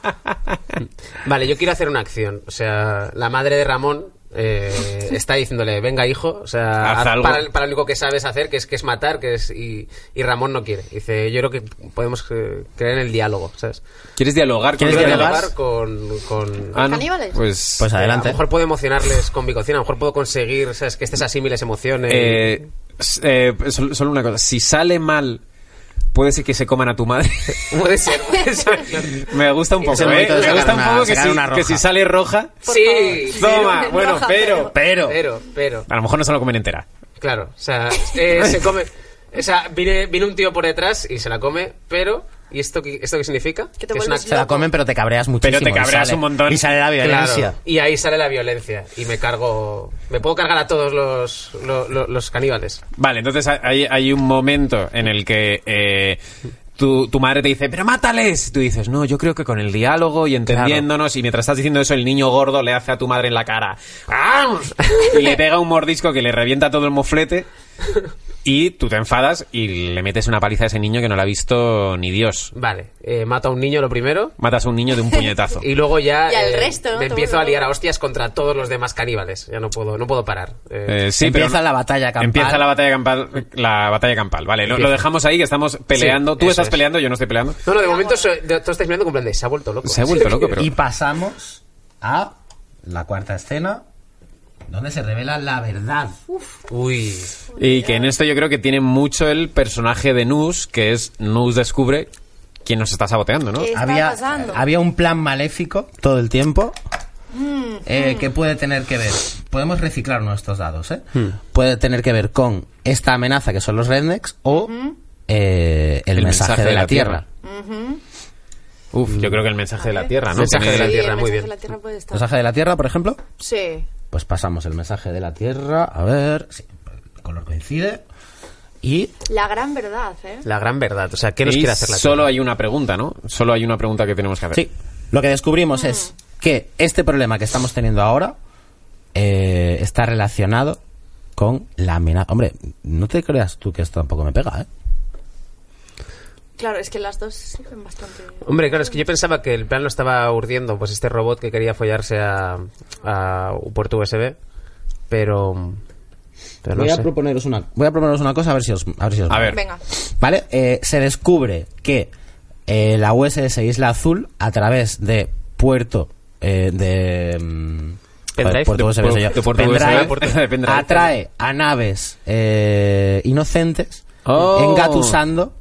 D: Vale, yo quiero hacer una acción. O sea, la madre de Ramón eh, está diciéndole, venga hijo, o sea,
B: Haz
D: haz-
B: algo.
D: Para, para lo único que sabes hacer, que es, que es matar, que es y, y Ramón no quiere. Dice, yo creo que podemos eh, creer en el diálogo, ¿sabes?
B: ¿Quieres dialogar? con
A: ¿Quieres
B: los
D: Quiero
A: dialogar?
D: dialogar con... con-
B: Ah, no.
C: ¿Caníbales?
B: Pues,
A: Pues
D: eh, A
A: adelante.
D: lo mejor puedo emocionarles con mi cocina, a lo mejor puedo conseguir, ¿sabes? Que estés asimiles emociones.
B: eh, s- eh, solo, solo una cosa. Si sale mal, puede ser que se coman a tu madre.
D: Puede ser, puede ser.
B: Me gusta un poco,
A: el
B: ¿eh?
A: momento de
B: Me gusta
A: sacar
B: un
A: una-
B: poco que
A: sacar
B: si,
A: una roja.
B: que si sale roja...
C: Por
D: Sí,
C: favor.
B: Toma,
C: Pero-
B: bueno,
C: roja,
B: pero, pero...
D: pero, pero...
B: A lo mejor no se lo comen entera.
D: Claro, o sea, eh, se come. O sea, viene, viene un tío por detrás y se la come, pero. ¿Y esto, qué- esto qué significa?
C: Que te
D: es
C: vuelves
A: Se la comen, pero te cabreas muchísimo.
B: Pero te
A: y
B: cabreas
A: sale-
B: un montón.
A: Y sale la
D: Claro,
A: violencia.
D: y ahí sale la violencia. Y me cargo. Me puedo cargar a todos los, lo- lo- los caníbales.
B: Vale, entonces hay, hay un momento en el que eh, tu, tu madre te dice, pero mátales. Y tú dices, no, yo creo que con el diálogo y entendiéndonos, y mientras estás diciendo eso, el niño gordo le hace a tu madre "Ah, en la cara. "Arr", Y le pega un mordisco que le revienta todo el moflete. Y tú te enfadas y le metes una paliza a ese niño que no la ha visto ni Dios.
D: Vale, eh, mato a un niño lo primero
B: Matas a un niño de un puñetazo.
D: y luego ya
C: Y al
D: eh,
C: resto, ¿no?
D: me
C: Todo
D: empiezo a
C: el
D: liar
C: mundo.
D: a hostias contra todos los demás caníbales. Ya no puedo, no puedo parar. Eh,
B: Eh, sí,
A: Empieza
B: pero no-
A: la batalla campal.
B: Empieza la batalla campal. La batalla campal. Vale, lo, lo
D: Empieza.
B: dejamos ahí que estamos peleando.
D: Sí,
B: tú
D: eso
B: estás
D: es.
B: peleando, yo no estoy peleando.
D: No, no, de momento se- de- todos estáis mirando con plan de, se ha vuelto loco.
B: Se ha vuelto loco, pero.
A: Y pasamos a la cuarta escena, donde se revela la verdad.
D: Uy.
B: Y que en esto yo creo que tiene mucho el personaje de Nus, que es Nus descubre quién nos está saboteando, ¿no?
C: Eh, ¿Qué está
A: había,
C: pasando?
A: había un plan maléfico todo el tiempo. eh, que puede tener que ver, podemos reciclar nuestros dados, ¿eh? puede tener que ver con esta amenaza que son los rednecks o eh, el, mensaje, de, la, tierra.
B: Uf, yo creo que el mensaje de la Tierra, ¿no?
D: Mm. Mensaje de la
C: Sí,
D: Tierra,
C: el
D: muy
C: mensaje
D: bien.
C: de la Tierra puede
A: ¿El
C: estar.
A: mensaje de la tierra, por ejemplo?
C: sí.
A: Pues pasamos el mensaje de la tierra, a ver, sí, pues, el color coincide. Y
C: La gran verdad, ¿eh?
D: La gran verdad. O sea, ¿qué nos
B: Y
D: quiere hacer la
B: solo
D: Tierra?
B: hay una pregunta, ¿no? Solo hay una pregunta que tenemos que hacer.
A: Sí. Lo que descubrimos es que este problema que estamos teniendo ahora eh, está relacionado con la amenaza. Hombre, no te creas tú que esto tampoco me pega, ¿eh?
C: Claro, es que las dos sirven bastante.
D: Hombre, claro, es que yo pensaba que el plan lo estaba urdiendo, pues este robot que quería follarse a, a un puerto USB, pero... Pero no
A: Voy a,
D: sé.
A: proponeros una, voy a proponeros una cosa a ver si os. A ver. si os
B: A
A: va.
B: ver.
C: Venga.
A: ¿Vale? Eh, se descubre que eh, la USS Isla Azul, a través de puerto eh, de. mm, joder,
D: Pendrive,
A: puerto
D: de-
A: USB, soy yo.
B: de puerto USB,
A: Pendrive,
B: puerto de pendrive.
A: atrae a naves eh, inocentes
B: Oh.
A: engatusando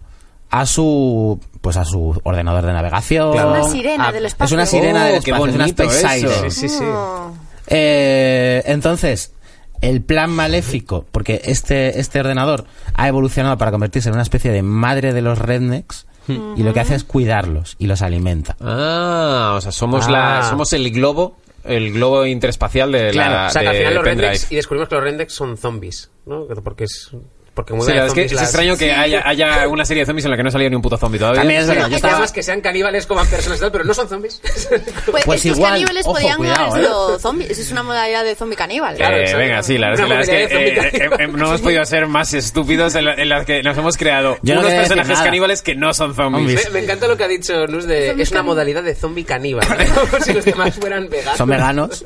A: a su pues a su ordenador de navegación
B: Claro.
C: Una sirena
D: Ah,
C: del
D: es
A: es
C: espacio.
A: una sirena del
B: Oh, qué
A: espacio, es una
B: bonito
A: space
B: eso.
A: siren.
D: Sí, sí, sí.
B: Ah.
A: Pues
C: Oh.
A: Eh, entonces, el plan maléfico, porque este, este ordenador ha evolucionado para convertirse en una especie de madre de los rednecks y lo que hace es cuidarlos y los alimenta.
B: Ah, o sea, somos
D: Ah.
B: la, somos el globo, el globo interespacial de la
D: o sea, que al
B: de
D: final los
B: Pendrive.
D: Rendex, y descubrimos que los Rendex son zombies, ¿no? Porque es... Porque
B: Sí,
D: mueven
B: la
D: a
B: verdad es que
D: zombies
B: es
D: las-
B: extraño que haya, haya una serie de zombies en la que no salía ni un puto zombie todavía.
A: También es
D: Bueno,
A: verdad, yo
D: y que
A: estaba-
D: además que sean caníbales como personas y tal, pero no son zombies.
C: Pues,
A: Pues
C: estos
A: igual,
C: caníbales
A: ojo,
C: podían
A: cuidado,
C: haber
A: ¿eh?
C: sido zombies. Es una modalidad de zombie caníbal.
D: Claro,
B: Eh,
D: exacto.
B: venga, sí, la verdad,
D: Una
B: es que, la verdad es
D: comunidad de
B: que, eh,
D: zombies.
B: eh, eh, no hemos podido ser más estúpidos en, la- en las que nos hemos creado
A: Yo no
B: unos
A: quería decir
B: personajes
A: nada.
B: caníbales que no son zombies. Eh,
D: Me, me encanta lo que ha dicho Nus de... Es una modalidad de zombie caníbal. Como si los demás fueran veganos.
A: Son veganos.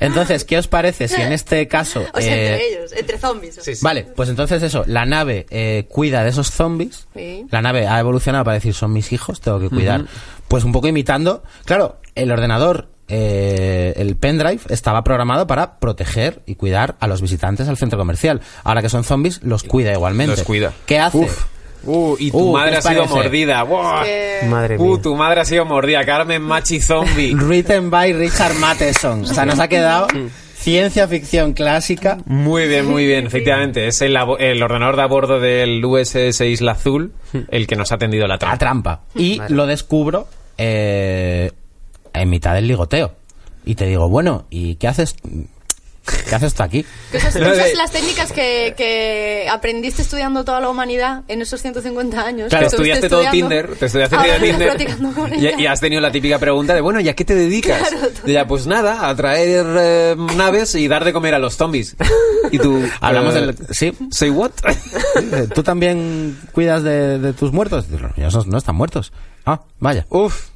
A: Entonces, ¿qué os parece si en este caso...
C: O sea,
A: eh,
C: entre ellos, entre zombies.
D: Sí, sí.
A: Vale, pues entonces eso, la nave eh, cuida de esos zombies.
C: Sí.
A: La nave ha evolucionado para decir, son mis hijos, tengo que cuidar. Pues un poco imitando. Claro, el ordenador, eh, el pendrive, estaba programado para proteger y cuidar a los visitantes al centro comercial. Ahora que son zombies, los cuida igualmente.
B: Los cuida.
A: ¿Qué hace?
B: Uf. Uh, y tu
A: Uh, ¿qué
B: madre ha
A: os
B: sido
A: parece?
B: mordida. Buah.
C: Eh,
D: Madre
B: Uh,
D: mía.
B: tu madre ha sido mordida. Carmen Machi Zombie.
A: Written by Richard Matheson. O sea, nos ha quedado ciencia ficción clásica.
B: Muy bien, muy bien, efectivamente. Es el, abo- el ordenador de a bordo del USS Isla Azul
A: Hmm.
B: el que nos ha tendido la
A: La
B: trampa.
A: trampa. Y
D: Vale.
A: lo descubro eh, en mitad del ligoteo. Y te digo, bueno, ¿y qué haces? ¿Qué haces tú aquí?
C: que esas,
B: Lo de-
C: esas las técnicas que, que aprendiste estudiando toda la humanidad en esos 150 años.
B: Te
C: que
B: estudiaste
C: estuviste
B: todo
C: estudiando.
B: Tinder, te estudiaste
C: Ahora
B: todo
C: estás
B: Tinder
C: practicando con
B: y,
C: ella.
B: y has tenido la típica pregunta de, bueno, ¿y a qué te dedicas? Y ya, pues nada, a traer eh, naves y dar de comer a los zombies. Y tú...
A: Hablamos
B: eh,
A: del... Sí.
B: ¿Say what?
A: ¿Tú también cuidas de, de tus muertos? Digo, "No, Ellos no, no están muertos. Ah, vaya.
B: Uf.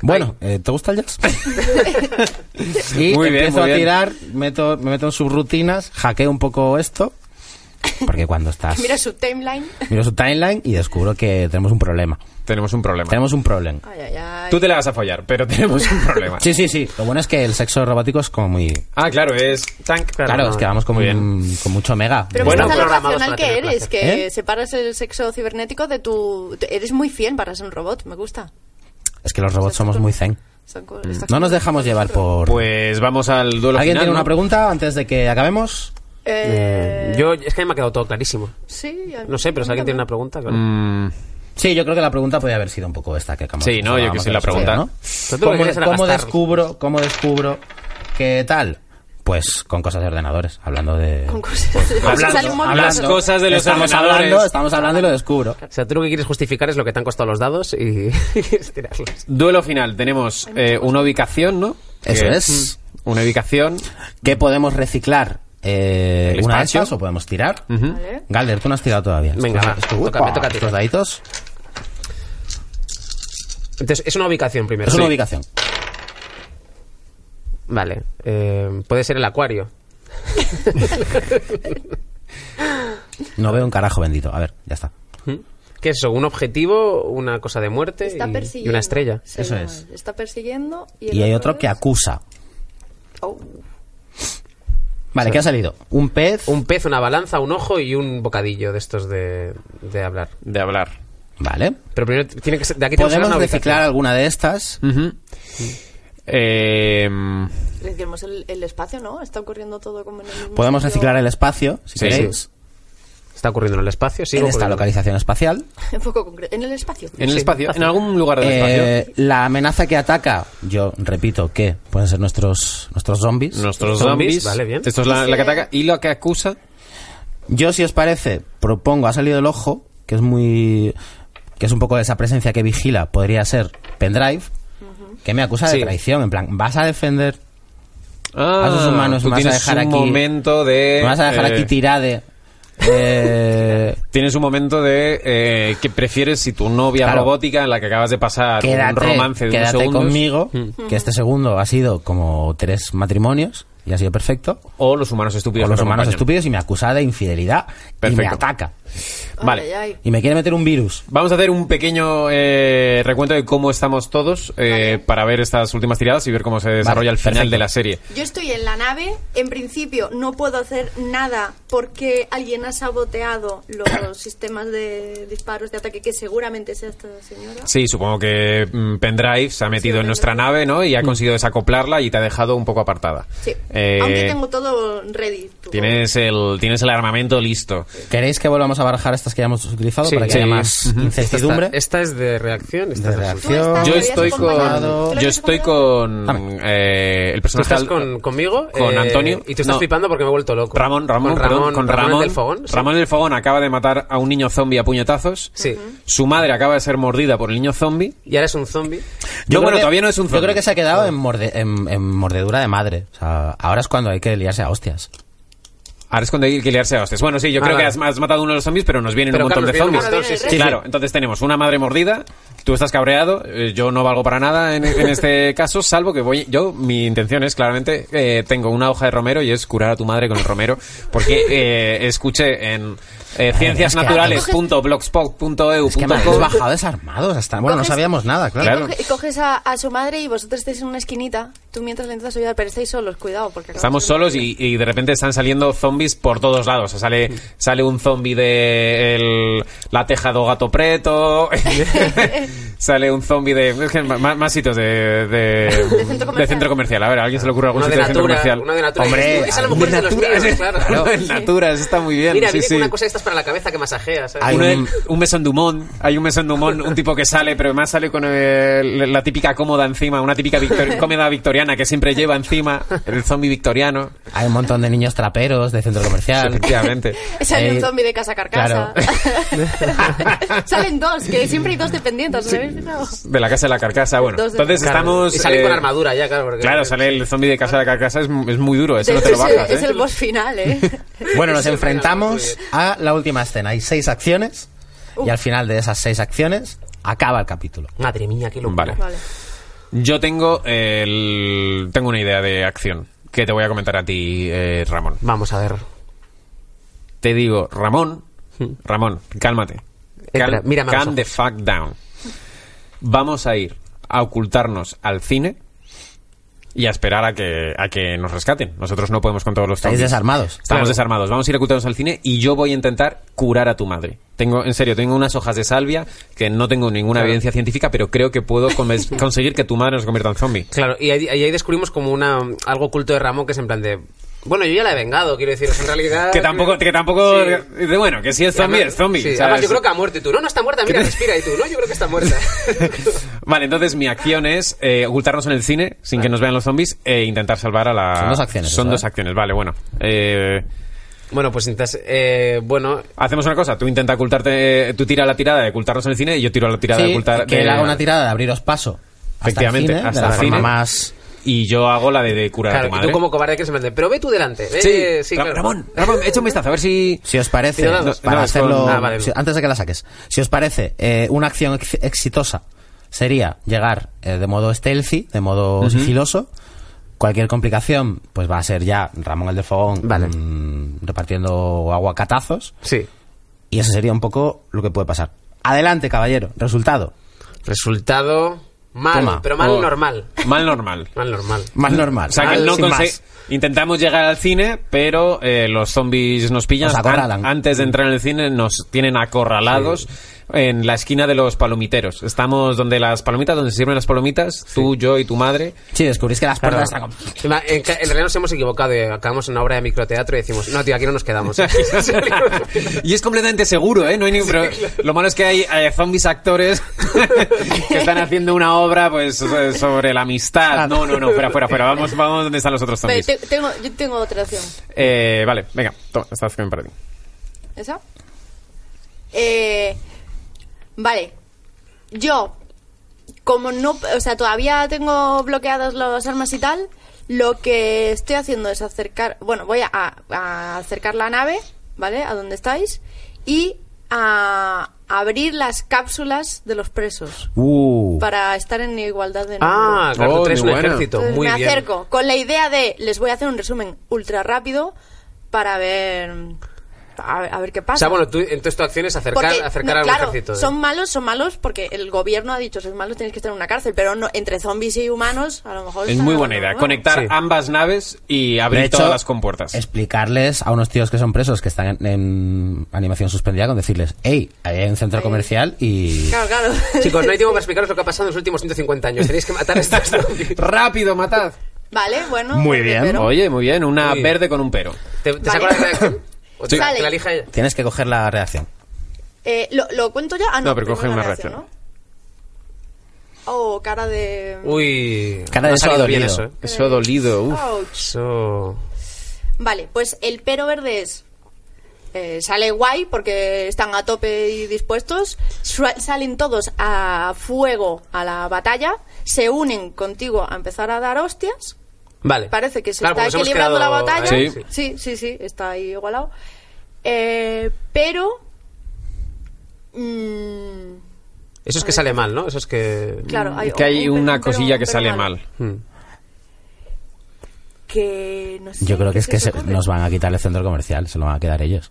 A: Bueno, eh, ¿te gusta el jazz? y
B: Muy bien,
A: empiezo
B: muy
A: a
B: bien.
A: tirar, meto, me meto en subrutinas, hackeo un poco esto. Porque cuando estás...
C: Mira su timeline.
A: Miro su timeline y descubro que tenemos un problema.
B: Tenemos un problema.
A: Tenemos un problema.
C: Ay, ay, ay.
B: Tú te la vas a follar, pero tenemos un problema.
A: Sí, sí, sí. Lo bueno es que el sexo robótico es como muy...
B: Ah, claro, es... Tank,
A: Claro, es que vamos con,
B: Muy bien.
A: con mucho mega.
C: Pero
B: Bueno,
C: bueno, tan
D: programados
C: racional
D: para
C: que
D: tener
C: eres,
D: placer.
C: que
A: ¿Eh?
C: separas el sexo cibernético de tu... te- Eres muy fiel para ser un robot, me gusta.
A: es que los robots somos muy zen. Mm.
C: Son co- estas
A: No nos
C: cosas.
A: dejamos llevar por...
B: Pues vamos al duelo
A: ¿Alguien
B: final,
A: tiene
B: ¿no?
A: una pregunta antes de que acabemos?
C: Eh,
D: Yo, es que me ha quedado todo clarísimo.
A: Mm.
C: sí, a mí-
D: No sé, pero si alguien tiene una pregunta, claro.
B: Mm,
A: Sí, yo creo que la pregunta podría haber sido un poco esta que acabamos
B: Sí, no, yo
A: acabamos
B: que sí
A: de
B: la
A: resolver,
B: pregunta.
A: ¿no?
D: Tú lo que
A: ¿Cómo,
D: quieres era
A: cómo
D: gastar.
A: descubro, ¿Cómo descubro qué tal? Pues con cosas de ordenadores, hablando de...
C: Con cosas. Sale un montón.
B: Las cosas de los
A: estamos
B: ordenadores.
A: Hablando, estamos hablando y lo descubro.
D: O sea, tú lo que quieres justificar es lo que te han costado los dados y, y quieres tirarlos.
B: Duelo final. Tenemos eh, una ubicación, ¿no?
A: Eso
B: Que-
A: es.
B: Una ubicación.
A: ¿Qué podemos reciclar eh,
B: El
A: una de
B: espacio.
A: estas o podemos tirar.
C: Vale.
A: Galder, tú no has tirado todavía.
D: Venga,
A: Esto-
D: va,
A: esto-
D: me toca- me
A: ¡Upa!
D: toca a ti.
A: Estos daditos.
D: Entonces, es una ubicación primero.
A: Es una
D: Sí.
A: ubicación.
D: Vale. eh, puede ser el acuario.
A: No veo un carajo bendito. A ver, ya está.
D: ¿Mm? ¿Qué es eso? ¿Un objetivo? ¿Una cosa de muerte?
C: Está
D: y- y,
C: persiguiendo.
D: una estrella.
C: se
A: Eso
C: llama.
A: es.
C: Está persiguiendo. Y, el
A: Y hay otro que
C: es-
A: acusa.
C: Oh.
A: Vale, ¿qué ha salido? Un pez.
D: Un pez, una balanza, un ojo y un bocadillo de estos de, de hablar.
B: De hablar.
A: Vale.
D: Pero primero t- tiene que ser. De aquí tenemos que
A: Podemos
D: sacar una
A: reciclar alguna de estas.
B: Eh,
C: Reciclemos el, el espacio, ¿no? Está ocurriendo todo como en el mismo
A: Podemos
C: sitio.
A: reciclar el espacio, si
B: Sí,
A: queréis.
D: ubicación. Está ocurriendo en el espacio, sí.
A: en esta localización espacial.
C: Un poco concreto. En el espacio.
B: en el
D: Sí,
B: espacio.
D: espacio.
B: En algún lugar del
A: Eh, la amenaza que ataca, yo repito que pueden ser nuestros, nuestros zombies.
B: espacio. Nuestros
D: zombies,
B: zombies.
D: vale, bien.
B: Esto es la,
C: Sí.
B: la que ataca. Y lo que acusa.
A: Yo, si os parece, propongo, ha salido el ojo, que es muy. que es un poco esa presencia que vigila, podría ser Pendrive, que me acusa de
D: Sí.
A: traición. En plan, vas a defender.
B: Ah,
A: a esos humanos
B: tú
A: me vas a
B: tienes
A: dejar
B: un
A: aquí-
B: momento de.
A: Me vas a dejar
B: eh,
A: aquí tirade. eh,
B: Tienes un momento de eh, que prefieres si tu novia
A: Claro.
B: robótica en la que acabas de pasar un
A: quédate,
B: romance de unos
A: quédate
B: segundos, Mm.
A: conmigo, que este segundo ha sido como tres matrimonios y ha sido perfecto.
B: o los humanos estúpidos
A: Con
B: que
A: los
B: te
A: humanos
B: acompañan.
A: estúpidos y me acusa de infidelidad y me
B: Perfecto.
A: ataca.
B: Vale.
C: Ay, ay, ay.
A: Y me quiere meter un virus.
B: Vamos a hacer un pequeño eh, recuento de cómo estamos todos eh, para ver estas últimas tiradas y ver cómo se desarrolla el final
A: perfecto.
B: de la serie.
C: Yo estoy en la nave, en principio no puedo hacer nada porque alguien ha saboteado los sistemas de disparos de ataque que seguramente sea esta señora.
B: Sí, supongo que mm, Pendrive se ha metido en
C: Pendrive. Mm.
B: nuestra nave, ¿no? Y ha conseguido desacoplarla y te ha dejado un poco apartada.
C: Sí.
B: Eh,
C: Aunque tengo todo ready. tú.
B: Tienes el, tienes el armamento listo.
A: ¿Queréis que volvamos a barajar estas que ya hemos utilizado
D: Sí,
A: para que
D: sí.
A: haya más
B: Ujú.
D: Esta,
A: incertidumbre?
D: está- esta es de reacción. Esta
A: De
D: es de
A: reacción.
C: Tú estás,
B: Yo
C: me habías
B: estoy
C: acompañado. ¿Te
B: con.
C: lo
B: Yo
C: habías
B: estoy
C: acompañado?
B: con.
C: Ah,
B: eh, el
D: Tú
B: personaje.
D: estás
B: al-
D: con, conmigo. Eh,
B: con Antonio.
D: Y tú estás
B: No.
D: flipando porque me he vuelto loco.
B: Ramón, Ramón,
D: Con
B: perdón,
D: Ramón,
B: con
D: Ramón
B: Ramón.
D: del Fogón. sí.
B: Ramón del Fogón acaba de matar a un niño zombie a puñetazos.
D: Sí.
B: Su madre acaba de ser mordida por el niño zombie.
D: Y ahora es un zombie.
B: No,
A: creo
B: bueno,
A: que-
B: todavía no es un
A: Yo
B: zombie.
A: creo que se ha quedado en, morde- en- en mordedura de madre. O sea, ahora es cuando hay que liarse a hostias.
B: Ahora es cuando hay que liarse a hostias. Bueno, sí, yo
D: Ah,
B: creo que
D: vale.
B: has, has matado uno de los zombies, pero nos vienen un
D: Pero
B: montón
D: Carlos,
B: de
D: viene un
B: zombies.
C: montón, sí, sí, sí.
B: Claro, entonces tenemos una madre mordida, tú estás cabreado, eh, yo no valgo para nada en, en este caso, salvo que voy... Yo, mi intención es, claramente, eh, tengo una hoja de romero y es curar a tu madre con el romero, porque eh, escuché en eh, cienciasnaturales.blogspot.eu.
A: Es que me habéis bajado desarmados hasta. Bueno, no
C: Coges-
A: sabíamos nada, claro.
B: Claro.
C: Coge- coges a, a su madre y vosotros estáis en una esquinita. Tú mientras le intentas ayudar, pero estáis solos, cuidado. porque acabas
B: Estamos
C: de-
B: solos y, y de repente están saliendo zombies por todos lados. O sea, sale, sale un zombie de el- la teja do gato preto. sale un zombie de. Es que ma- ma- más, sitios de. De,
C: centro
B: de centro comercial. A ver, ¿a alguien se le ocurre algún
D: Uno de
B: sitio de centro
D: Natura.
B: comercial?
D: Uno de Natura.
A: Hombre,
D: Esa a lo
A: de
D: mejor es de los
B: Natura,
D: míos,
B: sí.
D: claro.
B: Uno de Natura, eso está muy bien.
D: Mira,
B: sí,
D: viene
B: sí.
D: con una cosa de estas para la cabeza que masajea, ¿sabes?
A: Hay
B: Uno
A: un-
B: es un mesón Dumont, hay un mesón Dumont, un tipo que sale, pero además sale con eh, la típica cómoda encima, una típica victor- cómoda victoriana que siempre lleva encima, el zombie victoriano.
A: Hay un montón de niños traperos de centro comercial.
B: Efectivamente.
C: Sale
A: Eh,
C: un zombie de casa carcasa. Salen dos, que siempre hay dos dependientes. ¿os habéis fijado?
B: De la casa de la carcasa, bueno.
C: Dos de-
B: Entonces
D: Claro,
B: estamos.
D: Y salen con
B: eh,
D: armadura ya, claro. porque-
B: Claro, sale el zombie de casa de la carcasa, es, es muy duro, eso
C: De
B: no te
C: hecho,
B: lo bajas.
C: es, el- es
B: ¿eh?
C: el boss final, ¿eh?
A: Bueno, nos
D: Sí,
A: enfrentamos a la última escena. Hay seis acciones y al final de esas seis acciones acaba el capítulo.
D: Madre mía, qué locura.
B: Vale.
C: vale.
B: Yo tengo el- tengo una idea de acción que te voy a comentar a ti, eh, Ramón.
D: Vamos a ver.
B: Te digo, Ramón, Ramón, cálmate.
D: Entra, mírame a los
B: calm the
D: ojos.
B: fuck down. Vamos a ir a ocultarnos al cine y a esperar a que, a que nos rescaten. Nosotros no podemos con todos los
A: Estáis
B: zombies.
A: desarmados.
B: Estamos desarmados. Vamos a ir ocultados al cine y yo voy a intentar curar a tu madre. Tengo, en serio, tengo unas hojas de salvia que no tengo ninguna evidencia científica, pero creo que puedo conven- conseguir que tu madre no se convierta en zombie.
D: Claro, y ahí, ahí descubrimos como una algo oculto de Ramón que es en plan de. Bueno, yo ya la he vengado, quiero decir, en realidad.
B: Que tampoco, que tampoco,
D: Sí.
B: de- bueno, que si es zombie,
D: Además-
B: es zombie.
D: sí,
B: ¿sabes?
D: además yo creo que ha muerto y tú. No, no está muerta, mira, respira y tú. No, yo creo que está muerta.
B: Vale, entonces mi acción es eh, ocultarnos en el cine sin que nos vean los zombies e intentar salvar a la...
A: Son dos acciones,
B: Son
A: eso,
B: dos
A: ¿eh?
B: acciones, vale, bueno. Eh,
D: bueno, pues entonces. Eh, bueno,
B: hacemos una cosa, tú intenta ocultarte, tú tira la tirada de ocultarnos en el cine y yo tiro la tirada
A: Sí,
B: de ocultar...
A: que
B: de-
A: él haga una tirada de abriros paso. Hasta
B: Efectivamente,
A: el cine,
B: hasta
A: de la
B: el
A: forma
B: cine.
A: más
B: y yo hago la de, de curar a tu
D: Claro, y
B: madre.
D: tú como cobarde que se mete. Pero ve tú delante.
B: Sí,
D: eh, sí,
B: Ra-
D: claro.
B: Ramón, Ramón, echa un vistazo a ver si...
A: Si os parece,
D: Sí, no, no,
A: para
B: no,
A: hacerlo,
B: con-
D: ah, vale.
A: si- antes de que la saques, si os parece, eh, una acción ex- exitosa sería llegar eh, de modo stealthy, de modo sigiloso. Cualquier complicación, pues va a ser ya Ramón el de Fogón
D: Vale.
A: mm, repartiendo aguacatazos.
D: Sí.
A: Y eso sería un poco lo que puede pasar. Adelante, caballero. Resultado.
D: Resultado mal,
A: Toma.
D: pero mal
B: Oh.
D: normal.
B: Mal normal.
D: Mal normal.
A: Más normal.
B: O sea que
A: Mal,
B: no
A: sin
B: conse-
A: más.
B: Intentamos llegar al cine, pero eh, los zombies nos pillan.
A: Nos acorralan.
B: An- antes de entrar en el cine nos tienen acorralados en la esquina de los palomiteros. Estamos donde las palomitas, donde se sirven las palomitas, tú, yo y tu madre.
A: Sí, descubrís que las
D: Claro.
A: puertas están como-
D: En, en realidad nos hemos equivocado. eh, Acabamos en una obra de microteatro y decimos, no, tío, aquí no nos quedamos. Ah,
B: y es completamente seguro, ¿eh? No hay ningún- pero Lo malo es que hay eh, zombies actores que están haciendo una obra pues so- sobre la
A: Ah.
B: amistad. No, no, no, fuera, fuera, fuera. Vamos, vamos donde están los otros
C: Ve,
B: zombies.
C: te- tengo, yo tengo otra acción.
B: Eh, vale, venga, toma, esta acción para ti.
C: ¿Esa? Eh, vale. Yo, como no... O sea, todavía tengo bloqueadas las armas y tal. Lo que estoy haciendo es acercar... Bueno, voy a, a acercar la nave, ¿vale? A donde estáis. Y a abrir las cápsulas de los presos.
A: Uh.
C: Para estar en igualdad de número.
D: ah, claro,
B: Oh,
D: tú traes un
B: muy buena.
D: ejército.
C: Entonces
D: Muy
C: me
D: bien.
C: acerco con la idea de les voy a hacer un resumen ultra rápido para ver a, a ver qué
D: O
C: pasa.
D: sea, bueno, tú, entonces tu acción es acercar,
C: Porque,
D: acercar
C: no,
D: al
C: claro,
D: ejército. ¿eh?
C: son malos, son malos porque el gobierno ha dicho sois malos, tenéis que estar en una cárcel, pero no, entre zombies y humanos a lo mejor
B: Es
C: está-
B: muy buena idea. Conectar
D: Sí.
B: ambas naves y abrir
A: De hecho,
B: todas las compuertas.
A: Explicarles a unos tíos que son presos que están en, en animación suspendida con decirles, hey, ahí hay un centro comercial y...
C: Claro, claro.
D: Chicos, no hay tiempo para explicaros lo que ha pasado en los últimos 150 años. Tenéis que matar a estos zombies.
B: Rápido, matad.
C: Vale, bueno. pues
A: Muy
C: porque-
A: bien.
C: pero-
B: Oye, muy bien, una
D: Sí.
B: verde con un pero.
D: ¿Te, te
C: Vale.
D: saco la reacción? ¿O te,
C: Sí.
D: la,
C: Sale.
D: te la elija ella?
A: Tienes que coger la reacción.
C: eh, ¿lo, lo cuento ya? Ah, no,
B: No, pero
C: primero
B: coge
C: la
B: una reacción.
C: ¿no? Oh, cara de...
D: Uy,
A: Cara
D: no
A: de
D: ha salido
A: eso ha
D: bien
A: dolido.
D: eso. ¿eh?
B: Eso ha dolido. uf.
C: Ouch.
D: Eso...
C: Vale, pues el pero verde es. eh, sale guay porque están a tope y dispuestos. Sua- Salen todos a fuego a la batalla. Se unen contigo a empezar a dar hostias.
D: Vale.
C: Parece que se
D: Claro, porque nos
C: está
D: hemos
C: equilibrando la
D: quedado
C: batalla.
B: ahí,
C: sí. sí, sí, está ahí igualado. Eh, pero. mm,
D: Eso es que sale mal, ¿no? Eso es que...
C: claro, hay,
B: que hay
C: un pe-
B: una
C: un pero-
B: cosilla
C: un
B: que
C: pero
B: sale mal.
D: Hmm.
C: Que no sé,
A: Yo creo que es que
C: se
A: se-
C: os ocurre?
A: nos van a quitar el centro comercial, se lo van a quedar ellos.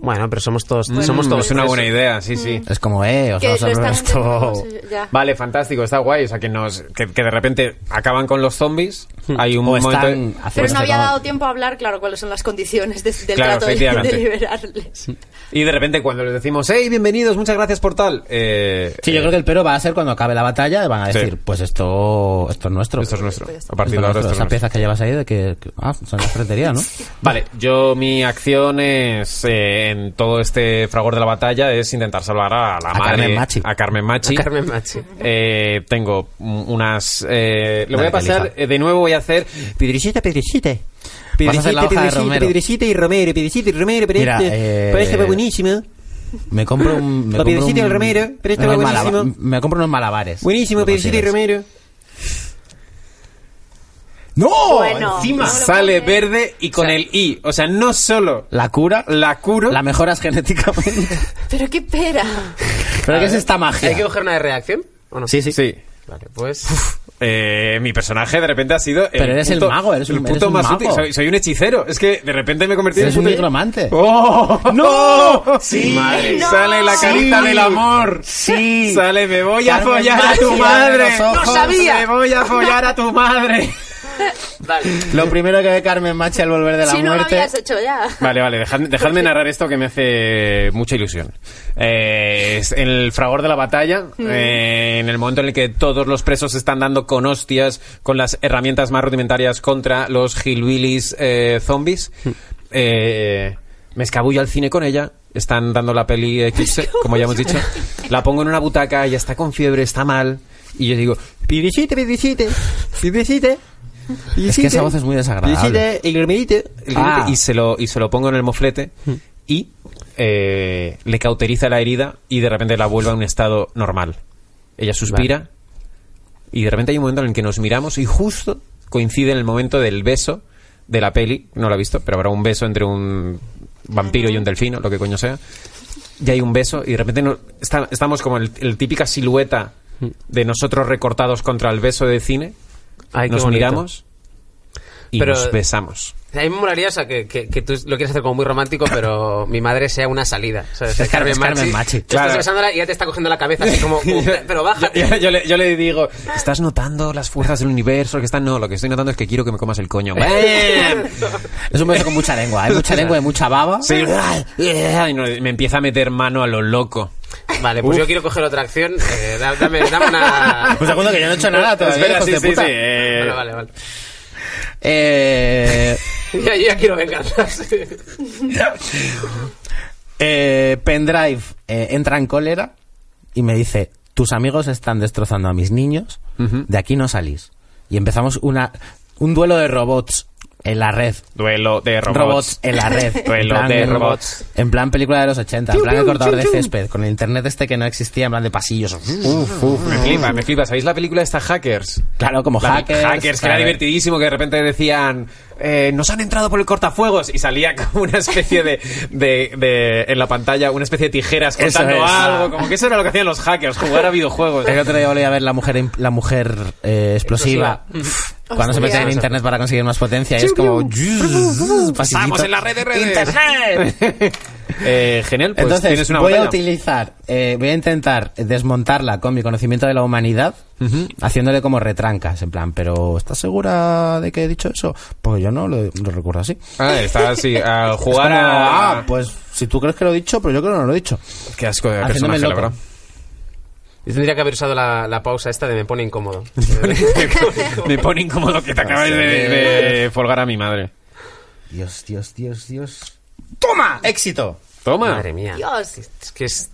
D: Bueno, pero somos todos...
B: Mm,
D: somos todos
B: es una
D: presos.
B: buena idea, sí, sí.
A: Es como, eh, os
C: Que
A: vamos a
C: lo están
A: hablar esto...
C: intentando, sí, Mm, ya.
B: Vale, fantástico, está guay. O sea, que, nos, que, que de repente acaban con los zombies. Hay un
A: O
B: momento.
A: están
C: Pero
A: haciendo
C: no había
A: como-
C: dado tiempo a hablar, claro, cuáles son las condiciones de- del
B: Claro,
C: trato de,
B: efectivamente.
C: de liberarles.
B: Y de repente, cuando les decimos, hey, bienvenidos, muchas gracias por tal. eh,
A: Sí, yo
B: eh,
A: creo que el pero va a ser cuando acabe la batalla, van a decir, pues esto, esto es nuestro.
B: Esto es nuestro. A
A: Esto
B: partir
A: es
B: de ahora,
A: nuestro.
B: esto es
A: Esas
B: nuestro.
A: piezas que llevas ahí de que... que- ah, son de la ferretería, ¿no?
B: Vale, yo mi acción es eh, en todo este fragor de la batalla es intentar salvar a la
A: A
B: madre
A: Carmen Machi.
B: a Carmen Machi.
D: Carmen Machi.
B: Eh, tengo mm, unas eh, lo voy
A: Dale,
B: a pasar
A: Califa.
B: eh, de nuevo voy a hacer
E: Pedricita, pedricita.
A: Vas a hacer la hoja de
E: Pedricita, pedricita,
A: Romero.
E: pedricita y Romero, pedricita y Romero, pero
A: Mira,
E: este-
A: eh,
E: pero este va buenísimo.
A: Me compro un... Me
E: La
A: compro
E: piedrecita
A: un-
E: del Romero, pero esto va
A: unos malaba-
E: buenísimo.
A: Me compro unos malabares.
E: Buenísimo,
A: Lo
E: pedricita y
A: consigues.
E: Romero.
A: ¡No!
C: Bueno,
B: encima
C: Ah, no me lo
B: sale
C: puedo creer.
B: verde y con el i, o sea, no solo
A: La cura,
B: la curo.
A: la mejoras genéticamente.
C: Pero qué pera.
A: ¿Pero qué es esta
D: ¿Hay que
A: magia?
D: coger una de reacción? ¿O no?
B: sí. sí.
D: Vale, pues...
B: Eh, mi personaje de repente ha sido el
A: Pero eres el
B: puto-
A: mago, eres un-
B: el puto
A: eres un
B: más
A: mago.
B: útil. Soy, soy un hechicero. Es que de repente me he convertido
A: Eres
B: en
A: un
B: puto-
A: nigromante.
B: ¡Oh! ¡No! ¡Sí!
C: Madre. No.
B: Sale la carita
A: Sí.
B: del amor.
A: Sí.
B: Sale, me voy
A: Carmen
B: a follar a
A: Machi,
B: tu
A: abre
B: madre.
A: los ojos.
D: ¡No sabía!
B: Me voy a follar a tu madre.
D: Vale.
A: Lo primero que ve Carmen Machi al volver de la
C: si no lo
A: muerte.
C: habías hecho ya.
B: Vale, vale, dejadme, dejadme narrar esto que me hace mucha ilusión. Eh, es en el fragor de la batalla, eh, en el momento en el que todos los presos se están dando con hostias, con las herramientas más rudimentarias contra los hillbillies eh, zombies, eh, me escabullo al cine con ella. Están dando la peli Eclipse, como ya hemos dicho. La pongo en una butaca, ella está con fiebre, está mal. Y yo digo,
E: Pedricita, pedricita. Pedricita.
A: Es que esa voz es muy desagradable.
E: Pedricita, el Romerito.
B: el
A: Ah.
B: grillete y se lo y se lo pongo en el moflete
D: Hmm.
B: y eh, le cauteriza la herida y de repente la vuelve a un estado normal. Ella suspira y de repente hay un momento en el que nos miramos y justo coincide en el momento del beso de la peli. No la he visto, pero habrá un beso entre un vampiro y un delfino, lo que coño sea. Y hay un beso y de repente no- está- estamos como el, el típica silueta
D: Hmm.
B: de nosotros recortados contra el beso de cine.
D: Ay, qué
B: nos
D: bonito.
B: miramos y
D: Pero-
B: nos besamos.
D: A mí me molaría o sea, que, que- que tú lo quieres hacer como muy romántico, pero mi madre sea una salida. O sea, sea
A: Es Carmen-
D: Carmen,
A: es Carmen
D: Machi.
A: Machi,
D: Tú
B: claro.
D: Estás besándola y ya te está cogiendo la cabeza así como, "Uh, pero baja.
B: Yo, yo- yo le, yo le digo, ¿estás notando las fuerzas del universo? que están? No, lo que estoy notando es que quiero que me comas el coño.
A: Es un beso con mucha lengua, hay mucha lengua y mucha baba.
B: Sí. Y no- me empieza a meter mano a lo loco.
D: Vale, pues yo quiero coger otra acción. Eh, da- dame, dame una...
A: Un segundo, Pues que yo no he hecho nada todavía,
B: Espera,
A: hijos
B: sí,
A: de
B: sí,
A: puta.
B: sí, eh,
D: Vale, vale, vale.
A: Eh,
D: Yo, yo ya quiero venganza. sí.
A: eh, pendrive eh, entra en cólera y me dice, tus amigos están destrozando a mis niños, de aquí no salís. Y empezamos una, un duelo de robots en la red.
B: Duelo de robots.
A: en la red.
B: Duelo
A: En plan-
B: de robots.
A: En plan película de los 80, en plan el cortador de césped, con el internet este que no existía, en plan de pasillos.
B: Uf, uf, me flipa, me flipa. ¿Sabéis la película esta Hackers?
A: Claro, como
B: La-
A: hackers.
B: que era
A: claro.
B: divertidísimo, que de repente decían, eh, nos han entrado por el cortafuegos, y salía como una especie de, de- de- en la pantalla, una especie de tijeras
A: Eso
B: cortando
A: es. Eh,
B: algo, como que eso era lo que hacían los hackers, jugar a videojuegos.
A: El otro día volví a ver la mujer, imp- la mujer eh, explosiva. Cuando se
C: Hostia.
A: mete en internet para conseguir más potencia y es como...
B: Estamos
A: Estamos
B: en la red de redes.
A: ¡Internet!
B: Eh, genial, pues
A: Entonces,
B: tienes una
A: voy
B: batalla.
A: a utilizar, eh, voy a intentar desmontarla con mi conocimiento de la humanidad, haciéndole como retrancas, en plan, pero ¿estás segura de que he dicho eso? Porque yo no lo, lo recuerdo así.
B: Ah, está así, a jugar
A: Es como,
B: a...
A: Ah, pues si tú crees que lo he dicho, pero yo creo que no lo he dicho.
B: Qué asco de
A: haciéndome
B: personaje, la
A: loco.
B: verdad.
D: Yo tendría que haber usado la, la pausa esta de me pone incómodo.
B: Me pone incómodo que te acabas de, de folgar a mi madre.
A: Dios, Dios, Dios, Dios. ¡Toma! ¡Éxito!
B: Toma,
D: Madre mía.
C: Dios.
D: Es que es...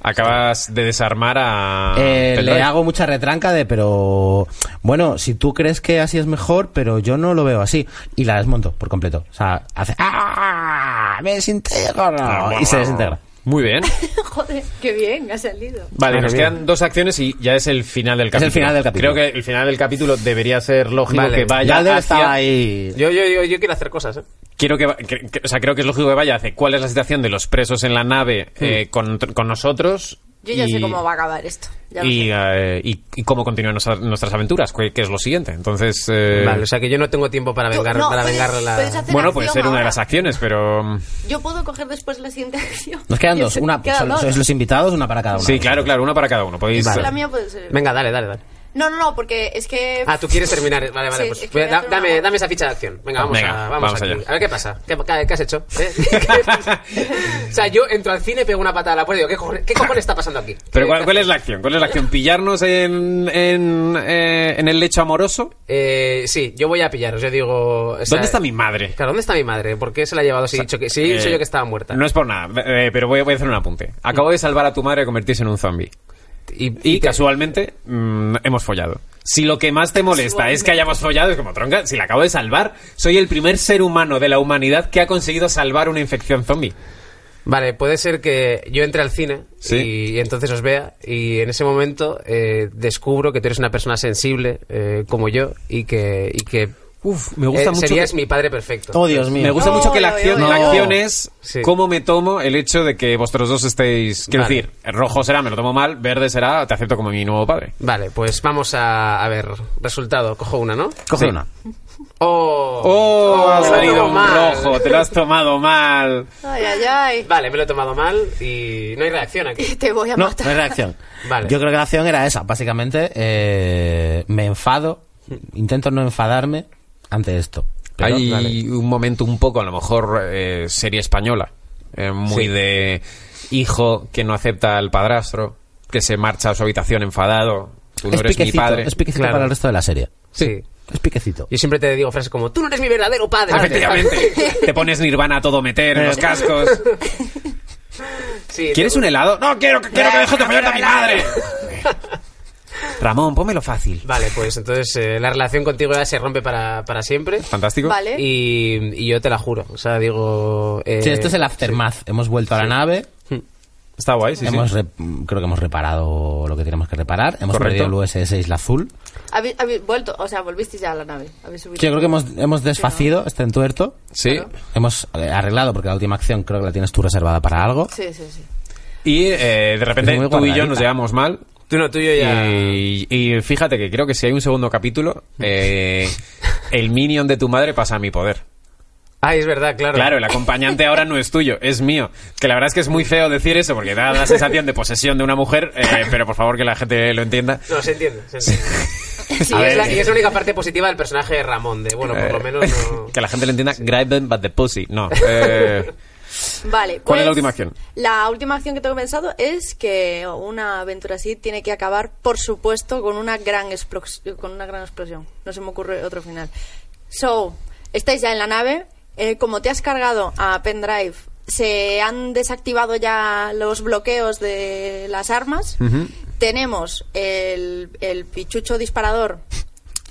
B: acabas de desarmar a...
A: Eh, le
B: Pendrive.
A: hago mucha retranca de, pero bueno, si tú crees que así es mejor, pero yo no lo veo así. Y la desmonto por completo. O sea, hace ¡Ah! ¡Me
B: Ah,
A: desintegro! Y se desintegra.
B: Muy bien.
C: Joder, qué bien, ha salido.
B: Vale,
D: Madre
B: nos
D: mía.
B: quedan dos acciones y ya es el final del
A: el
B: capítulo.
A: final del capítulo.
B: Creo que el final del capítulo debería ser lógico
D: Vale.
B: que vaya
A: Galder
B: hacia...
A: estaba ahí.
D: Yo, yo, yo, yo quiero hacer cosas, ¿eh?
B: Quiero que, va- que- que- o sea, creo que es lógico que vaya hacia cuál es la situación de los presos en la nave eh, con, con nosotros.
C: Yo ya
B: y-
C: sé cómo va a acabar esto. Ya lo
B: y,
C: sé.
B: eh, y- y cómo continúan nuestra- nuestras aventuras, que, que es lo siguiente. Entonces, eh,
D: Vale, o sea que yo no tengo tiempo para
C: Tú-
D: vengar,
C: no,
D: para
C: puedes-
D: vengar la...
C: puedes hacer
B: bueno,
C: acción
B: puede ser una de
C: ahora.
B: las acciones, pero... mm,
C: Yo puedo coger después la siguiente acción.
A: Nos quedan
C: Yo
A: dos.
C: sé-
A: Una,
C: queda
A: so-
C: dos.
A: sois los invitados, una para cada uno.
B: Sí, claro, claro, una para cada uno. Podéis...
C: La mía puede ser.
D: Venga, dale, dale, dale.
C: No, no, no, porque es que.
D: Ah, tú quieres terminar. Vale,
C: Eh,
D: vale,
C: Sí,
D: pues
C: es que voy a
D: da-
C: hacer una
D: dame,
C: boda.
D: dame esa ficha de acción. Venga, vamos,
B: Venga,
D: a, vamos,
B: vamos
D: aquí.
B: allá.
D: A ver qué pasa. ¿Qué, qué- qué has hecho? ¿Eh? o sea, yo entro al cine, pego una patada a la puerta y digo, ¿qué cojones, qué cojones está pasando aquí?
B: Pero ¿cuál, cuál es la acción? ¿Cuál es la acción? ¿Pillarnos en, en, eh, en el lecho amoroso?
D: Eh, sí, yo voy a pillaros. Yo digo. o sea,
B: ¿Dónde está mi madre?
D: Claro, ¿dónde está mi madre? ¿Por qué se la ha llevado si he dicho que sí? he dicho
B: Eh,
D: yo que estaba muerta.
B: No es por nada, eh, pero voy, voy a hacer un apunte. Acabo de salvar a tu madre de convertirse en un zombie. Y, y casualmente mm, hemos follado. Si lo que más te molesta es que hayamos follado, es como tronca, si la acabo de salvar, soy el primer ser humano de la humanidad que ha conseguido salvar una infección zombie.
D: Vale, puede ser que yo entre al cine
B: Sí.
D: y, entonces os vea y en ese momento eh, descubro que tú eres una persona sensible eh, como yo y que, y que
B: Uf, me
D: eh, serías mi padre perfecto.
A: Oh, Dios mío.
B: Me gusta
C: No,
B: mucho que la
C: no,
B: acción,
C: no,
B: la
A: no.
B: acción es
D: Sí.
B: cómo me tomo el hecho de que vosotros dos estéis. Quiero
D: Vale.
B: decir, rojo será, me lo tomo mal, verde será, te acepto como mi nuevo padre.
D: Vale, pues vamos a, a ver. Resultado, cojo una, ¿no?
A: Coge
B: Sí.
A: una.
D: ¡Oh!
B: ¡Oh!
D: Me
B: ha
D: lo he
B: salido
D: tomado
B: un
D: mal.
B: rojo, te lo has tomado mal.
C: Ay, ay, ay.
D: Vale, me lo he tomado mal y no hay reacción aquí.
C: Te voy a
A: No,
C: matar.
A: no hay reacción.
D: Vale.
A: Yo creo que la acción era esa. Básicamente, eh, me enfado. Intento no enfadarme ante esto. Pero,
B: Hay
A: vale.
B: un momento un poco, a lo mejor, eh, serie española. eh, muy de hijo que no acepta al padrastro, que se marcha a su habitación enfadado. Tú no
A: es
B: eres mi
A: piquecito,
B: padre.
A: es piquecito
D: Claro.
A: para el resto de la serie.
D: Sí.
A: Es piquecito.
D: Yo siempre te digo frases como, tú no eres mi verdadero padre.
B: Efectivamente. te pones nirvana a todo meter en los cascos.
D: Sí,
B: ¿Quieres
D: te-
B: un helado? No, quiero, que- quiero que dejes de follar a mi madre. Ramón, pónmelo fácil.
D: Vale, pues entonces eh, la relación contigo ya se rompe para, para siempre.
B: Fantástico.
C: Vale.
D: Y, y yo te la juro. O sea, digo... eh,
A: este Sí, esto es el aftermath. Hemos vuelto a la nave.
B: Está guay, sí, sí.
A: Hemos re- creo que hemos reparado lo que tenemos que reparar. Hemos
B: Correcto.
A: perdido el USS Isla Azul.
C: Habéis, habéis vuelto, o sea, volvisteis ya a la nave. Habéis subido.
A: Sí, yo creo que hemos, hemos desfacido este entuerto.
B: Sí.
A: Hemos eh, arreglado porque la última acción creo que la tienes tú reservada para algo.
C: Sí, sí, sí.
B: Y eh, de repente
A: Es muy
B: tú y yo
A: guardadita.
B: nos llevamos mal.
D: Tú no, tú y yo ya.
B: Y, y fíjate que creo que si hay un segundo capítulo, eh, el minion de tu madre pasa a mi poder.
D: Ay, es verdad, claro.
B: Claro, el acompañante ahora no es tuyo, es mío. Que la verdad es que es muy feo decir eso porque da la sensación de posesión de una mujer, eh, pero por favor que la gente lo entienda.
D: No, se entiende. Se entiende.
C: Sí,
D: Y
C: es
D: es la-
C: la-
D: y es la única parte positiva del personaje de Ramón. De, bueno, por lo
B: Eh,
D: menos no.
B: Que la gente lo entienda, grab them but the pussy. No. eh,
C: Vale.
B: ¿Cuál es la
C: pues,
B: última acción?
C: La última acción que tengo pensado es que una aventura así tiene que acabar, por supuesto, con una gran, explos- con una gran explosión. No se me ocurre otro final. So, estáis ya en la nave. eh, como te has cargado a Pendrive, se han desactivado ya los bloqueos de las armas. Tenemos el, el pichucho disparador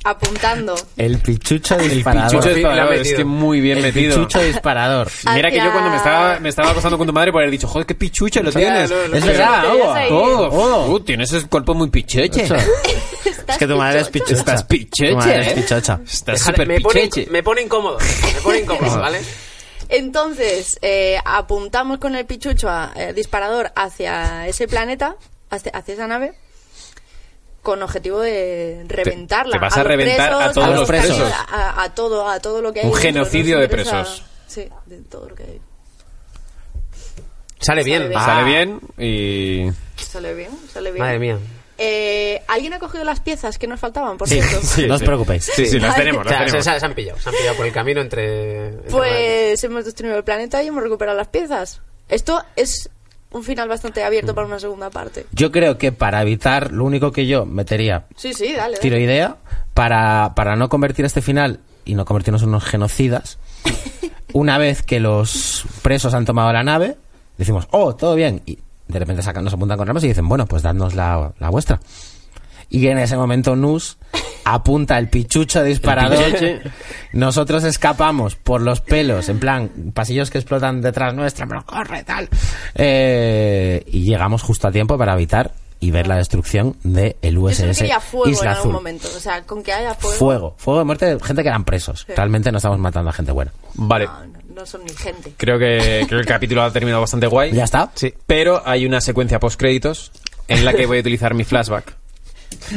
C: apuntando.
A: El pichucho disparador.
B: Chucho
D: fin la ha
B: disparador, es
D: metido.
B: que muy bien
A: El
B: metido.
A: pichucho disparador.
B: Mira que yo
C: Hacia-
B: cuando me estaba, me estaba acostando con tu madre por haber dicho, joder, qué pichucho lo tienes.
D: no, no,
A: es
D: no,
A: verdad,
C: no,
A: agua.
C: no,
B: Oh,
A: Oh.
B: uh, tienes el cuerpo muy picheche.
A: Pichucho.
C: Estás
A: Es que tu madre es
C: pichucho.
A: pichucha.
B: Estás picheche,
A: Tu madre es
B: ¿eh?
A: pichocha.
B: Estás
D: Déjale,
B: súper
D: me, pone,
B: picheche.
D: me pone incómodo. Me pone incómodo, ¿vale?
C: Entonces, eh, apuntamos con el pichucho a- eh, disparador hacia ese planeta, hacia, hacia esa nave, con objetivo de reventarla.
B: te vas a
C: los
B: reventar a todos
A: los
C: caídos,
A: presos.
C: A, a todo, a todo lo que hay.
B: Un
C: dentro,
B: genocidio
C: nos
B: de
C: interesa-
B: presos.
C: Sí, de todo lo que hay.
D: Sale bien.
C: Sale
D: va.
B: Sale bien y...
C: Sale bien, sale bien.
D: Madre mía.
C: Eh, ¿Alguien ha cogido las piezas que nos faltaban, por cierto?
A: No os preocupéis.
B: Sí, sí, las
C: Vale.
B: tenemos,
D: O sea,
B: las
D: se,
B: tenemos.
D: se- se han pillado. Se han pillado por el camino entre. entre
C: Pues hemos destruido el planeta y hemos recuperado las piezas. Esto es un final bastante abierto para una segunda parte.
A: Yo creo que para evitar, lo único que yo metería
C: Sí, sí, dale. dale.
A: tiro idea para, para no convertir este final y no convertirnos en unos genocidas. Una vez que los presos han tomado la nave, decimos, oh, todo bien. Y de repente sacan, nos apuntan con armas y dicen, bueno, pues dadnos la, la vuestra. Y en ese momento Nus apunta el pichucho disparador.
B: picheche.
A: Nosotros escapamos por los pelos, en plan, pasillos que explotan detrás nuestra, pero corre, tal. Eh, y llegamos justo a tiempo para evitar y ver la destrucción del el
C: Yo solo
A: USS
C: quería fuego en
A: Isla
C: algún
A: Azul.
C: momento. O sea, con que haya fuego.
A: Fuego, fuego de muerte de gente que eran presos. Realmente no estamos matando a gente buena.
B: Vale.
C: No, no, no son ni gente.
B: Creo que, creo que el capítulo ha terminado bastante guay.
A: ¿Ya está?
D: Sí.
B: Pero hay una secuencia post-créditos en la que voy a utilizar mi flashback.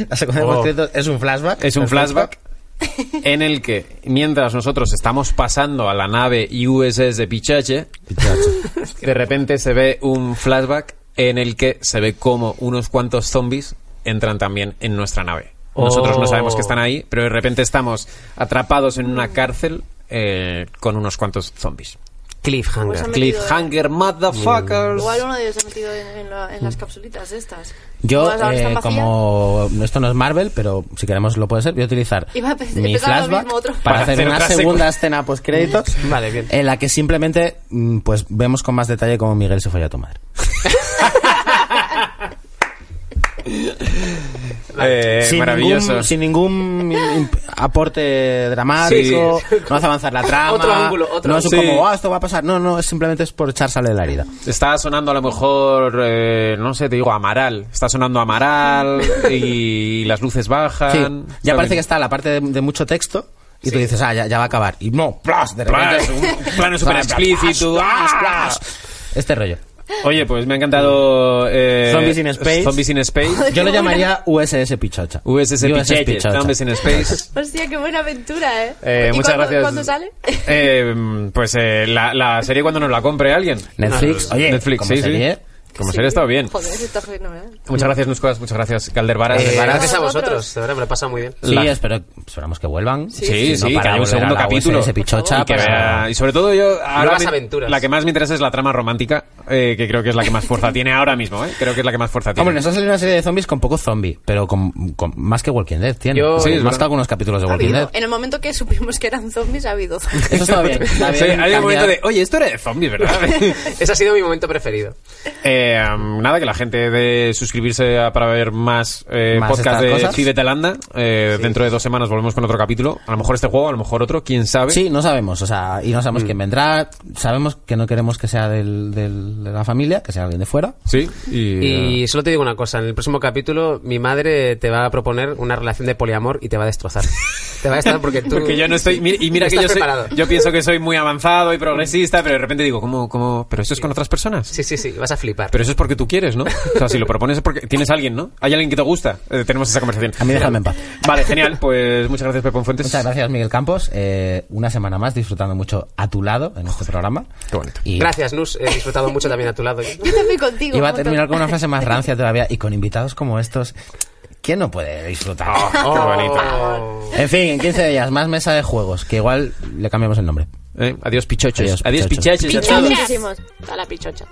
A: La secuencia
B: de Oh. concretos
A: es un flashback.
B: Es un flashback en el que, mientras nosotros estamos pasando a la nave USS de Pichache, de repente se ve un flashback en el que se ve como unos cuantos zombies entran también en nuestra nave. Nosotros no
D: Oh.
B: sabemos que están ahí, pero de repente estamos atrapados en una cárcel eh, con unos cuantos zombies.
D: Cliffhanger.
C: Pues a mí-
B: Cliffhanger, motherfuckers.
C: Igual uno de ellos se ha metido en, en la- en las capsulitas estas.
A: Yo,
C: Todas ahora
A: eh,
C: están vacías.
A: como esto no es Marvel, pero si queremos lo puede ser, voy a utilizar
C: Iba a pe-
A: mi
C: pensaba lo
A: flashback
C: mismo, otro.
A: para
B: Para hacer
A: hacer una
B: otra
A: segunda
B: secu-
A: escena post créditos
D: Vale, bien.
A: en la que simplemente mm, pues vemos con más detalle cómo Miguel se fue a tu madre.
B: Eh,
A: Mm. sin,
B: maravilloso.
A: ningún, sin ningún imp- aporte dramático, no hace avanzar la trama.
D: Otro ángulo, otro
A: no es
B: ángulo.
A: como,
B: Sí.
A: "Ah, esto va a pasar. No, no, es simplemente es por echar sal de la herida.
B: Está sonando a lo mejor, eh, no sé, te digo, Amaral. Está sonando Amaral y las luces bajan.
A: Sí,
B: Está
A: ya parece
B: bien.
A: que está la parte de, de mucho texto y tú dices, ah, ya, ya va a acabar. Y no, plas, de repente es
B: Plas, un plano súper
A: plas,
B: explícito.
A: plas,
B: ¡Ah!
A: plas. Este rollo.
B: Oye, pues me ha encantado... eh,
A: Zombies in Space.
B: Zombies in Space.
A: Yo lo llamaría USS Pichocha.
B: USS Pichete,
A: Pichocha.
B: Zombies in Space.
C: Hostia, qué buena aventura, ¿eh?
B: Eh,
C: ¿Y
B: muchas
C: cuándo-
B: gracias.
C: ¿Cuándo sale?
B: Eh, pues eh, la, la serie cuando nos la compre alguien. Ah,
A: Netflix, oye,
B: Netflix,
A: como
B: sí, sí.
A: serie,
B: Como serie está bien.
C: Joder, está fenomenal.
B: Muchas gracias, Nuscoas. Muchas gracias, Caldervaras.
D: Eh, gracias a
C: Nosotros.
D: vosotros. De verdad, me lo he pasado muy bien.
A: Sí,
B: La-
A: espero, esperamos que vuelvan.
B: Sí,
A: Si no,
B: sí,
A: para
B: que haya
A: volver
B: un
A: a
B: segundo
A: la
B: capítulo.
A: USS Pichocha.
B: y, que
A: pues,
B: vea- y sobre todo yo... Ahora
D: Nuevas
B: mi-
D: aventuras.
B: La que más me interesa es la trama romántica, eh, que creo que es la que más fuerza tiene ahora mismo. eh. Creo que es la que más fuerza tiene.
A: Hombre, nos ha salido una serie de zombies con poco zombie, pero con, con- más que Walking Dead, tiene.
D: Yo-
A: sí,
D: Sí,
B: es
A: más
B: verdad.
A: que algunos capítulos de
C: Ha
A: Walking
C: habido-
A: Dead.
C: En el momento que supimos que eran zombies, ha habido zombies.
A: Eso está bien. está
B: Sí,
A: bien
B: hay un momento
A: cambiar.
B: de, oye, esto era de zombies, ¿verdad?
D: Ese ha sido mi momento preferido.
B: Eh, Eh, um, nada, que la gente de suscribirse a- para ver más, eh,
A: Más
B: podcast
A: estas
B: de
A: cosas.
B: Cibetalanda. Eh, Dentro de dos semanas volvemos con otro capítulo. A lo mejor este juego, a lo mejor otro, quién sabe.
A: Sí, no sabemos, o sea, y no
B: Mm.
A: sabemos quién vendrá, sabemos que no queremos que sea del, del- de la familia, que sea alguien de fuera.
B: Sí, y, eh,
D: Y solo te digo una cosa, en el próximo capítulo mi madre te va a proponer una relación de poliamor y te va a destrozar. te va a destrozar porque tú...
B: Porque yo no estoy. mi- Y mira que
D: estás
B: yo, soy-
D: preparado.
B: yo pienso que soy muy avanzado y progresista, pero de repente digo, ¿cómo? cómo ¿Pero eso es con otras personas?
D: Sí, sí, sí, vas a flipar.
B: Pero eso es porque tú quieres, ¿no? O sea, si lo propones es porque tienes a alguien, ¿no? Hay alguien que te gusta. Eh, tenemos esa conversación.
A: A mí déjame en paz.
B: Vale, genial. Pues muchas gracias, Pepón Fuentes.
A: Muchas gracias, Miguel Campos. Eh, una semana más disfrutando mucho a tu lado en este programa.
B: Qué bonito.
A: Y,
D: Gracias, Nus, he disfrutado mucho también a tu lado.
C: Yo también contigo.
A: Y va a
C: un montón.
A: terminar con una frase más rancia todavía y con invitados como estos. ¿Quién no puede disfrutar?
B: Oh, qué bonito.
A: En fin, en 15 días, más mesa de juegos, que igual le cambiamos el nombre.
B: Eh, adiós, pichochos.
A: Adiós,
B: Adiós,
A: pichochos.
B: pichochos. a todos.
C: Muchísimos. A la pichocha.